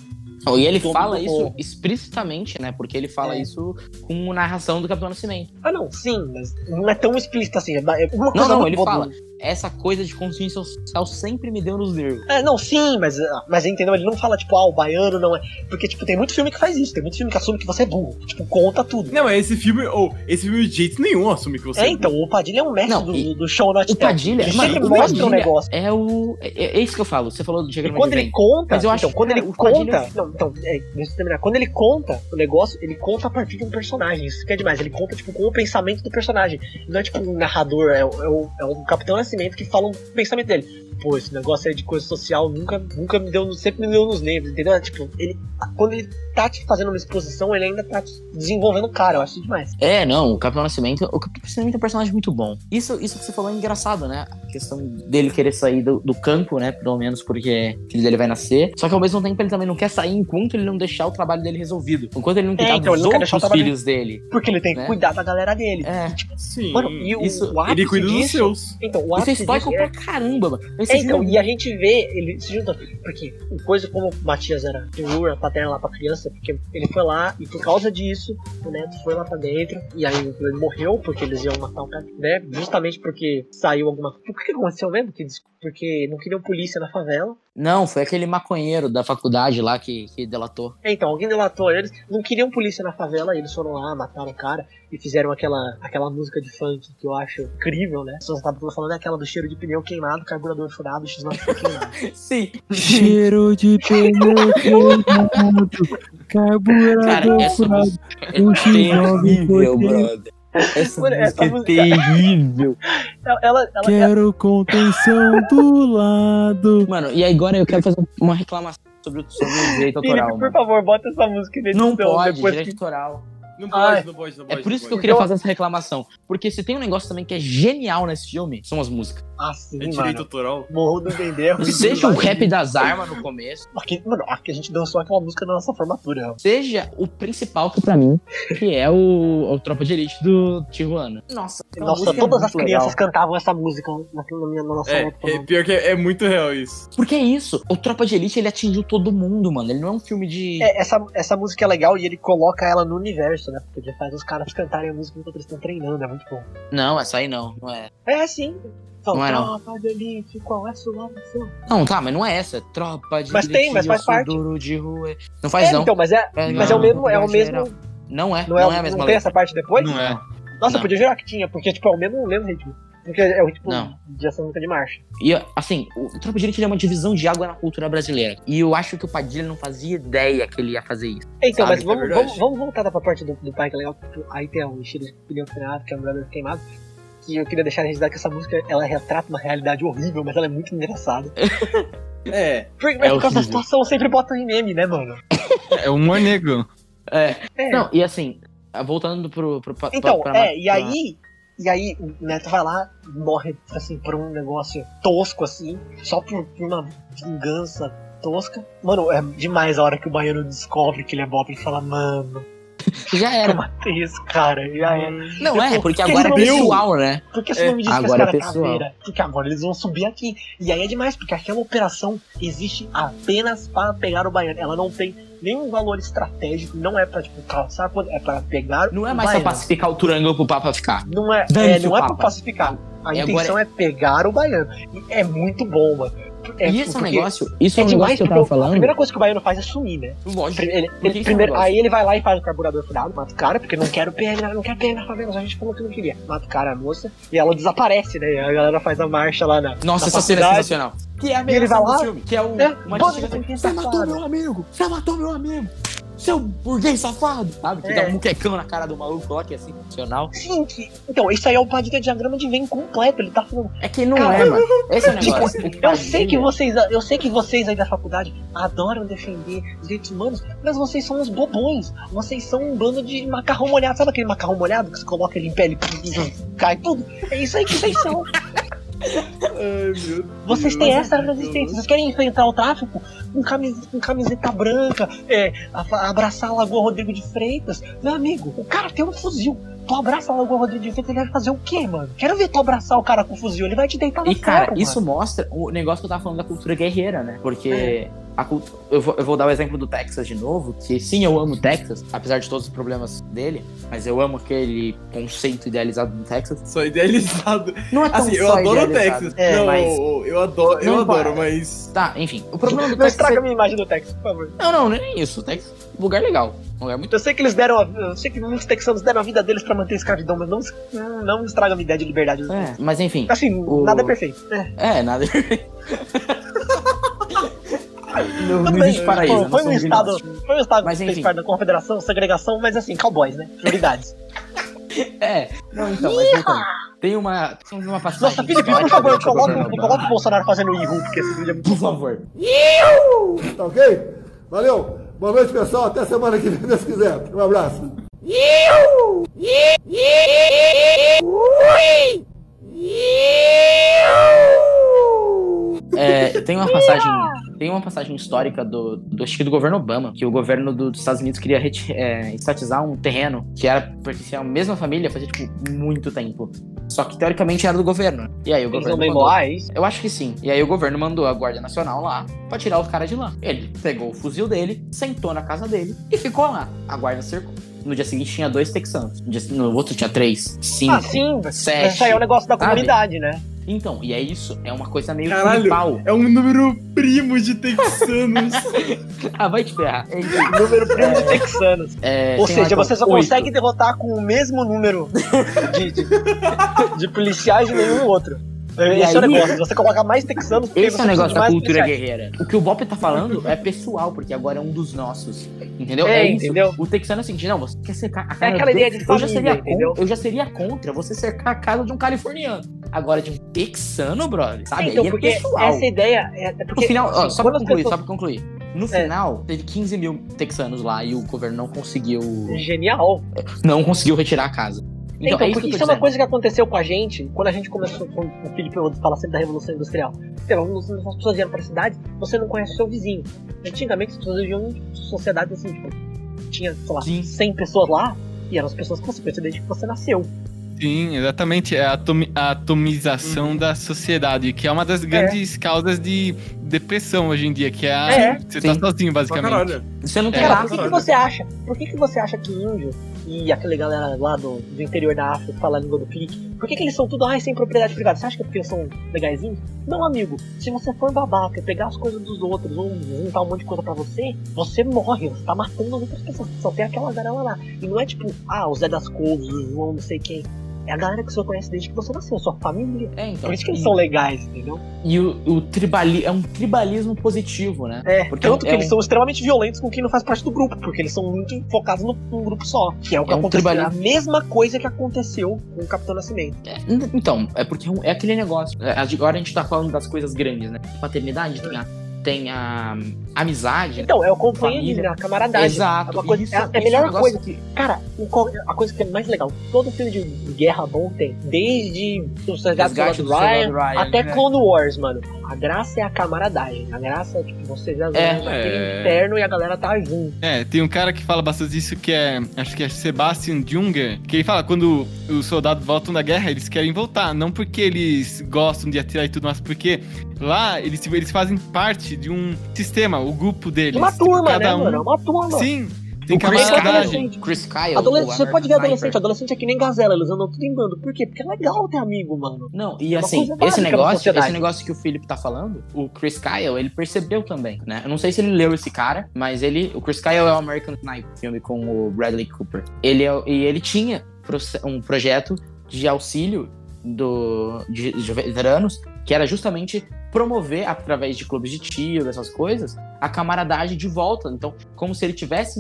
Não, E ele Todo fala mundo- isso explicitamente, né? Porque ele fala É. isso com narração do Capitão Nascimento. Ah não, sim, mas não é tão explícito assim. é da- é uma Não, coisa não, muito ele boa do- fala. Essa coisa de consciência social sempre me deu nos nervos. É, não, sim, mas, ah, mas entendeu? Ele não fala, tipo, ah, o baiano não é. Porque, tipo, tem muito filme que faz isso, tem muito filme que assume que você é burro. Tipo, conta tudo. Não, é esse filme. Ou, esse filme de jeito nenhum assume que você. é, então, o Padilha é um mestre Não, do, e- do show no O hotel. Padilha, Ele mano, sempre o mostra o Padilha negócio. é o. É, é isso que eu falo. Você falou do E diagrama quando de ele Venn. conta, Mas eu acho então, que, quando cara, ele o Padilha- conta, não, então, é, deixa eu terminar. Quando ele conta o negócio, ele conta a partir de um personagem, isso que é demais. Ele conta, tipo, com o pensamento do personagem. Não é, tipo, um narrador, é, o- é, o- é um Capitão Nascimento que fala o pensamento dele. Pô, esse negócio aí de coisa social nunca, nunca me deu, sempre me deu nos nervos, entendeu? É, Tipo, ele, quando ele tá te fazendo uma exposição, ele ainda tá te desenvolvendo o cara, eu acho demais. É, não, o Capitão Nascimento. O Capitão Nascimento é um personagem muito bom. Isso, isso que você falou é engraçado, né? A questão dele querer sair do, do campo, né? Pelo menos porque o filho dele vai nascer. Só que ao mesmo tempo ele também não quer sair enquanto ele não deixar o trabalho dele resolvido. Enquanto ele não cuidar então, ele dos não quer deixar o outros trabalho filhos Tipo, dele. Porque ele tem que Né? cuidar da galera dele. É. Sim. Mano, e o, Isso- o ápice ele cuida dos disso- seus. Então, o Isso é ápice histórico disso é- pra caramba, mano. Esse É, filme então, é e a gente vê ele se juntando. Porque o coisa como o Matias era um figura paterna lá pra criança, porque ele foi lá e por causa disso, o Neto foi lá pra dentro. E aí ele morreu porque eles iam matar o cara, né? Justamente porque saiu alguma coisa. Por que que aconteceu mesmo? Que dis- Porque não queriam polícia na favela. Não, foi aquele maconheiro da faculdade lá que, que delatou. É, então, alguém delatou eles. Não queriam polícia na favela, e eles foram lá, mataram o cara e fizeram aquela, aquela música de funk que eu acho incrível, né? Só tá falando aquela do cheiro de pneu queimado, carburador furado, x queimado. Sim. Cheiro de pneu queimado, Cara, carburador essa furado. música é Um X9 terrível, foi brother. Essa Mano, música essa é música- terrível. Ela, ela, ela- Quero contenção do lado. Mano, e agora eu quero fazer uma reclamação sobre o, sobre o direito Felipe, autoral, por mano. favor, bota essa música na edição Não pode, depois direito que... autoral. Não Ai. pode, não pode, não É pode. por isso que não eu queria Então- fazer essa reclamação. Porque se tem um negócio também que é genial nesse filme, são as músicas. Ah, sim, pode. É direito mano. autoral. Morro do Dendê é ruim Seja o demais. rap das armas no começo, Aqui, mano, aqui a gente dançou aquela música na nossa formatura. seja o principal que pra mim, que é o, o Tropa de Elite do Tijuana. Nossa, aquela Nossa, música é todas as muito crianças legal. cantavam essa música na, na minha, na nossa É, época. é mano. pior que é, é muito real isso. Porque é isso, o Tropa de Elite ele atingiu todo mundo, mano. Ele não é um filme de. É, essa, essa música é legal e ele coloca ela no universo, né? Porque ele faz os caras cantarem a música enquanto eles estão treinando, é muito bom. Não, essa aí não, não é. É, sim. Então, Não é, não. tropa de elite, qual é a sua missão? Não, tá, mas não é essa. Tropa de Mas Elite. tem, mas eu faz sou parte. Duro de rua. Não faz, é, não. então, mas é, mas é o Não, mesmo, é o não, mesmo, geral. Não é, não é, a não mesma tem letra. essa parte depois? não é. Nossa, Não. eu podia jurar que tinha, porque, tipo, é o mesmo, o mesmo ritmo. Porque é o ritmo Não. de ação nunca de marcha. E, assim, o Tropa de Elite ele é uma divisão de água na cultura brasileira. E eu acho que o Padilha não fazia ideia que ele ia fazer isso. Então, Sabe, mas é vamos, verdade. vamos, vamos voltar pra parte do, do parque legal. porque Aí tem o cheiro de pneu furado, que é um brother queimado. Que eu queria deixar registrado que essa música ela retrata uma realidade horrível, mas ela é muito engraçada. É. Porque, mas É por causa horrível. da situação, sempre botam em meme, né, mano? É humor negro. É. Não, e assim, voltando pro. pro pra- Então, pra- pra- é, e aí. E aí o Neto vai lá, morre assim por um negócio tosco, assim, só por, por uma vingança tosca. Mano, é demais a hora que o baiano descobre que ele é Bob e fala, mano, Já eu era. matei esse cara, já era. Não é, porque Ele agora é não viu. pessoal, né? Por que você não me disse que esse agora é cara é pessoal. caveira? Porque agora eles vão subir aqui. E aí é demais, porque aquela operação existe apenas para pegar o baiano. Ela não tem nenhum valor estratégico, não é pra, tipo, calçar, é pra pegar Não é o mais só baiano. pacificar o Turanga pro Papa ficar. Não é, é, Dane-se não o é pra Papa. pacificar. A E intenção é pegar o baiano. E é muito bom, mano. É, e esse é um porque negócio. Isso é, é um negócio demais, que eu porque tava a falando. primeira coisa que o baiano faz é sumir, né? Pri- Lógico. Ele, Por que ele esse primeiro, negócio? aí ele vai lá e faz o carburador furado, mata o cara, porque não quero PN, não quero PN na favela, só a gente falou que não queria. Mata o cara, a moça, e ela desaparece, né? E a galera faz a marcha lá na. Nossa, na essa cena é faculdade. sensacional. Que é a E ele vai melhor cena lá- do filme. Que é o. É, uma bando tia- de gente Você matou safada." meu amigo! Você matou meu amigo! Seu burguês safado! Sabe? Que É. dá um muquecão na cara do maluco lá, que é sensacional. Sim, que- então, isso aí é o Padilha diagrama de Venn completo, ele tá falando. É que não Cara, é, mano. Esse é o tipo, negócio. Eu sei que vocês, eu sei que vocês aí da faculdade adoram defender direitos humanos, mas vocês são uns bobões. Vocês são um bando de macarrão molhado. Sabe aquele macarrão molhado que você coloca ele em pele e cai tudo? É isso aí que vocês são. Ai, meu Vocês Deus. têm essa resistência. Vocês querem enfrentar o tráfico com camiseta, com camiseta branca, é, a- abraçar a Lagoa Rodrigo de Freitas. Meu amigo, o cara tem um fuzil. Tu abraça a Lagoa Rodrigo de Freitas, ele vai fazer o quê, mano? Quero ver tu abraçar o cara com fuzil. Ele vai te deitar na E, cara, cara, isso mostra o negócio que eu tava falando da cultura guerreira, né? É. Porque a cultu- eu, vou, eu vou dar o exemplo do Texas de novo, que sim, eu amo o Texas, apesar de todos os problemas dele, mas eu amo aquele conceito idealizado do Texas. Só idealizado. Não é tão Assim, eu só adoro o idealizado. Texas. É, não, mas- eu adoro, eu Não, adoro, para. mas. Tá, enfim. O problema do Não Texas. estraga é- a minha imagem do Texas, por favor. Não, não, não é nem isso. O Texas é um lugar legal. Um lugar muito. Eu sei que eles deram. A, eu sei que muitos texanos deram a vida deles pra manter a escravidão, mas não, não estraga a minha ideia de liberdade. É, mas enfim. Assim, O- nada é perfeito. É, nada. não, Tudo não bem, existe paraíso. pô, nós foi um somos estado, gnósticos. foi um estado Mas, que fez enfim. parte da confederação, segregação, mas assim, cowboys, né? Prioridades. É. Não, então, mas então. Tem uma. Tem uma passagem. Nossa, Felipe, por histórica favor, do Chopper coloca, Jornal. coloca o Bolsonaro fazendo erro, porque esse vídeo é muito. Por favor. Tá ok? Valeu. Boa noite, pessoal. Até semana que vem, se Deus quiser. Um abraço. É, tem uma passagem, ah! tem uma passagem histórica do, do acho que do governo Obama, que o governo do- dos Estados Unidos queria reti- é, estatizar um terreno que era pertencia à mesma família fazia tipo muito tempo. Só que teoricamente era do governo. E aí o Eles governo não mandou. lá, é isso? Eu acho que sim. E aí o governo mandou a Guarda Nacional lá pra tirar o cara de lá. Ele pegou o fuzil dele, sentou na casa dele e ficou lá. A guarda cercou. No dia seguinte tinha dois texanos. No, dia- no outro tinha três, cinco. Ah, sim, mas sete, isso aí é um negócio da sabe? comunidade, né? Então, e é isso. É uma coisa meio Caralho. tribal. É um número primo de texanos. Ah, vai te ferrar. É isso. Número primo de texanos. É, Ou tem seja, lá, você só então, oito. consegue derrotar com o mesmo número de, de- de policiais e nenhum outro. Esse é o aí- negócio. Você coloca mais texanos porque Esse você é o negócio precisa da de mais cultura policiais. guerreira. O que o Bop tá falando é pessoal, porque agora é um dos nossos. Entendeu? É, isso. entendeu? O texano é o seguinte, não, você quer cercar a É casa... aquela do- ideia de eu já, família, seria entendeu? contra, eu já seria contra você cercar a casa de um californiano. Agora, de um texano, brother, sabe? Então, Aí é porque pessoal. Então, essa ideia é é No porque final, ó, só pra quando as concluir, pessoas- É. só pra concluir. No final, teve 15 mil texanos lá e o governo não conseguiu... genial. Não conseguiu retirar a casa. é Então, Então, é isso porque que eu isso tô é uma dizendo. coisa que aconteceu com a gente quando a gente começou com o Felipe fala sempre da Revolução Industrial. Pela Revolução Industrial, as pessoas vieram pra cidade, você não conhece o seu vizinho. Antigamente as pessoas viviam em sociedade assim, tipo, tinha, sei lá, Sim. 100 pessoas lá e eram as pessoas que você conheceu desde que você nasceu. Sim, exatamente. É a, atomi- a atomização da sociedade, que Uhum. é uma das grandes causas de depressão hoje em dia, que é a. É. Você Sim. tá sozinho, Pra basicamente. caralho. Você não tem Cara, lá. É, por que, que você acha? Por que, que você acha que índio e aquela galera lá do, do interior da África que fala a língua do clique, por que, que eles são tudo ai sem propriedade privada? Você acha que é porque eles são legaisinhos? Não, amigo, se você for babaca, pegar as coisas dos outros ou juntar um monte de coisa pra você, você morre, você tá matando as outras pessoas, só tem aquela garela lá. E não é tipo, ah, o Zé das Couves, o João não sei quem. É a galera que você conhece desde que você nasceu, sua família. É, então. Por isso que e, eles são legais, entendeu? e o, o tribali é um tribalismo positivo, né? É, Porque tanto é que eles um- são extremamente violentos com quem não faz parte do grupo, porque eles são muito focados no- num grupo só. Que é o que É um aconteceu. É a tribalismo. mesma coisa que aconteceu com o Capitão Nascimento. É, então, é porque é um- é aquele negócio. É, Agora a gente tá falando das coisas grandes, né? Paternidade, tem a, tem a amizade. né? Então, é o companheirismo, Família. né? a camaradagem. Exato. É, uma coisa- Isso- é- é a isso um melhor negócio coisa. que- Cara, o co- a coisa que é mais legal, todo filme de guerra bom tem. Desde o Soldado Resgate do do Ryan, Soldado Ryan. até né? Clone Wars, mano. A graça é a camaradagem. A graça é, tipo, vocês já É. viram É. aquele inferno e a galera tá junto. É, tem um cara que fala bastante isso que é. Acho que é Sebastian Junger. Que ele fala quando os soldados voltam da guerra, eles querem voltar. Não porque eles gostam de atirar e tudo, mas porque lá eles, eles fazem parte de um sistema, o grupo deles. Uma turma, né, Cada um- mano? É Uma turma. Sim, tem O Chris camaradagem. Adolescente. Chris Kyle. Adolescente, o você pode ver American adolescente. Sniper. Adolescente é que nem gazela, eles andam tudo em bando. Por quê? Porque é legal ter amigo, mano. É Não, e uma assim, coisa esse básica na negócio, sociedade. esse negócio que o Felipe tá falando, o Chris Kyle, ele percebeu também, né? Eu não sei se ele leu esse cara, mas ele, o Chris Kyle é o American Sniper, filme com o Bradley Cooper. Ele é, e ele tinha proce- um projeto de auxílio do de, de veteranos, que era justamente promover através de clubes de tiro, essas coisas, a camaradagem de volta. Então, como se ele tivesse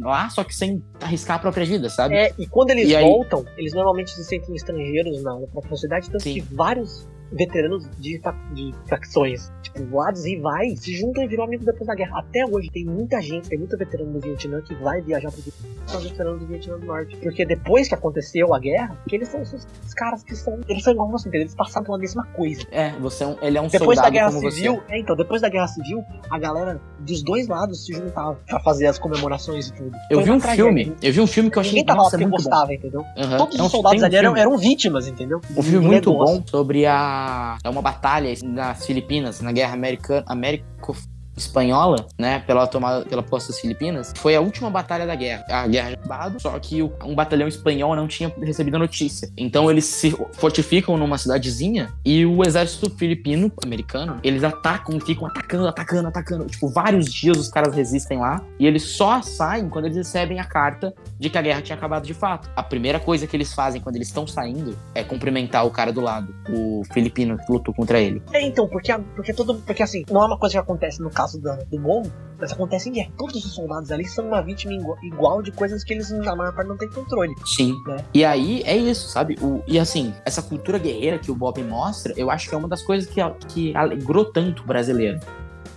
lá, só que sem arriscar a própria vida, sabe? É, e quando eles E aí- voltam, eles normalmente se sentem estrangeiros na, na própria sociedade, tanto Sim. que vários veteranos de, fa- de facções, tipo, lados rivais, se juntam e viram amigos depois da guerra. Até hoje tem muita gente, tem muito veterano do Vietnã que vai viajar pro Vietnã, são os veteranos do Vietnã do Norte. Porque depois que aconteceu a guerra, que eles são esses esses caras que são, eles são igual você, entendeu? Eles passaram pela mesma coisa. É, você é um, ele é um Depois da soldado Guerra como você. Civil, é, então, depois da Guerra Civil, a galera dos dois lados se juntava pra fazer as comemorações e tudo. Eu Foi vi uma um tragédia. filme, eu vi um filme que eu achei Ninguém tava lá nossa, porque muito gostava, entendeu? bom. Aham. Todos É um- os soldados tem um ali eram, filme- eram vítimas, entendeu? um filme Do muito negócio. bom sobre a é uma batalha nas Filipinas, na guerra americana, américo espanhola, né, pela tomada pela posse das Filipinas, foi a última batalha da guerra. A guerra já tinha acabado, só que o- um batalhão espanhol não tinha recebido a notícia. Então eles se fortificam numa cidadezinha e o exército filipino, americano, eles atacam, ficam atacando, atacando, atacando. Tipo, vários dias os caras resistem lá e eles só saem quando eles recebem a carta de que a guerra tinha acabado de fato. A primeira coisa que eles fazem quando eles estão saindo é cumprimentar o cara do lado, o filipino que lutou contra ele. É, então, porque, a- porque todo. Porque assim, não é uma coisa que acontece no caso da- do Mongo, mas acontece em guerra. Todos os soldados ali são uma vítima igu- igual de coisas que eles, na maior parte, não têm controle. Sim. É. E aí é isso, sabe? O, e assim, essa cultura guerreira que o Bob mostra, eu acho que é uma das coisas que, a- que alegrou tanto o brasileiro.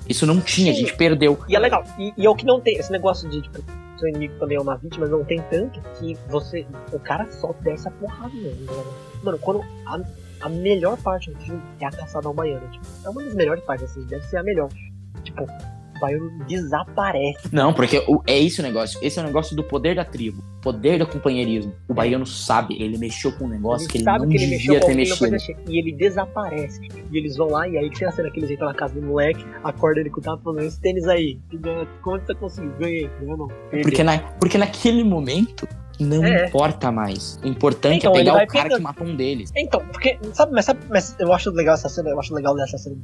Isso não tinha, a Sim. gente perdeu. E é legal. E, e é o que não tem, esse negócio de, tipo, seu inimigo também é uma vítima, não tem tanto que você. O cara só desce a porrada mesmo. né? Mano, quando. A, a melhor parte do filme é a caçada ao baiano. Tipo, é uma das melhores partes, assim, deve ser a melhor. Tipo, o baiano desaparece. Não, porque o- é esse o negócio. Esse é o negócio do poder da tribo, poder do companheirismo. O baiano sabe, ele mexeu com um negócio que ele não devia ter alguém, não mexido. pode mexer. E ele desaparece. E eles vão lá, e aí que tem a cena que eles entram na casa do moleque, acorda ele com o tapa falando, esse tênis aí, tu ganha- quanto você conseguiu? Ganhei, ganhou não. Perdi. Porque, na, porque naquele momento não É. importa mais. O importante Então, é ele pegar vai o cara pegando. que matou um deles. Então, porque. Sabe, mas sabe, mas eu acho legal essa cena, eu acho legal dessa cena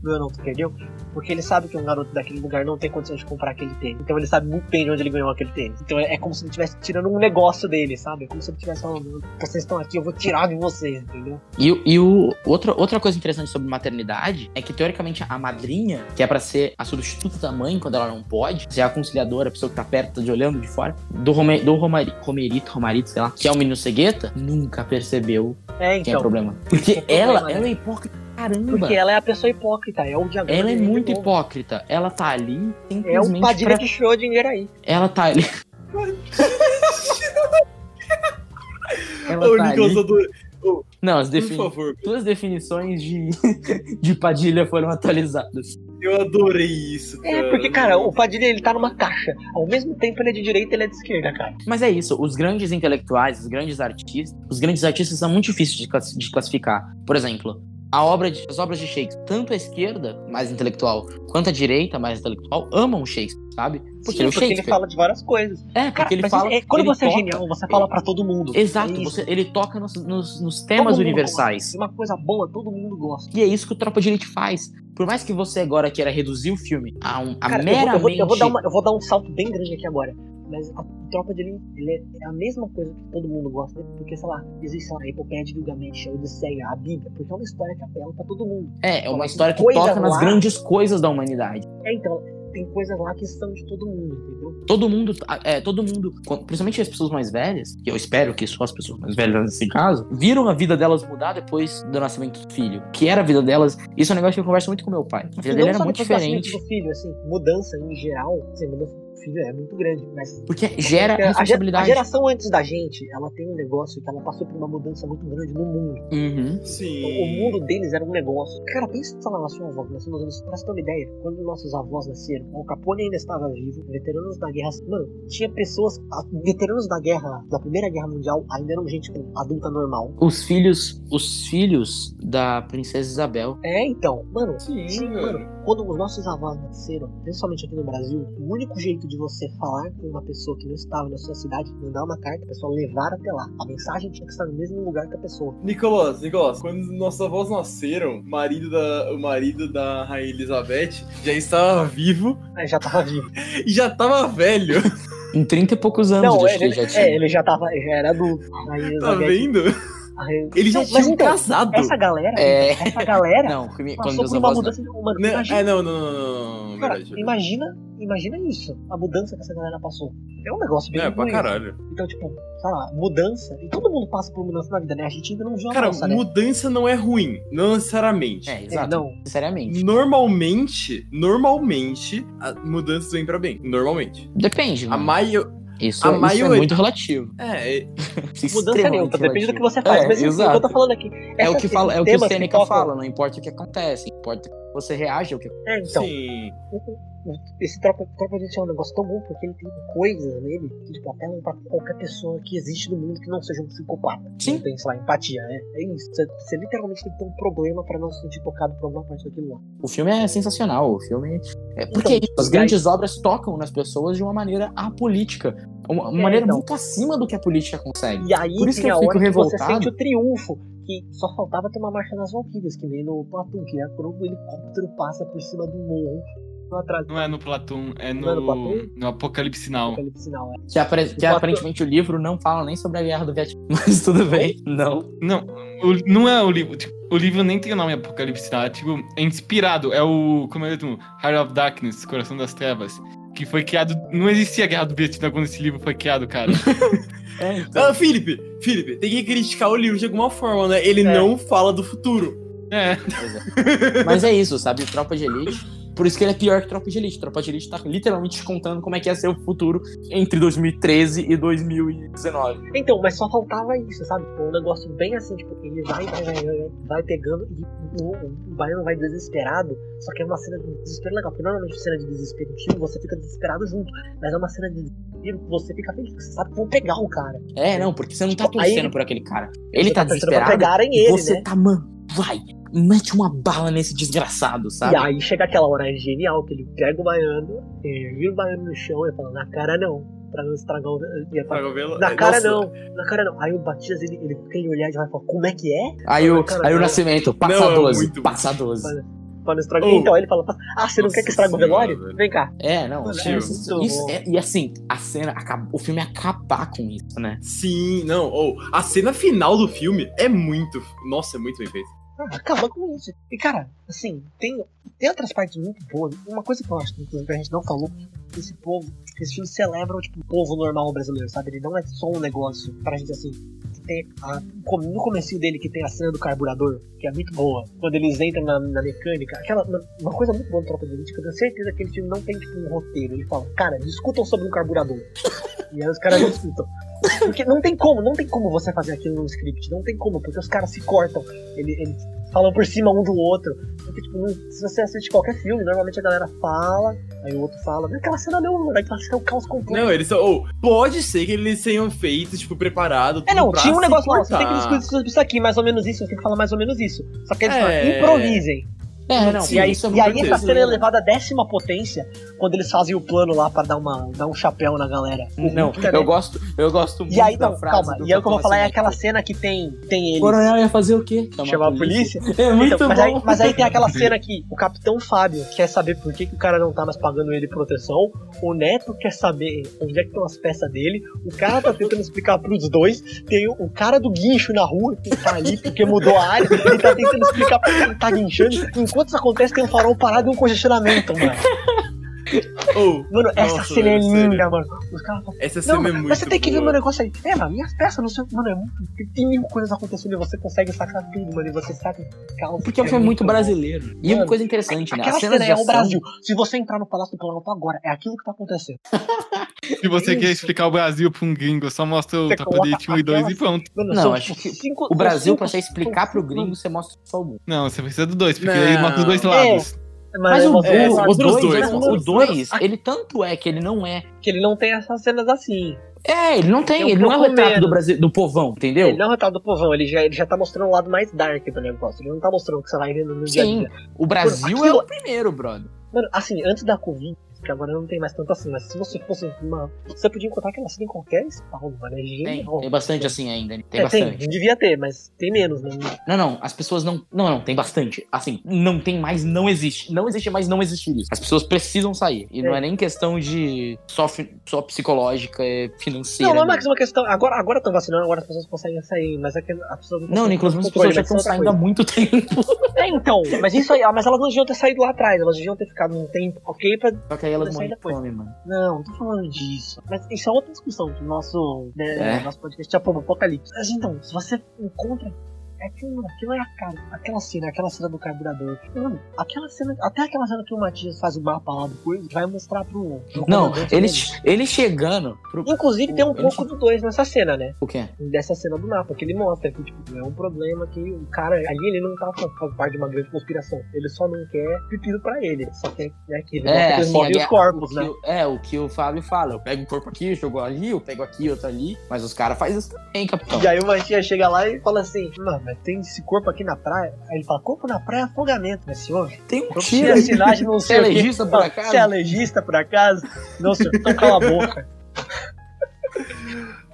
do Eu Não Te Perdeu, porque ele sabe que um garoto daquele lugar não tem condição de comprar aquele tênis. Então ele sabe muito bem de onde ele ganhou aquele tênis. Então é, é como se ele estivesse tirando um negócio dele, sabe? É como se ele estivesse falando, vocês estão aqui, eu vou tirar de vocês, entendeu? E, o- e o, outra, outra coisa interessante sobre maternidade é que, teoricamente, a madrinha, que é pra ser a substituta da mãe quando ela não pode, ser a conciliadora, a pessoa que tá perto, tá de olhando de fora, do, Rome, do Romari- Romerito, Romarito, sei lá, que é o menino cegueta, nunca percebeu quem é É, o então. problema. Porque Esse é o problema, ela, né? ela é hipócrita caramba. Porque ela é a pessoa hipócrita, é o diagrama. Ela é de Henry muito Moore. hipócrita. Ela tá ali É o simplesmente Padilha pra... de Schrödinger aí. Ela tá ali... ela Ô, tá Nicolas, ali... eu adorei. Não, as por defini... favor, Duas definições de, de Padilha foram atualizadas. eu adorei isso. É, porque, cara, o Padilha ele tá numa caixa. Ao mesmo tempo ele é de direita e ele é de esquerda, cara. Mas é isso, os grandes intelectuais, os grandes artistas, os grandes artistas são muito difíceis de classi- de classificar. Por exemplo, a obra de- as obras de Shakespeare, tanto a esquerda, mais intelectual, quanto a direita, mais intelectual, amam o Shakespeare, sabe? Porque Sim, ele é o porque Shakespeare. ele fala de várias coisas. É, porque Cara, ele mas fala. é- quando ele você toca- é genial, você fala pra todo mundo. Exato, É isso. você- ele toca nos, nos- nos temas mundo universais. gosta. Uma coisa boa, todo mundo gosta. E é isso que o Tropa de Elite faz. Por mais que você agora queira reduzir o filme a, um, a Cara, eu vou- meramente. eu, vou, eu vou dar uma- eu vou dar um salto bem grande aqui agora. Mas a tropa de Elite, ele é- é a mesma coisa que todo mundo gosta, né? porque, sei lá, existe, sei lá, a Epopeia de Gilgamesh, a Odisseia, a Bíblia, porque é uma história que apela pra todo mundo. É, é uma Uma história que coisa toca nas lá. grandes coisas da humanidade. É, então, tem coisas lá que são de todo mundo, entendeu? Todo mundo, é, todo mundo, quando- principalmente as pessoas mais velhas, que eu espero que só as pessoas mais velhas nesse caso, viram a vida delas mudar depois do nascimento do filho. Que era a vida delas. Isso é um negócio que eu converso muito com meu pai. A vida E dele não era só muito depois do nascimento diferente. do filho, assim, mudança em geral, assim, mudança do filho é muito grande, mas Porque gera É, a, ge- a responsabilidade. geração antes da gente, ela tem um negócio que ela passou por uma mudança muito grande no mundo. Então, Uhum. Sim. O mundo deles era um negócio. Cara, pensa lá na sua avó, que nasceu nos anos. Pra você ter uma ideia, quando nossos avós nasceram, o Capone ainda estava vivo, veteranos da guerra. Mano, tinha pessoas. a- Veteranos da guerra, da Primeira Guerra Mundial, ainda eram gente tipo, adulta normal. Os filhos, os filhos da princesa Isabel. É, então. Mano, Sim, Sim, mano. Quando os nossos avós nasceram, principalmente aqui no Brasil, o único jeito de você falar com uma pessoa que não estava na sua cidade, mandar uma carta, a pessoa levar até lá. A mensagem tinha que estar no mesmo lugar que a pessoa. Nicolás, Nicolás, quando nossos avós nasceram, o marido da, o marido da Rainha Elizabeth já estava vivo É, já tava vivo. e já estava velho. tá Em 30 e poucos anos, eu não, é, acho que ele, ele já tinha. é, ele já tava, já era adulto. A Rainha Tá Elizabeth- vendo? a Rainha- Eles já um Mas- tinham mas então, casado. Essa galera, É. essa galera Não, comi- quando passou meus por uma avós. não. mudança de humano. Né? Imagina, É, não, não, não, não, não. cara, verdade. imagina, imagina isso. A mudança que essa galera passou. É um negócio bem É, pra ruim. caralho. Então, tipo, sei lá, mudança. E todo mundo passa por mudança na vida, né? A gente ainda não viu a Cara, nossa, né? mudança não é ruim, não necessariamente. É, É, exato. Não, Sinceramente. Normalmente, normalmente, a- mudanças vêm pra bem. Normalmente. Depende. A Hum. mano. maio... Isso, a isso maioria- é muito relativo. É, é- Isso é mudança extremamente neutra, depende do que você relativo. faz. É, mas assim, o que eu exato. tô falando aqui. É o essas- que fala, é o esses que o temas Seneca tocam- fala, não importa o que acontece, importa o que você reage, o que É, então, sim. esse tropa, tropa de gente é um negócio tão bom porque ele tem coisas nele que tipo, apelam pra qualquer pessoa que existe no mundo que não seja um psicopata. Sim. Não tem, sei lá, empatia, né? É isso. Você, você literalmente tem que ter um problema pra não se sentir tocado por alguma parte daquilo lá. o filme é sensacional, o filme é porque Então, as e grandes obras tocam nas pessoas de uma maneira apolítica, uma, uma É, maneira então. muito acima do que a política consegue. E aí Por isso tem que eu a fico hora que você revoltado. sente o triunfo. Que só faltava ter uma marcha nas Valkyrias, que nem no Platão, que é quando o helicóptero passa por cima do morro lá atrás. Não é no Platão, é Não é no no, Platão? no Apocalipse Sinal. Aquele sinal, é. Que, apare- que Exato. aparentemente o livro não fala nem sobre a guerra do Vietnã, mas tudo bem. Não. Não, o- não é o livro. tipo, o livro nem tem o nome Apocalipse, tá? Tipo, é inspirado. É o. Como é o nome? Heart of Darkness, Coração das Trevas. Que foi criado. Não existia Guerra do Vietnã quando esse livro foi criado, cara. É, então. Ah, Felipe, Felipe, tem que criticar o livro de alguma forma, né? Ele É. não fala do futuro. É. Mas é isso, sabe? Tropa de Elite. Por isso que ele é pior que Tropa de Elite. Tropa de Elite tá literalmente te contando como é que ia ser o futuro entre 2013 e 2019. Então, mas só faltava isso, sabe? Tipo, um negócio bem assim, tipo, ele vai, vai, vai, vai, vai pegando e o, o baiano vai desesperado. Só que é uma cena de desespero legal, porque normalmente cena de desespero em time você fica desesperado junto. Mas é uma cena de desespero que você fica feliz, porque você sabe que vão pegar o cara. É, não, porque você não tá Tipo, aí- torcendo por aquele cara. Ele Você tá torcendo pra desesperado. pegarem e ele, você né? tá, mano, vai, mete uma bala nesse desgraçado, sabe? E aí chega aquela hora genial que ele pega o baiano, ele vira o baiano no chão e fala, na cara não, pra não estragar o. e é pra- Na cara não, na cara não. Aí o Batista ele, ele fica em olhar e vai falar, como é que é? Aí o, Cara, aí o não. Nascimento, passa Não, é 12, muito- passa 12. Pra não estragar. Ô. Então, aí ele fala, ah, você não Oh. Nossa quer que estrague o senhora, velório? velho. Vem cá. É, não, Mano, tipo, é isso, muito isso bom. é- e assim, a cena, acaba- o filme acabar com isso, né? Sim, não. Ou a cena final do filme é muito. Nossa, é muito bem feita. Ah, acaba com isso. E, cara, assim, tem, tem outras partes muito boas. Uma coisa que eu acho, inclusive, que a gente não falou, que esse povo, que esse filme celebra tipo, o povo normal brasileiro, sabe? Ele não é só um negócio pra gente, assim, que tem a- como no comecinho dele que tem a cena do carburador, que é muito boa. Quando eles entram na, na mecânica, aquela, uma, uma coisa muito boa do Tropa de Elite, que eu tenho certeza que ele filme não tem, tipo, um roteiro. Ele fala, cara, discutam sobre um carburador. e aí os caras discutam. Porque não tem como, não tem como você fazer aquilo num script, não tem como, porque os caras se cortam. Ele, ele falam por cima um do outro. Porque, tipo, não- se você assiste qualquer filme, normalmente a galera fala, aí o outro fala, "Não, aquela cena não, mano, aquela cena é um caos completo. Não, eles são. Ou pode ser que eles tenham feito, tipo, preparado. É, não, tudo pra tinha um se negócio lá, você cortar. tem que discutir sobre isso aqui, mais ou menos isso, você tem que falar mais ou menos isso. Só que eles É. falam, improvisem. É, não, e aí, isso é e aí muito essa cena é brasileiro. elevada à décima potência quando eles fazem o plano lá pra dar, uma, dar um chapéu na galera. O Não, Hulk também. eu gosto, eu gosto muito E aí, da não, frase calma. do né, E aí o que eu vou Capitão falar é Nascimento. aquela cena que tem, tem O eles. coronel ia fazer o quê? Chamar a polícia? É muito Então, bom. mas, aí, mas aí tem aquela cena que o Capitão Fábio quer saber por que, que o cara não tá mais pagando ele proteção, o Neto quer saber onde é que estão as peças dele, o cara tá tentando explicar pros dois, tem o, o cara do guincho na rua que tá ali porque mudou a área, ele tá tentando explicar por que ele tá guinchando, enquanto isso acontece tem um farol parado e um congestionamento, mano. Ou, Mano, essa Nossa, cena é mano, sério. linda, mano. Os caras falam, essa cena não, é mas muito mas você tem que ver boa. meu negócio aí. É, mano, minhas peças, não sei. Mano, é muito. Tem mil coisas acontecendo e você consegue sacar tudo, mano. E você sabe. Calma. Porque é um filme muito brasileiro. E uma Mano, coisa interessante, né? Aquela As cenas cena de é o ação, Brasil. Se você entrar no Palácio do Planalto agora, é aquilo que tá acontecendo. Se você quer explicar o Brasil pra um gringo, só mostra o Você Tropa de coloca Elite 1 e 2 e aquelas- pronto. Mano, Não, são, acho tipo, que cinco- O Brasil, são pra cinco- você explicar pro gringo, você mostra só um. Não, você precisa do dois, porque Não. aí mostra os dois É. lados. Mas o você- é, dois- mostra o os dois, dois, né? mostra o os dois, ele tanto é que ele não é. Que ele não tem essas cenas assim. É, ele não tem, É um ele não é o pouco retrato menos. do, Brasil, do povão, entendeu? Ele não é o retalho do povão, ele já, ele já tá mostrando o lado mais dark do negócio. Ele não tá mostrando o que você vai vendo no dia a Sim. dia. O Brasil Aquilo- é o primeiro, brother. Mano, assim, antes da Covid, que agora não tem mais tanto assim, mas se você fosse uma. Você podia encontrar aquela cena em qualquer spawn, mano. É Tem, genial. tem bastante assim ainda, né? tem É, bastante. devia ter, mas tem menos, né? Não, não, as pessoas não. Não, não, tem bastante. Assim, não tem mais, não existe. Não existe mais, não existe isso. As pessoas precisam sair. E não é nem questão de só, fi- só psicológica, é financeira. Não, não é né? mais uma questão. Agora estão vacinando, agora as pessoas conseguem sair, mas é que as pessoas não Não, conseguem Nicolas, mas as controle, pessoas já mas estão isso é outra saindo há muito tempo. coisa. É, então, mas isso aí, ah, mas elas não deviam ter saído lá atrás, elas deviam ter ficado um tempo, ok? Pra... Só que aí elas Mas morrem ainda de foi. fome, mano. Não, não tô falando disso. Mas isso é outra discussão do nosso, né, É. nosso podcast é Pombo Apocalipse. Mas então, se você encontra. É que, mano, aquilo é a cara. Aquela cena, aquela cena do carburador. Mano, aquela cena. Até aquela cena que o Matias faz o mapa lá depois, vai mostrar pro. pro Não, comandante ele, dele. ele chegando pro. Inclusive tem um Ele- pouco do dois nessa cena, né? O quê? dessa cena do mapa, que ele mostra que tipo, é um problema que o cara ali ele não tá fazendo parte de uma grande conspiração. Ele só não quer pepino pra ele. Só quer né, que ele mostra que É, eles assim, a movem os guerra- corpos, o que né? o- é, o que o Fábio fala. Eu pego um corpo aqui, jogo ali, eu pego aqui, outro ali. Mas os caras fazem isso também, capitão. E aí o Matias chega lá e fala assim, mano, mas tem esse corpo aqui na praia. Aí ele fala, corpo na praia é afogamento, mas senhor, Tem um eu tiro. tinha sinais, não Você é sei o quê. legista, por Fala, acaso? Você é legista, por acaso? Não, senhor, então cala a boca.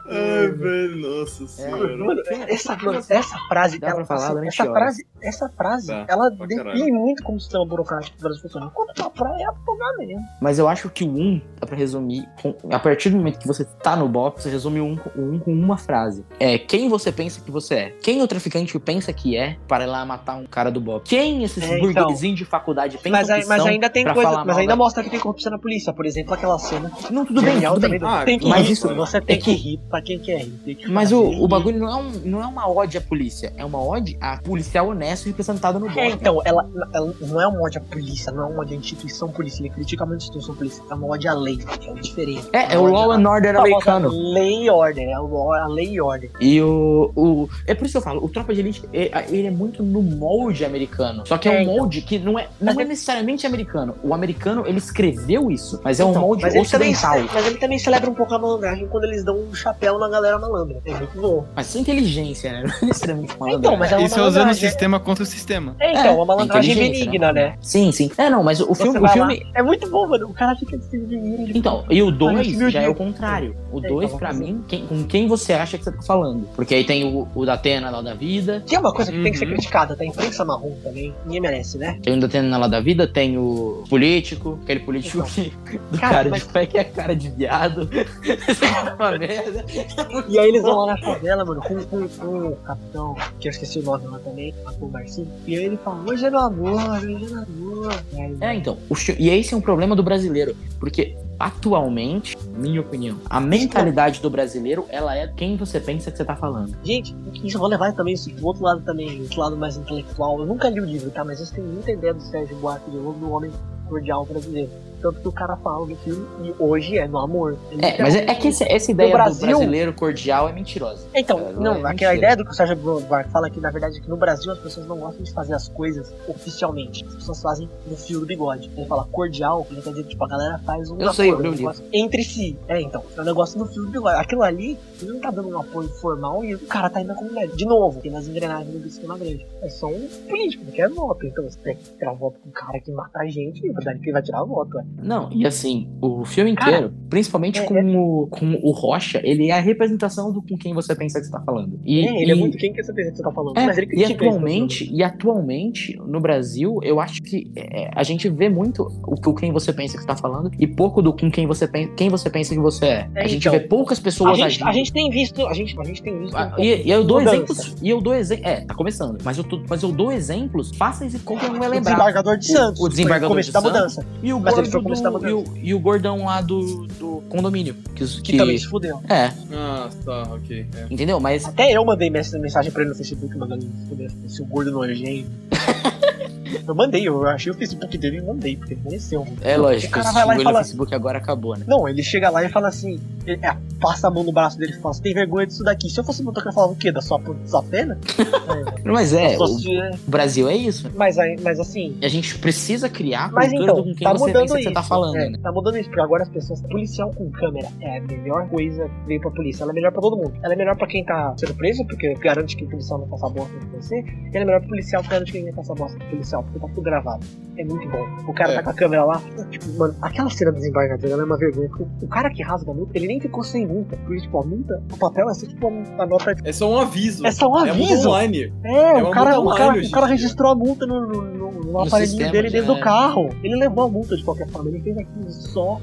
É, Ai, velho, nossa senhora. Mano, essa, mano, essa frase, Dá pra ela- assim, falar né, essa, durante essa horas. frase, essa frase, Dá, ela pra caralho. define muito como o sistema burocrático do Brasil funciona. Corpo na praia é afogamento. Mas eu acho que o 1, dá pra resumir, com- a partir do momento que você tá no box, você resume o 1, com- o 1 com uma frase. É quem você pensa que você é. Quem o traficante pensa que é para ir lá matar um cara do box. Quem esses É, então. burguesinhos de faculdade pensam Mas, aí- que mas são ainda tem pra coisa, falar mas mal ainda da- mostra que tem corrupção na polícia, por exemplo, aquela cena Não, tudo bem, genial tudo bem. também. do- Ah, tem que mas rir, isso- você tem é que que- rir pra quem quer rir. tem que Mas o, fazer o rir. bagulho não é, um- não é uma ode à polícia, é uma ode a policial honesto representado no É, box. então, ela, ela não é um ódio à polícia, não é um ódio à instituição polícia, ele critica muito a instituição polícia, é um ódio à lei, é diferente. É, é o law and order americano. Lei e ordem, é o law- a lei e ordem. E o, o. É por isso que eu falo, o Tropa de Elite, é- ele é muito no molde americano. Só que é, É, um então. molde que não é, não Mas é é- necessariamente americano. O americano, ele escreveu isso, mas é um Então, molde mas ele também- ocidental. Mas ele também celebra um pouco a malandragem quando eles dão um chapéu na galera malandra. É muito bom. Mas sem inteligência, né? Não é necessariamente malandro. Então, mas é uma Isso é usando o malandragem. sistema contra o sistema. É, então, É, uma malandragem inteligente, benigna, né? Sim, sim. É, não, mas o Você filme. O vai filme lá, É muito bom, mano. O cara fica distribuindo. de- então, e o Mas 2 esse meu já é dia- o contrário. O É, 2, então, pra vamos mim, quem- com quem você acha que você tá falando? Porque aí tem o, o da Atena lá da vida, Que é uma coisa que tem que ser Uhum. criticada, tá? A imprensa marrom também. Ninguém merece, né? tem o da Atena lá da vida, tem o político, aquele político Então. que. Do Cara, cara, mas- de pé que é cara de viado. é Uma merda. E aí eles vão lá na favela, mano, com, com- com o capitão, que eu esqueci o nome lá também, com o Marcinho. E aí ele fala, hoje é no amor, hoje é no amor. E aí, É, então. o chi- e esse é um problema do brasileiro. Porque, atualmente, minha opinião, a mentalidade do brasileiro, ela é quem você pensa que você tá falando. Gente, isso eu vou levar também isso pro outro lado também, esse lado mais intelectual. Eu nunca li o livro, tá? Mas eu tenho muita ideia do Sérgio Buarque de Lobo, do Homem Cordial Brasileiro. tanto que o cara fala no filme e hoje é no amor. É, mas é, é que essa, essa ideia Brasil- do brasileiro cordial é mentirosa. Então, Cara, não é não, mentira. aquela ideia do que o Sérgio Brovar fala que, na verdade, que no Brasil as pessoas não gostam de fazer as coisas oficialmente. As pessoas fazem no fio do bigode. Ele fala cordial, ele quer dizer, tipo, a galera faz um Eu sei, eu acordo, li o um negócio entre si. É, então, é um negócio no fio do bigode. Aquilo ali, ele não tá dando um apoio formal e o cara tá indo com mulher. De novo, tem nas engrenagens do esquema grande. É só um político, que é voto. Então você tem que tirar voto com um cara que mata a gente, na verdade, que vai tirar voto, é. Não, e assim, o filme Cara, inteiro, principalmente é- com, O, com o Rocha, ele é a representação do com quem você pensa que você tá falando. E, É, ele é e- muito quem que essa pessoa que você tá falando. É, mas ele e critica isso, atualmente, e atualmente, no Brasil, eu acho que é, a gente vê muito o que o quem você pensa que está falando e pouco do com quem você, pen- quem você pensa que você é. É, a gente então. vê poucas A pessoas gente, tá agindo. a gente tem visto, a gente, a gente tem visto. um Ah, pouco E, e eu dou Mudança. exemplos. E eu dou exemplos. É, tá começando. Mas eu, tô- mas eu dou exemplos fáceis e qualquer um vai O lembrar. desembargador de O- Santos. o desembargador foi o começo de da Santos. mudança. E o, Mas ele foi gordo o começo da do, e, o, e o gordão lá do, do condomínio. Que, os- Que, que- também se fudeu. É, Ah, tá, ok. É. entendeu? Mas Até eu mandei mens- mensagem pra ele no Facebook mandando ele se fuder. Seu gordo nojento. eu mandei, eu achei o Facebook dele e mandei, porque ele mereceu. é lógico, O cara esse vai lá orgulho e no fala- assim, Facebook agora acabou, né? Não, ele chega lá e fala assim, ele- é, passa a mão no braço dele e fala, você tem vergonha disso daqui. Se eu fosse motocar, eu falava o quê? Da sua, da sua pena? Mas é, Só o se- Brasil é isso. mas, aí- mas assim, A gente precisa criar a Mas cultura então, do com quem tá você mudando pensa que isso. você tá falando, é, né? tá mudando isso, porque agora as pessoas. Policial com câmera é a melhor coisa que veio pra polícia. Ela é melhor pra todo mundo. Ela é melhor pra quem tá sendo preso, porque garante que o policial não faça bosta com você. E ela é melhor pro policial, porque garante que ninguém faça bosta com o policial, porque tá tudo gravado. É muito bom. O cara É. tá com a câmera lá. Tipo, mano, aquela cena do desembargador ela é uma vergonha. porque O cara que rasga a multa, ele nem ficou sem multa. Porque, tipo, a multa, o papel é só tipo a nota. É só um aviso. É só um É uma multa aviso. online. É, É o uma cara, multa o online cara, hoje o cara em dia. registrou a multa no, no, no, no aparelhinho sistema, dele dentro é. do carro. Ele levou a multa de qualquer forma. Ele fez aquilo só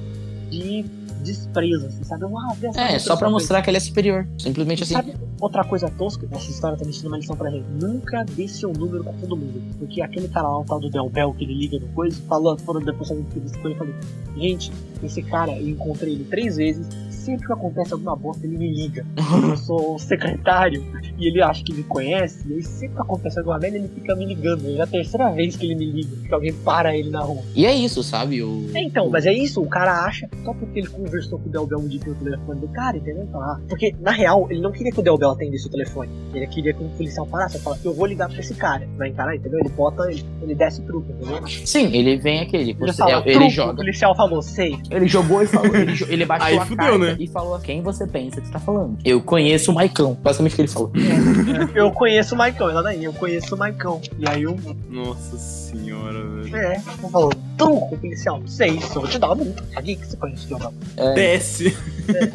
de desprezo, assim, sabe? Uau, dessa É, multa, só pra sabe? mostrar que ele é superior. Simplesmente assim. Sabe outra coisa tosca? Essa história tá me ensinando uma lição pra gente. Nunca dê seu número pra todo mundo. Porque aquele cara lá, o tal do Del Bel, que ele liga no coisa, falando, falando depois da entrevista com ele, eu falei, gente, esse cara, eu encontrei ele três vezes, sempre que acontece alguma bosta, ele me liga. Eu sou o secretário, e ele acha que me conhece, e aí sempre que acontece alguma merda, ele fica me ligando. Já é a terceira vez que ele me liga, que alguém para ele na rua. E é isso, sabe? O... É, então, mas é isso, o cara acha só porque ele conversou com o Delbel um dia pelo telefone do cara, entendeu? Então, ah, Porque, na real, ele não queria que o Delbel atendesse o telefone. Ele queria que o policial parasse e falasse, eu vou ligar pra esse cara. Vai encarar, entendeu? Ele bota, ele, ele desce o truque, entendeu? Ele Sim, ele vem aquele. Você, fala, é, ele "Truco", O joga. policial falou, sei. Ele jogou e falou. Ele, jo- ele baixou Aí a fudeu, carta né? e falou quem você pensa que você tá falando. Eu conheço o Maicão. Basicamente o que ele falou. É, Eu conheço o Maicão, ela daí, eu conheço o Maicão. E aí o. Nossa senhora, velho. É, ele falou, truco, policial, sei, isso, eu vou te dar uma multa. Aqui que você conhece o Delbel. Desce.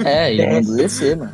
É, ele Desce. mandou descer, mano.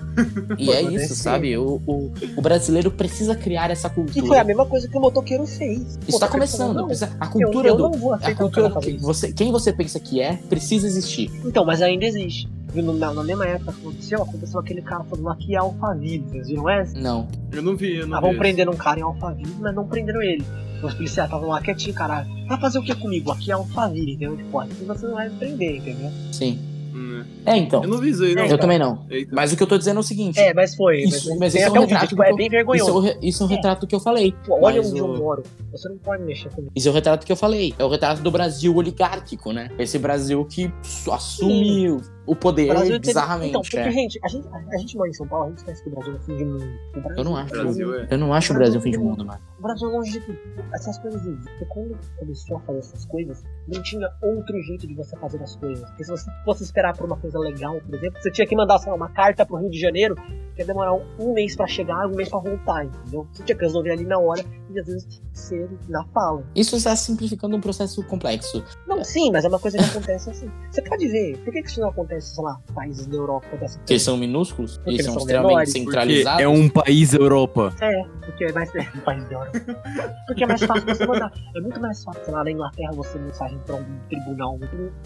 E é Mandou isso, descer. sabe? O, o, o brasileiro precisa criar essa Que foi a cultura. mesma coisa que o motoqueiro fez. Isso tá Motoqueiro falou, começando. "Não, precisa- A eu- cultura eu do. é não vou A aceitar é o cultura cara do fazer que isso. você, quem você pensa que é precisa existir. Então, mas ainda existe. Viu, Na, na mesma época que aconteceu, aconteceu aquele cara falando aqui é Alphaville, vocês viram essa? Não. Eu não vi, eu não é? Estavam vi. prendendo um cara em Alphaville, mas não prenderam ele. Os policiais estavam lá quietinho, caralho. Vai fazer o que comigo? Aqui é Alphaville, entendeu? Tipo, aqui você não vai me prender, entendeu? Sim. Hum, É, então. Eu não vi isso aí, não. Eu também não. Eita. Mas o que eu tô dizendo é o seguinte. É, mas foi. Isso, mas mas tem esse é até um um vídeo, retrato tipo, do é que bem Isso é, vergonhoso. o re- isso é um É. retrato que eu falei. Pô, olha mas onde o- eu moro. Você não pode mexer comigo. Isso é o retrato que eu falei. É o retrato do Brasil oligárquico, né? Esse Brasil que su- assume o poder O Brasil teve- bizarramente. Então, porque, é. gente, a gente, a gente mora em São Paulo, a gente esquece que o Brasil é o fim de mundo. O Brasil Eu não acho. é o fim de mundo. Brasil, é. Eu não acho o Brasil fim de mundo, mano. O Brasil é longe de tudo. Essas coisas existem. Porque quando começou a fazer essas coisas, não tinha outro jeito de você fazer as coisas. Porque se você fosse esperar por uma coisa legal, por exemplo, você tinha que mandar sei lá, uma carta pro Rio de Janeiro, que ia demorar um, um mês pra chegar e um mês pra voltar, entendeu? Você tinha que resolver ali na hora e às vezes ser na fala. Isso está simplificando um processo complexo. Não, sim, mas é uma coisa que acontece assim. Você pode ver, por que que isso não acontece, sei lá, em países da Europa acontece Porque eles são minúsculos, Porque eles eles são são extremamente menores, porque Porque centralizados. é um país Europa. É, porque é mais um país da Europa. Porque é mais fácil você mandar. É muito mais fácil, sei lá, na Inglaterra você mensagem pra um tribunal.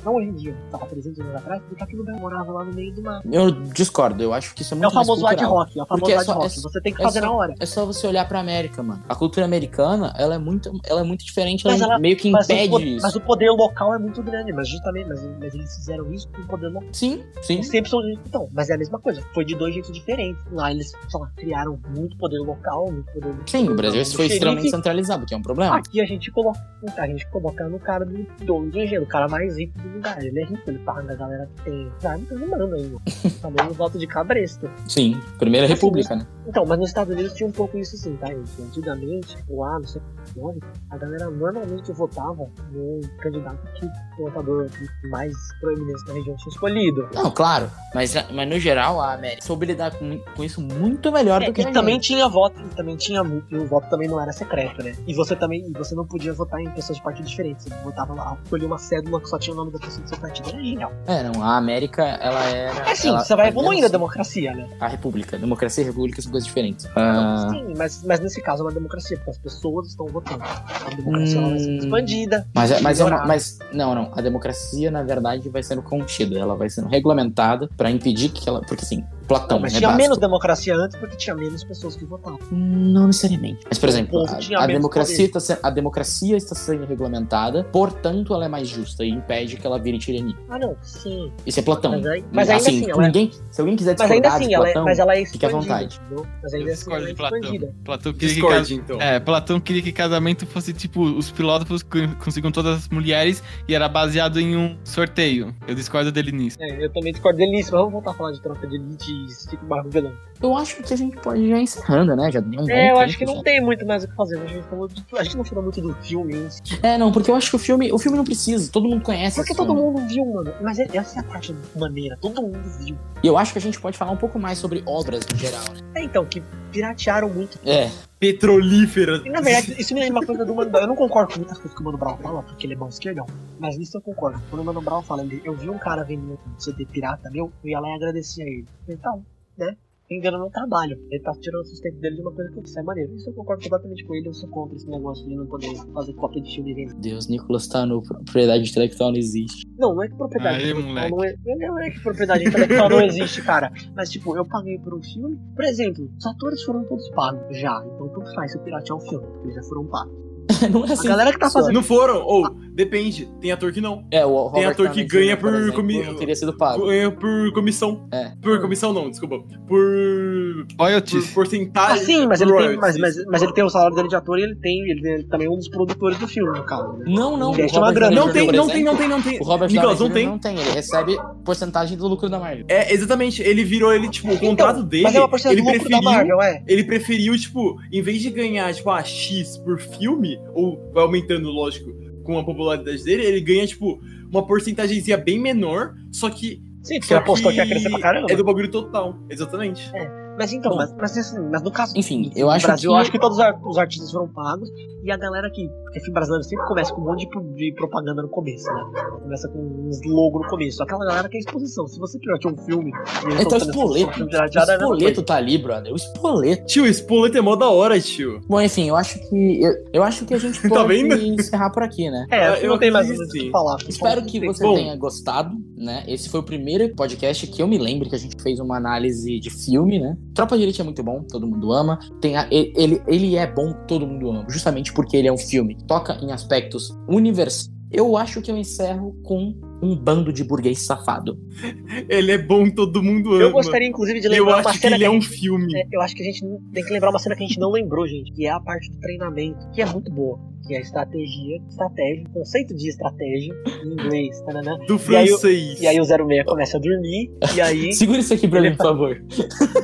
Não hoje em dia, tava 300 anos atrás, porque aqui no Brasil morava lá no meio do mar. Eu discordo, eu acho que isso é É o muito mais famoso ad cultural. rock, é o famoso Porque é ad só- rock. é- Você tem que é fazer só- na hora. É só você olhar pra América, mano. A cultura americana, ela é muito, ela é muito diferente, ela, Mas ela- meio que Mas o, impede po- isso. mas o poder local é muito grande, mas justamente, mas, mas eles fizeram isso com o poder local. Sim, sim. Os Sempre são de... Então, mas é a mesma coisa. Foi de dois jeitos diferentes. Lá eles, sei lá, criaram muito poder local, muito poder... Sim, o Brasil do foi xerife. extremamente centralizado, que é um problema. Aqui a gente coloca, a gente coloca no cara do dono do engenho, o cara mais rico do lugar. Ele é rico, ele paga a galera que tem. Ah, não tá lembrando ainda. Falando o voto de cabresto. Sim, Primeira República, né? Então, mas nos Estados Unidos tinha um pouco isso sim, tá, gente? Antigamente, tipo, lá no século XIX, a galera normalmente votava no candidato que o votador mais proeminente da região tinha escolhido. Não, claro. Mas, mas no geral, a América soube lidar com, com isso muito melhor do que a É, e gente. também tinha voto, e também tinha mu- e o voto também não era secreto, né? E você também, e você não podia votar em pessoas de partido diferente. Você votava lá, escolhia uma cédula que só tinha o nome da pessoa do seu partido. Era genial. É, não, a América, ela era. É assim, ela- você vai ela- evoluindo a democracia, né? Então, A República. Democracia e República são coisas diferentes. Ah, Sim, mas, mas nesse caso é uma democracia, porque as pessoas estão votando. A democracia ela vai Hum. sendo expandida. mas, é- mas, é uma, melhorada. mas. Não, não. A democracia, na verdade, vai sendo contida. Ela vai sendo regulamentada pra impedir que ela. Porque, assim, Platão. Não, mas né, tinha básico. menos democracia antes porque tinha menos pessoas que votavam. Não necessariamente. Mas, por exemplo, O povo tinha a, a menos democracia poder. tá se- a democracia está sendo regulamentada, portanto, ela é mais justa e impede que ela vire tirania. Ah, não, sim. Isso é Platão. Mas, aí- mas ainda assim, ela é, ninguém, se alguém quiser mas discordar ainda assim de ela é, Platão, mas ela é fique à expandida. vontade. entendeu? Mas Eu ainda assim discordo ela é de Platão. expandida. Platão queria que Discord, então. É, Platão queria que casamento fosse tipo, os filósofos con- consigam todas as mulheres e era baseado em um sorteio. Eu discordo dele nisso. É, eu também discordo dele nisso, mas vamos voltar a falar de troca de elite e Stico Barro Velão. Eu acho que a gente pode já encerrando, né? Já deu um bom É, eu tempo, acho que já. não tem muito mais o que fazer. né? A gente, falou de- a gente não falou muito do filme. hein? É, não, porque eu acho que o filme, o filme não precisa, todo mundo conhece. Porque esse todo filme. mundo viu, mano. Mas é- essa é a parte maneira. Todo mundo viu. E eu acho que a gente pode falar um pouco mais sobre obras no geral, né? É, então, que piratearam muito. É, Petrolífera. E, na verdade, isso me lembra uma coisa do Mano Brown. Eu não concordo com muitas coisas que o Mano Brown fala, porque ele é bom esquerdão. Mas nisso eu concordo. Quando o Mano Brown fala, ele, eu vi um cara vendendo um CD pirata meu, eu ia lá e agradecia a ele. Então, né? Engana meu trabalho. Ele tá tirando o sustento dele de uma coisa que isso é maneiro. Isso eu concordo completamente com ele, eu sou contra esse negócio de não poder fazer cópia de filme e vender. Deus, Nicolas tá no propriedade intelectual não existe. Não, não é que propriedade Aí, intelectual moleque. não, é, não é que propriedade intelectual não existe, cara. Mas, tipo, eu paguei por um filme. Por exemplo, os atores foram todos pagos já. Então, tanto faz se eu piratear um filme, porque eles já foram pagos. não é A assim. galera que tá fazendo. Não foram, ou depende, tem ator que não. É, o Robert Tem ator que Downey Jr., ganha por exemplo, comi- Não teria sido pago. Ganha por comissão. Ah. É. Por comissão não, desculpa. Por, por Royalties. porcentagem. Ah, sim, mas por ele, tem, royalties. mas, mas, mas ele tem o salário dele de ator e ele tem, ele tem- ele também é um dos produtores do filme, no caso. né? Não, não. o Investe uma Robert Downey grana. Não Jr., tem, por não exemplo, tem, não tem, não tem. O Robert Nicolas, Downey não Jr. tem. não tem, ele recebe porcentagem do lucro da Marvel. É, exatamente, ele virou, ele, tipo, o contrato dele. mas é uma porcentagem ele do lucro preferiu, da Marvel, é. Ele preferiu, tipo, em vez de ganhar, tipo, a X por filme, ou vai aumentando, lógico, com a popularidade dele, ele ganha, tipo, uma porcentagemzinha bem menor, só que. Sim, porque só ele apostou que ia crescer pra caramba. né? É do bagulho total, exatamente. Mas então, Bom. mas, mas assim, mas no caso Enfim, do eu acho Brasil, que... eu acho que todos os ar- os artistas foram pagos e a galera que. Porque filme brasileiro sempre começa com um monte de, pro- de propaganda no começo, né? Começa com uns logo no começo. Aquela galera que é exposição. Se você pirateou um filme. e eles Então, estão fazendo espoleto. filme O pirateado, é a mesma espoleto tá ali, brother. O espoleto. Tio, esse Spoleto é mó da hora, tio. Bom, enfim, eu acho que. Eu, eu acho que a gente Tá pode vendo? encerrar por aqui, né? coisa. É, acho que Eu não tem mais muito o acredito. que falar. Espero que você Bom. tenha gostado, né? Esse foi o primeiro podcast que eu me lembro que a gente fez uma análise de filme, né? Tropa de Elite é muito bom, todo mundo ama. Tem a- ele- ele, ele é bom, todo mundo ama, justamente porque ele é um filme. Toca em aspectos universais. Eu acho que eu encerro com um bando de burguês safado. Ele é bom, todo mundo ama. Eu gostaria, inclusive, de E eu lembrar uma acho que cena ele que é um filme. É, eu acho que a gente não- tem que lembrar uma cena que a gente não lembrou, gente, que é a parte do treinamento, que é muito boa, que é a estratégia, estratégia, conceito de estratégia em inglês, tananã. Do E aí eu- francês. E aí o 06 começa a dormir, e aí. Segura isso aqui pra Ele tá- mim, por favor.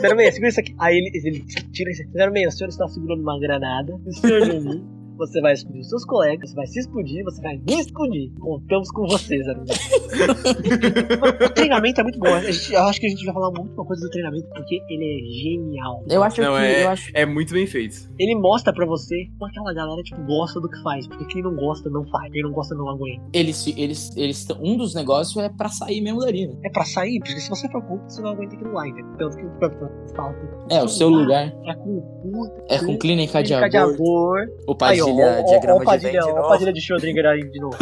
06, segura isso aqui. Aí ele, ele tira isso. 06, o senhor está segurando uma granada, o senhor dormir. Você vai explodir os seus colegas, você vai se explodir, você vai me explodir. Contamos com você, 06. o treinamento é muito bom. A gente- eu acho que a gente vai falar muito uma coisa do treinamento, porque ele é genial. Eu acho Não, que. é- Eu acho... É muito bem feito. ele mostra pra você como aquela galera tipo gosta do que faz, porque quem não gosta não faz, quem não gosta não aguenta. Eles, se- eles, eles, tão- um dos negócios é pra sair mesmo dali, né? É pra sair, porque se você for culto, você não aguenta aquilo lá, entendeu? Tanto que o Capitão fala que É, o seu lugar é com puta, é com clínica de clínica de aborto. amor. O Aí, Padilha ó, ó, ó, diagrama ó, de Venn Padilha, de ó, novo. Padilha de Schrödinger aí de novo.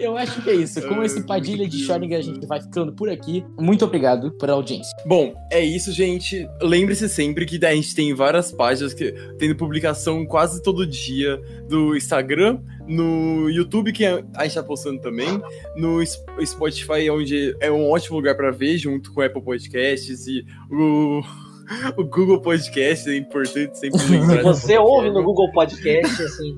Eu acho que é isso. Com esse Padilha de Schrödinger, a gente vai ficando por aqui. Muito obrigado pela audiência. Bom, é isso, gente. Lembre-se sempre que a gente tem várias páginas que tendo publicação quase todo dia do Instagram, no YouTube, que a a gente tá postando também, no S- Spotify, onde é um ótimo lugar pra ver, junto com o Apple Podcasts e o, o Google Podcasts, é importante sempre lembrar. Você ouve né? no Google Podcast, assim.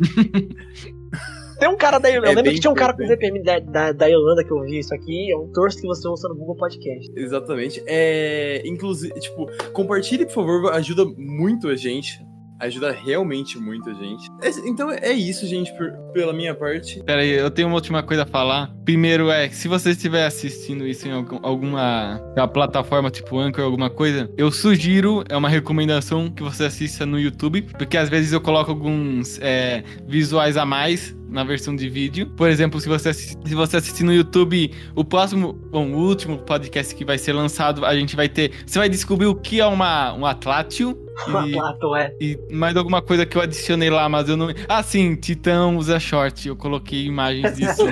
Tem um cara da Irlanda. É Lembra bem que tinha um cara com importante. VPN da, da, da Irlanda que eu vi isso aqui? É um torso que você usa no Google Podcast. Exatamente. É, inclusive, tipo, compartilhe, por favor, ajuda muito a gente. Ajuda realmente muito a gente. É- então é isso, gente, por- pela minha parte. Pera aí, eu tenho uma última coisa a falar. Primeiro é, se você estiver assistindo isso em algum- alguma uma plataforma tipo Anchor, alguma coisa, eu sugiro, é uma recomendação que você assista no YouTube, porque às vezes eu coloco alguns é, visuais a mais na versão de vídeo. Por exemplo, se você, assi- se você assistir no YouTube o próximo, bom, o último podcast que vai ser lançado, a gente vai ter, você vai descobrir o que é uma, um atlátil. Uma e- plato, é. e mais alguma coisa que eu adicionei lá, mas eu não. Ah, sim, Titão usa short. Eu coloquei imagens disso.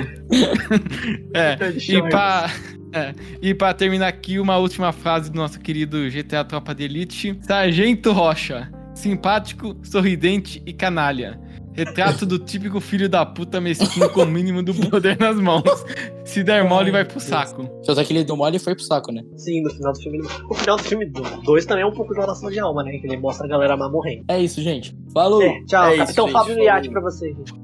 é. E pra, é, e pra terminar aqui, uma última frase do nosso querido GTA Tropa de Elite: Sargento Rocha. Simpático, sorridente e canalha. Retrato do típico filho da puta mesquinho com o mínimo do poder nas mãos. Se der mole, vai pro saco. Só que ele deu mole e foi pro saco, né? Sim, no final do filme. ele- O final do filme 2 também é um pouco de oração de alma, né? Que ele mostra a galera mais morrendo. É isso, gente. Falou! É, tchau, É isso, Capitão gente, Fábio Miati falou. pra você. gente.